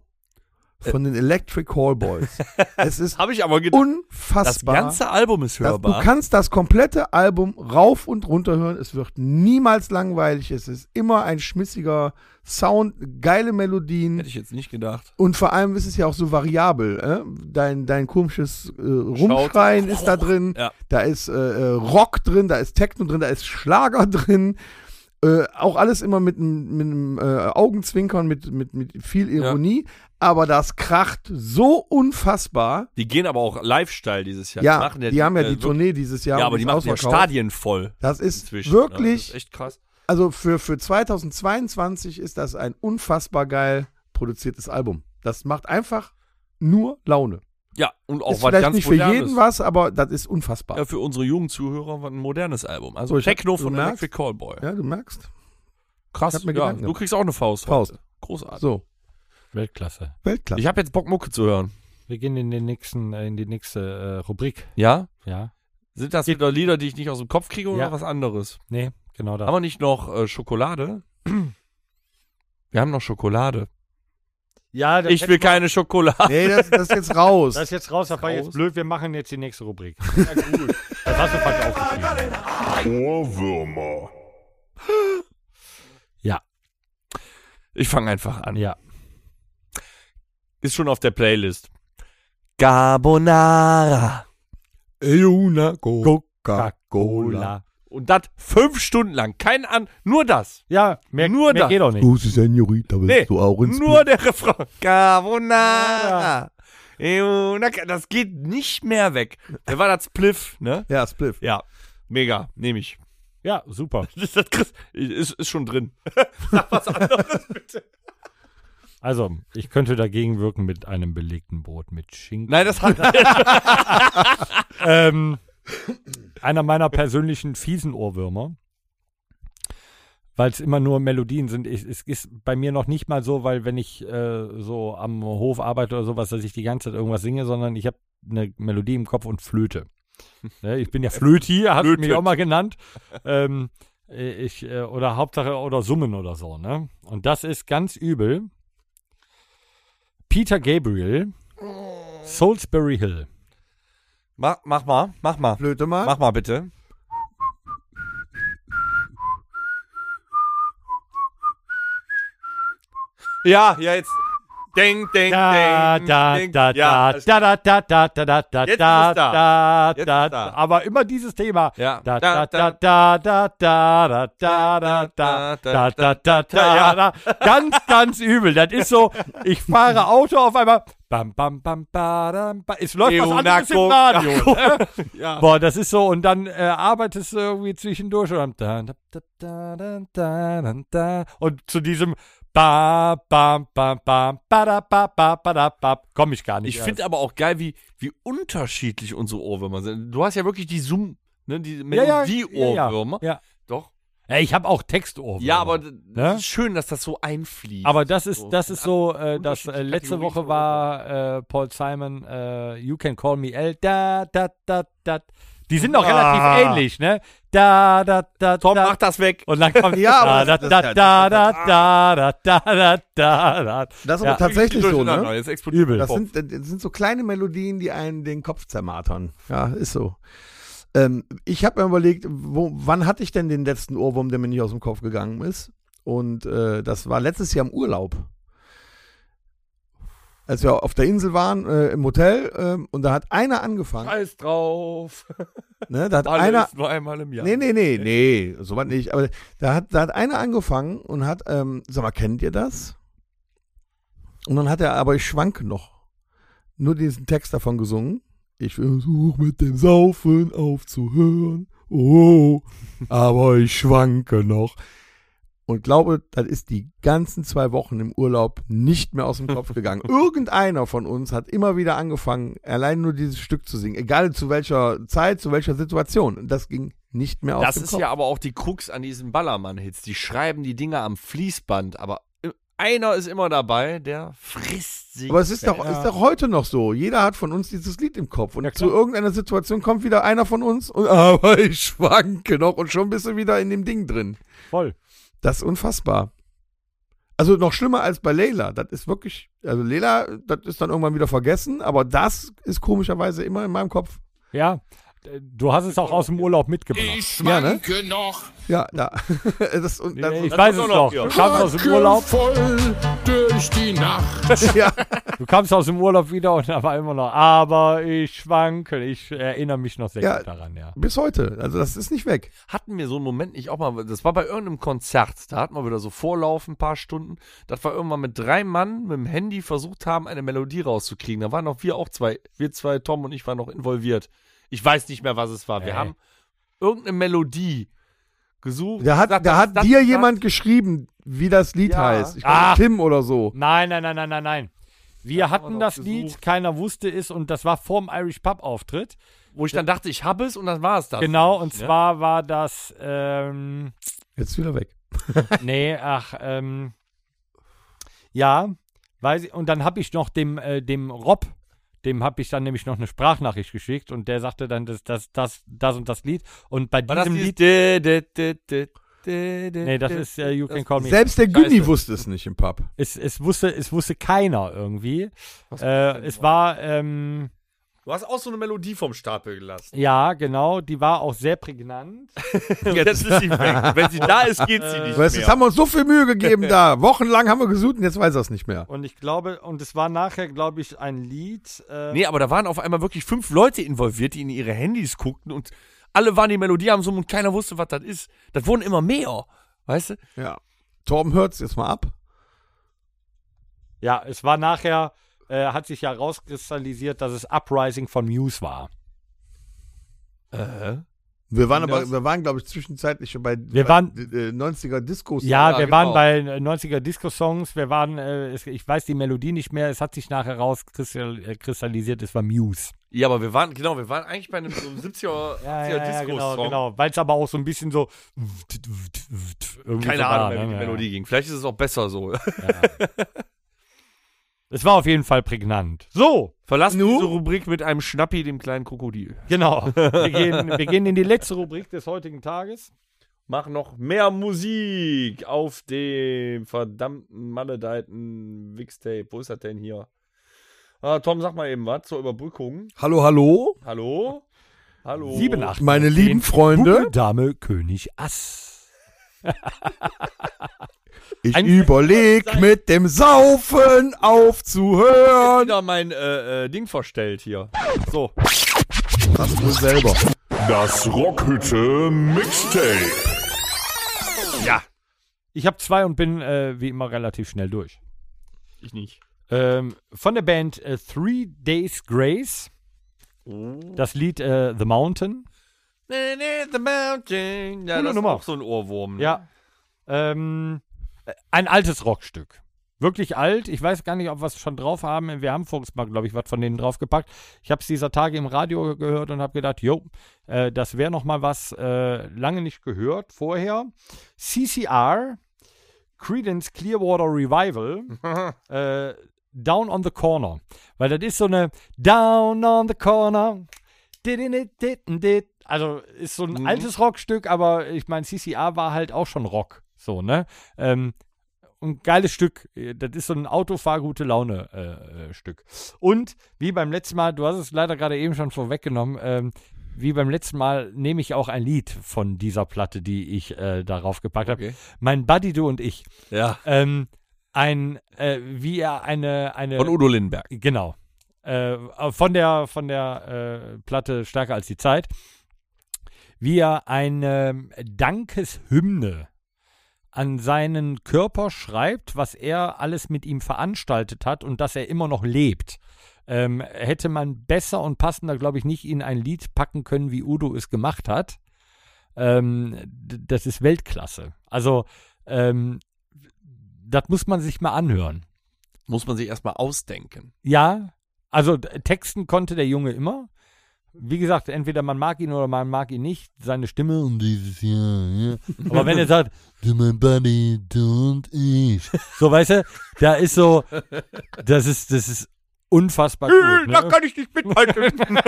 Speaker 4: von den Electric Hall Boys. es ist
Speaker 3: Habe ich aber gedacht. Das
Speaker 4: unfassbar.
Speaker 3: ganze Album ist
Speaker 4: Das, du
Speaker 3: hörbar.
Speaker 4: kannst das komplette Album rauf und runter hören. Es wird niemals langweilig. Es ist immer ein schmissiger Sound, geile Melodien.
Speaker 3: Hätte ich jetzt nicht gedacht.
Speaker 4: Und vor allem ist es ja auch so variabel. Äh? Dein, dein komisches äh, Rumschreien ist da drin.
Speaker 3: Ja.
Speaker 4: Da ist äh, äh, Rock drin, da ist Techno drin, da ist Schlager drin. Äh, auch alles immer mit einem mit einem, äh, Augenzwinkern, mit, mit, mit viel Ironie. Aber das kracht so unfassbar.
Speaker 3: Die gehen aber auch Lifestyle dieses Jahr.
Speaker 4: Ja,
Speaker 3: machen
Speaker 4: die haben ja
Speaker 3: äh,
Speaker 4: die
Speaker 3: wirklich-
Speaker 4: Tournee dieses Jahr.
Speaker 3: Ja,
Speaker 4: und
Speaker 3: aber die
Speaker 4: ist
Speaker 3: machen ja
Speaker 4: ausverkauft.
Speaker 3: Stadien voll.
Speaker 4: Das ist
Speaker 3: Inzwischen.
Speaker 4: wirklich,
Speaker 3: Ja, das ist echt krass.
Speaker 4: also für, für 2022 ist das ein unfassbar geil produziertes Album. Das macht einfach nur Laune.
Speaker 3: Ja, und auch
Speaker 4: ist
Speaker 3: was
Speaker 4: vielleicht
Speaker 3: ganz
Speaker 4: nicht für
Speaker 3: Modernes.
Speaker 4: jeden was, aber das ist unfassbar.
Speaker 3: Ja, für unsere jungen Zuhörer war ein modernes Album. Also
Speaker 4: So, ich hab-
Speaker 3: Techno
Speaker 4: du
Speaker 3: von
Speaker 4: merkst-
Speaker 3: Electric Callboy.
Speaker 4: Ja, du merkst.
Speaker 3: Krass.
Speaker 4: ich hab mir
Speaker 3: ja,
Speaker 4: Gedanken
Speaker 3: du
Speaker 4: gemacht.
Speaker 3: kriegst auch eine Faust.
Speaker 4: Faust.
Speaker 3: Großartig.
Speaker 4: So,
Speaker 2: Weltklasse.
Speaker 4: Weltklasse.
Speaker 3: Ich habe jetzt Bock, Mucke zu hören.
Speaker 2: Wir gehen in den nächsten, äh, in die nächste äh, Rubrik.
Speaker 3: Ja?
Speaker 2: Ja.
Speaker 3: Sind das wieder Lieder, die ich nicht aus dem Kopf kriege oder
Speaker 2: Ja.
Speaker 3: was anderes?
Speaker 2: Nee, genau das.
Speaker 3: Haben wir nicht noch äh, Schokolade? Wir haben noch Schokolade.
Speaker 2: ja, das
Speaker 3: Ich will keine Schokolade.
Speaker 4: nee, das, das ist jetzt raus.
Speaker 2: Das ist jetzt raus, das war
Speaker 3: Raus.
Speaker 2: jetzt blöd. Wir machen jetzt die nächste Rubrik. Ja, gut. Das hast du falsch aufgeschrieben.
Speaker 1: Ohrwürmer.
Speaker 3: Ich fange einfach an.
Speaker 2: Ja.
Speaker 3: Ist schon auf der Playlist. Carbonara.
Speaker 4: Euna Coca-Cola.
Speaker 2: Cola.
Speaker 3: Und das fünf Stunden lang. Kein an, nur das.
Speaker 2: Ja, mehr,
Speaker 3: Nur
Speaker 2: mehr
Speaker 3: das.
Speaker 2: geht doch nicht.
Speaker 4: Große Senorita, willst
Speaker 3: Nee,
Speaker 4: du auch ins
Speaker 3: Nur der Refrain. Carbonara. Eu, na, Das geht nicht mehr weg. Der war das Pliff, ne?
Speaker 4: Ja, Spliff.
Speaker 3: Ja. Mega, nehme ich.
Speaker 2: Ja, super.
Speaker 3: Das ist, das Chris- ist, ist schon drin.
Speaker 2: Also, ich könnte dagegen wirken mit einem belegten Brot mit Schinken.
Speaker 3: Nein, das hat.
Speaker 2: ähm, einer meiner persönlichen fiesen Ohrwürmer. Weil es immer nur Melodien sind. Ich, es ist bei mir noch nicht mal so, weil wenn ich äh, so am Hof arbeite oder sowas, dass ich die ganze Zeit irgendwas singe, sondern ich habe eine Melodie im Kopf und Flöte. Ne, ich bin ja Flöti, hast du mich
Speaker 3: Flötet.
Speaker 2: auch mal genannt. Ähm, äh, ich, äh, oder Hauptsache oder Summen oder so. Ne? Und das ist ganz übel. Peter Gabriel, Salisbury Hill.
Speaker 3: Mach, mach mal, mach mal.
Speaker 4: Flöte mal.
Speaker 3: Mach mal bitte. Ja, ja, jetzt. Ding, ding,
Speaker 2: da
Speaker 3: ding.
Speaker 2: da
Speaker 3: ding.
Speaker 2: da
Speaker 3: ja,
Speaker 2: da da da da da da da
Speaker 3: Jetzt ist es
Speaker 2: da da
Speaker 3: da.
Speaker 2: da
Speaker 3: Jetzt ist da.
Speaker 2: da aber immer dieses Thema
Speaker 3: Ja.
Speaker 2: da da da da da da da da da da da da da da ganz ganz übel das ist so ich fahre Auto auf einmal bam bam bam badam, ba es läuft was anderes im Radio
Speaker 3: Ja.
Speaker 2: Boah, das ist so, und dann äh, arbeitest du irgendwie zwischendurch und dann da, da, da, da, da, da, da, und zu diesem ba, ba, ba, ba, ba, da, ba, ba, ba, da, ba, komme ich gar nicht.
Speaker 3: Ich finde aber auch geil, wie, wie unterschiedlich unsere Ohrwürmer sind. Du hast ja wirklich die Zoom, ne, die
Speaker 2: erst. ja, ja, ja,
Speaker 3: Melodie-Ohrwürmer.
Speaker 2: Ja,
Speaker 3: Doch.
Speaker 2: ja. ja ich habe auch Textohrwürmer.
Speaker 3: Ja, aber d-
Speaker 2: Ne?
Speaker 3: das ist schön, dass das so einfließt.
Speaker 2: Aber das ist,
Speaker 3: So,
Speaker 2: das ist so, äh, das
Speaker 3: unterschiedliche
Speaker 2: äh, letzte
Speaker 3: Kategorien
Speaker 2: Woche
Speaker 3: von
Speaker 2: war äh, Paul Simon, äh, You Can Call Me L, da, da, da, da. Die sind auch relativ ähnlich, ne? Da, da, da,
Speaker 3: Ah. Tom,
Speaker 2: da,
Speaker 3: mach das weg.
Speaker 2: Und dann kommt
Speaker 4: Ja, aber
Speaker 2: da
Speaker 4: das-
Speaker 2: da
Speaker 4: das-
Speaker 2: da da da da da da da da.
Speaker 4: Das ist
Speaker 2: Ja.
Speaker 4: aber tatsächlich so, ne?
Speaker 3: Jetzt explodiert
Speaker 2: Übel.
Speaker 4: Das sind, das sind so kleine Melodien, die einen den Kopf zermartern. Ja, ist so. Ähm, ich habe mir überlegt, wo, wann hatte ich denn den letzten Ohrwurm, der mir nicht aus dem Kopf gegangen ist? Und äh, das war letztes Jahr im Urlaub. Als wir auf der Insel waren, äh, im Hotel, ähm, und da hat einer angefangen.
Speaker 3: Scheiß drauf.
Speaker 4: Ne, da hat
Speaker 3: Alle
Speaker 4: einer,
Speaker 3: ist nur einmal im Jahr.
Speaker 4: Nee, nee, nee, nee, soweit nicht. Aber da hat, da hat einer angefangen und hat, ähm, sag mal, kennt ihr das? Und dann hat er aber ich schwanke noch. Nur diesen Text davon gesungen. Ich versuche mit dem Saufen aufzuhören. Oh, aber ich schwanke noch. Und glaube, das ist die ganzen zwei Wochen im Urlaub nicht mehr aus dem Kopf gegangen. Irgendeiner von uns hat immer wieder angefangen, allein nur dieses Stück zu singen. Egal zu welcher Zeit, zu welcher Situation. Das ging nicht mehr aus
Speaker 3: Das
Speaker 4: dem
Speaker 3: ist
Speaker 4: Kopf.
Speaker 3: ja aber auch die Krux an diesen Ballermann-Hits. Die schreiben die Dinger am Fließband, aber einer ist immer dabei, der frisst sie.
Speaker 4: aber es ist doch, ist doch heute noch so. Jeder hat von uns dieses Lied im Kopf. Und zu irgendeiner Situation kommt wieder einer von uns. Und, aber ich schwanke noch. Und schon bist du wieder in dem Ding drin.
Speaker 2: Voll.
Speaker 4: Das ist unfassbar. Also noch schlimmer als bei Leila. Das ist wirklich, also Leila, das ist dann irgendwann wieder vergessen, aber das ist komischerweise immer in meinem Kopf.
Speaker 2: Ja, du hast es auch aus dem Urlaub mitgebracht.
Speaker 7: Ich
Speaker 4: Ja, ne?
Speaker 7: schwanke noch.
Speaker 4: Ja, da. das, und, das,
Speaker 2: ich weiß es
Speaker 3: auch
Speaker 2: noch.
Speaker 3: noch,
Speaker 2: Du
Speaker 3: ja.
Speaker 2: kamst aus dem Urlaub,
Speaker 7: voll durch die Nacht.
Speaker 4: ja.
Speaker 2: du kamst aus dem Urlaub wieder und da war immer noch, aber ich schwanke. Ich erinnere mich noch sehr
Speaker 4: Ja.
Speaker 2: gut daran, ja.
Speaker 4: Bis heute. Also das ist nicht weg.
Speaker 3: Hatten wir so einen Moment nicht auch mal, das war bei irgendeinem Konzert, da hatten wir wieder so Vorlauf ein paar Stunden, dass wir irgendwann mit drei Mann mit dem Handy versucht haben, eine Melodie rauszukriegen. Da waren noch wir auch zwei, wir zwei, Tom und ich waren noch involviert. Ich weiß nicht mehr, was es war.
Speaker 4: Äh.
Speaker 3: Wir
Speaker 2: Ey.
Speaker 3: haben irgendeine Melodie gesucht.
Speaker 4: Da hat,
Speaker 3: gesagt,
Speaker 4: da
Speaker 3: das-
Speaker 4: hat
Speaker 3: das-
Speaker 4: dir
Speaker 3: das-
Speaker 4: jemand geschrieben, wie das Lied
Speaker 3: Ja.
Speaker 4: heißt. Ich
Speaker 2: Ah.
Speaker 4: glaube, Tim oder so.
Speaker 2: Nein, nein, nein, nein, nein, nein. Wir hatten
Speaker 3: noch
Speaker 2: das
Speaker 3: gesucht.
Speaker 2: Lied, keiner wusste es und das war vorm Irish Pub Auftritt.
Speaker 3: Wo ich dann dachte, ich habe es und dann war es das.
Speaker 2: genau, und
Speaker 3: Ne?
Speaker 2: zwar war das, ähm,
Speaker 4: Jetzt wieder weg.
Speaker 2: nee, ach, ähm, ja, weiß ich, und dann habe ich noch dem, äh, dem Rob, dem habe ich dann nämlich noch eine Sprachnachricht geschickt und der sagte dann, das, das, das, das und das Lied und bei
Speaker 3: War das
Speaker 2: diesem
Speaker 3: dieses
Speaker 2: Lied,
Speaker 3: de- de- de- de- de- de-
Speaker 2: nee, das
Speaker 3: de-
Speaker 2: ist äh, You Can
Speaker 3: das-
Speaker 2: Call Me.
Speaker 4: Selbst der
Speaker 3: Scheiße.
Speaker 4: Günni wusste es nicht im Pub.
Speaker 2: Es, es wusste, es wusste keiner irgendwie. Äh, es war, ähm,
Speaker 3: Du hast auch so eine Melodie vom Stapel gelassen.
Speaker 2: ja, genau, die war auch sehr prägnant.
Speaker 3: Jetzt ist sie weg. Wenn sie da ist, geht sie nicht
Speaker 4: Weißt, du, jetzt haben wir uns so viel Mühe gegeben da. Wochenlang haben wir gesucht und jetzt weiß er es nicht mehr.
Speaker 2: Und ich glaube, und es war nachher, glaube ich, ein Lied. Äh,
Speaker 3: Nee, aber da waren auf einmal wirklich fünf Leute involviert, die in ihre Handys guckten und alle waren die Melodie am Summen und keiner wusste, was das ist. Das wurden immer mehr. Weißt du?
Speaker 4: Ja. Torben hört's jetzt mal ab.
Speaker 2: Ja, es war nachher, äh, hat sich ja rauskristallisiert, dass es Uprising von Muse war.
Speaker 3: Äh?
Speaker 4: Wir waren aber,
Speaker 3: Das-
Speaker 4: wir waren, glaube ich, zwischenzeitlich schon bei,
Speaker 2: Wir
Speaker 4: bei
Speaker 2: waren-
Speaker 4: äh, 90er Discos.
Speaker 2: Ja, wir
Speaker 3: genau.
Speaker 2: waren bei äh, 90er Disco-Songs, wir waren, äh, es, ich weiß die Melodie nicht mehr, es hat sich nachher rauskristallisiert, es war Muse.
Speaker 3: Ja, aber wir waren, genau, wir waren eigentlich bei einem, so einem 70er, 70er
Speaker 2: genau,
Speaker 3: Disco-Song.
Speaker 2: genau. Weil es aber auch so ein bisschen so. irgendwie so
Speaker 3: Keine
Speaker 2: war,
Speaker 3: Ahnung,
Speaker 2: ne?
Speaker 3: mehr, wie die
Speaker 2: Ja,
Speaker 3: Melodie ging. Vielleicht ist es auch besser so.
Speaker 2: Es war auf jeden Fall prägnant. So,
Speaker 3: Verlassen wir diese Rubrik mit einem Schnappi, dem kleinen Krokodil.
Speaker 2: genau. Wir gehen, wir gehen in die letzte Rubrik des heutigen Tages.
Speaker 3: Mach noch mehr Musik auf dem verdammten maledeiten Wixtape. Wo ist das denn hier? Ah, Tom, sag mal eben was zur Überbrückung.
Speaker 4: Hallo, hallo,
Speaker 3: Hallo? Hallo?
Speaker 2: 7, 8.
Speaker 4: meine lieben Freunde.
Speaker 2: Dame König Ass.
Speaker 4: Ich
Speaker 2: Ein-
Speaker 4: überleg mit dem Saufen aufzuhören.
Speaker 3: wieder mein äh, äh, Ding verstellt hier. So.
Speaker 4: Das wohl selber.
Speaker 1: Das Rockhütte Mixtape.
Speaker 2: Ich habe zwei und bin äh, wie immer relativ schnell durch.
Speaker 3: Ich nicht.
Speaker 2: Ähm, von der Band äh, Three Days Grace. Das Lied äh, The Mountain.
Speaker 3: The Mountain. Ja,
Speaker 2: Coole
Speaker 3: das ist
Speaker 2: Nummer.
Speaker 3: auch so ein Ohrwurm. ne?
Speaker 2: Ja. Ähm, äh, ein altes Rockstück. Wirklich alt. Ich weiß gar nicht, ob wir es schon drauf haben. Wir haben vorhin mal, glaube ich, was von denen draufgepackt. Ich habe es dieser Tage im Radio gehört und habe gedacht, jo, äh, das wäre noch mal was. Äh, lange nicht gehört vorher. CCR, Credence Clearwater Revival, äh, Down on the Corner. Weil das ist so eine Down on the Corner. Didididididid. Also ist so ein
Speaker 3: Mhm.
Speaker 2: altes Rockstück, aber ich meine, CCR war halt auch schon Rock. So, ne? Ähm, ein geiles Stück. Äh, Das ist so ein Autofahr-Gute-Laune-Stück. äh, Und wie beim letzten Mal, du hast es leider gerade eben schon vorweggenommen, ähm, wie beim letzten Mal nehme ich auch ein Lied von dieser Platte, die ich äh, darauf gepackt habe.
Speaker 3: Okay.
Speaker 2: Mein Buddy, du und ich.
Speaker 3: ja.
Speaker 2: Ähm, ein, äh, wie er eine, eine.
Speaker 3: Von Udo Lindenberg.
Speaker 2: Genau. Äh, von der, von der äh, Platte Stärker als die Zeit. Wie er eine Dankeshymne an seinen Körper schreibt, was er alles mit ihm veranstaltet hat und dass er immer noch lebt. Ähm, hätte man besser und passender, glaube ich, nicht in ein Lied packen können, wie Udo es gemacht hat. Ähm, d- das ist Weltklasse. Also, ähm, das muss man sich mal anhören.
Speaker 3: Muss man sich erstmal ausdenken.
Speaker 2: Ja, also d- texten konnte der Junge immer. Wie gesagt, entweder man mag ihn oder man mag ihn nicht. Seine Stimme und dieses Jahr. Ja. Aber wenn er sagt, du mein Buddy, du und ich. So, weißt du, da ist so, das ist, das ist unfassbar gut. Ne?
Speaker 3: ich nicht mithalten.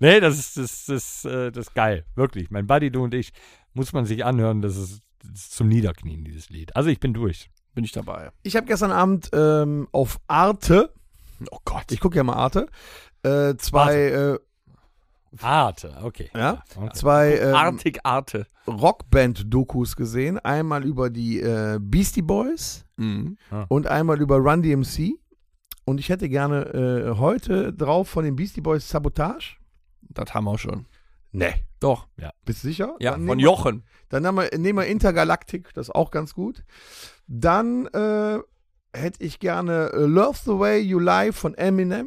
Speaker 2: Nee, das ist, das, das, äh, das ist geil. Wirklich. Mein Buddy, du und ich, muss man sich anhören. Das ist, das ist zum Niederknien, dieses Lied. Also ich bin durch.
Speaker 3: bin ich dabei.
Speaker 4: Ich habe gestern Abend ähm, auf Arte,
Speaker 3: Oh Gott.
Speaker 4: ich gucke ja mal Arte, äh, zwei, äh,
Speaker 2: Arte, okay.
Speaker 4: ja,
Speaker 2: okay.
Speaker 4: zwei ähm,
Speaker 3: Artig Arte.
Speaker 4: Rockband-Dokus gesehen. Einmal über die äh, Beastie Boys
Speaker 3: Mhm.
Speaker 4: und einmal über Run DMC. Und ich hätte gerne äh, heute drauf von den Beastie Boys Sabotage.
Speaker 3: Das haben wir auch schon.
Speaker 4: Nee.
Speaker 3: Doch.
Speaker 4: Bist du sicher?
Speaker 3: Ja,
Speaker 4: Dann
Speaker 3: von
Speaker 4: nehmen
Speaker 3: Jochen.
Speaker 4: Dann haben wir, nehmen wir Intergalactic, das ist auch ganz gut. Dann äh, hätte ich gerne äh, Love the Way You Lie von Eminem.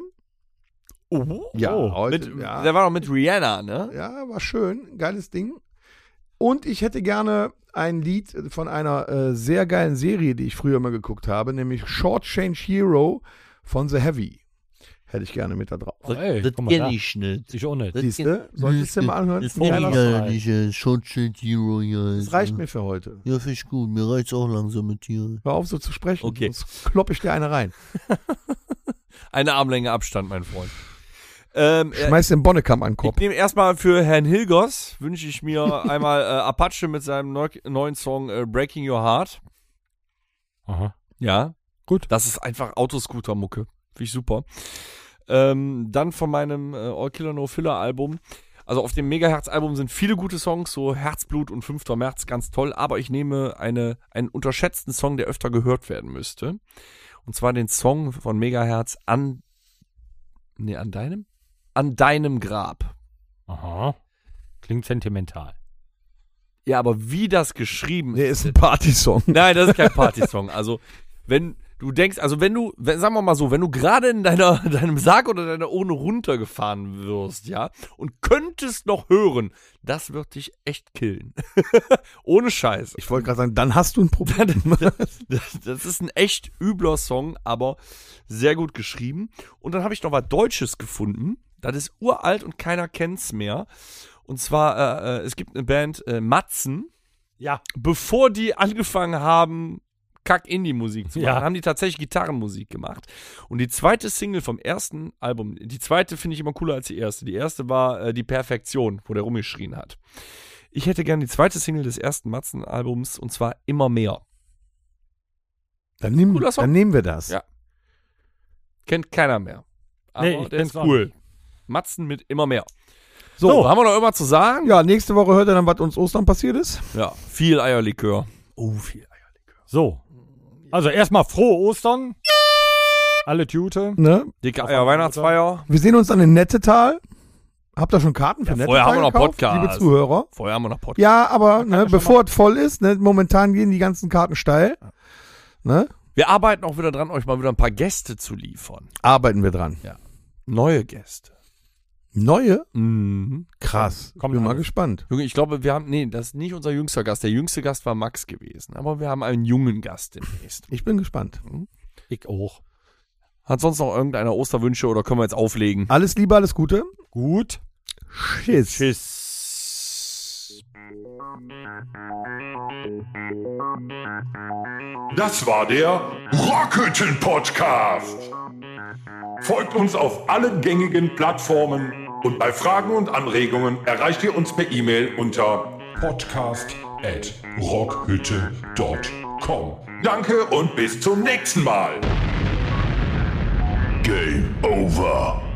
Speaker 3: Oh.
Speaker 4: Ja, heute,
Speaker 3: mit,
Speaker 4: ja.
Speaker 3: Der war doch mit Rihanna, ne?
Speaker 4: Ja, war schön, geiles Ding. Und ich hätte gerne ein Lied von einer äh, sehr geilen Serie, die ich früher mal geguckt habe, nämlich Short Change Hero von The Heavy. Hätte ich gerne mit da drauf.
Speaker 2: Ey,
Speaker 8: das
Speaker 2: guck mal da.
Speaker 8: kenne ich nicht.
Speaker 2: Ist auch nicht.
Speaker 4: Siehst du? Soll ich das dir mal anhören?
Speaker 8: Das
Speaker 4: Ja,
Speaker 8: kenne ich
Speaker 4: das
Speaker 8: leider
Speaker 2: reicht.
Speaker 8: nicht. äh, Schon steht Hero, ja.
Speaker 4: Das reicht mir für heute.
Speaker 8: Ja, finde ich gut. Mir reicht's auch langsam mit dir.
Speaker 4: Hör auf so zu sprechen,
Speaker 3: Okay.
Speaker 4: sonst klopp ich dir eine rein.
Speaker 3: Eine Armlänge Abstand, mein Freund. Ähm, äh,
Speaker 4: Schmeiß den Bonnekamp an den
Speaker 3: ich
Speaker 4: Kopf.
Speaker 3: nehme erstmal für Herrn Hilgers, wünsche ich mir einmal äh, Apache mit seinem neu neuen Song äh, Breaking Your Heart.
Speaker 2: Aha.
Speaker 3: Ja. Gut. Das ist einfach Autoscooter-Mucke. Finde ich super. Ähm, dann von meinem äh, All Killer No Filler Album. Also auf dem Megahertz-Album sind viele gute Songs, so Herzblut und 5. März, ganz toll. Aber ich nehme eine, einen unterschätzten Song, der öfter gehört werden müsste. Und zwar den Song von Megahertz an. Nee, an deinem? An deinem Grab.
Speaker 2: Aha. Klingt sentimental.
Speaker 3: Ja, aber wie das geschrieben
Speaker 4: Nee, ist ein Partysong.
Speaker 3: Nein, das ist kein Partysong. Also, wenn du denkst, also wenn du, wenn, sagen wir mal so, wenn du gerade in deiner, deinem Sarg oder deiner Urne runtergefahren wirst, ja, und könntest noch hören, das wird dich echt killen. Ohne Scheiß.
Speaker 4: Ich wollte gerade sagen, dann hast du ein Problem.
Speaker 3: Das, das ist ein echt übler Song, aber sehr gut geschrieben. Und dann habe ich noch was Deutsches gefunden. Das ist uralt und keiner kennt's mehr. Und zwar, äh, äh, es gibt eine Band äh, Matzen.
Speaker 2: Ja.
Speaker 3: Bevor die angefangen haben, Kack-Indie-Musik zu machen,
Speaker 2: Ja.
Speaker 3: haben die tatsächlich Gitarrenmusik gemacht. Und die zweite Single vom ersten Album, die zweite finde ich immer cooler als die erste. Die erste war äh, Die Perfektion, wo der rumgeschrien hat. Ich hätte gerne die zweite Single des ersten Matzen-Albums und zwar Immer mehr.
Speaker 4: Dann, nimm,
Speaker 3: Cooler Song.
Speaker 4: dann nehmen wir das.
Speaker 3: Ja. Kennt keiner mehr. Aber
Speaker 2: Nee, ich
Speaker 3: der
Speaker 2: kenn's
Speaker 3: ist
Speaker 2: auch
Speaker 3: cool. Matzen mit immer mehr.
Speaker 4: So.
Speaker 3: So, haben wir noch irgendwas zu sagen?
Speaker 4: Ja, nächste Woche hört ihr dann, was uns Ostern passiert ist.
Speaker 3: Ja, viel Eierlikör. Oh, viel Eierlikör.
Speaker 2: So. Also erstmal frohe Ostern. Alle Tute.
Speaker 4: Ne?
Speaker 3: Dicke Eier, Weihnachtsfeier.
Speaker 4: Wir sehen uns dann in Nettetal. Habt ihr schon Karten für
Speaker 3: Ja,
Speaker 4: Nettetal?
Speaker 3: vorher haben wir noch
Speaker 4: gekauft,
Speaker 3: Podcast.
Speaker 4: Liebe Zuhörer.
Speaker 3: Vorher haben wir noch Podcast.
Speaker 4: Ja, aber ne, bevor es voll ist, ne, momentan gehen die ganzen Karten steil. Ne?
Speaker 3: Wir arbeiten auch wieder dran, euch mal wieder ein paar Gäste zu liefern.
Speaker 4: Arbeiten wir dran.
Speaker 3: Neue Gäste.
Speaker 4: Neue?
Speaker 3: Mhm.
Speaker 4: Krass.
Speaker 2: Kommt
Speaker 4: Bin mal
Speaker 2: alles.
Speaker 4: gespannt.
Speaker 3: Junge, ich glaube, wir haben, nee, das ist nicht unser jüngster Gast. Der jüngste Gast war Max gewesen. Aber wir haben einen jungen Gast demnächst.
Speaker 4: Ich bin gespannt.
Speaker 2: Ich auch.
Speaker 3: Hat sonst noch irgendeiner Osterwünsche oder können wir jetzt auflegen?
Speaker 4: Alles Liebe, alles Gute.
Speaker 2: Gut.
Speaker 4: Tschüss.
Speaker 3: Tschüss.
Speaker 1: Das war der Rockhütten Podcast. Folgt uns auf allen gängigen Plattformen und bei Fragen und Anregungen erreicht ihr uns per E-Mail unter podcast@rockhütte.com. Danke und bis zum nächsten Mal. Game over.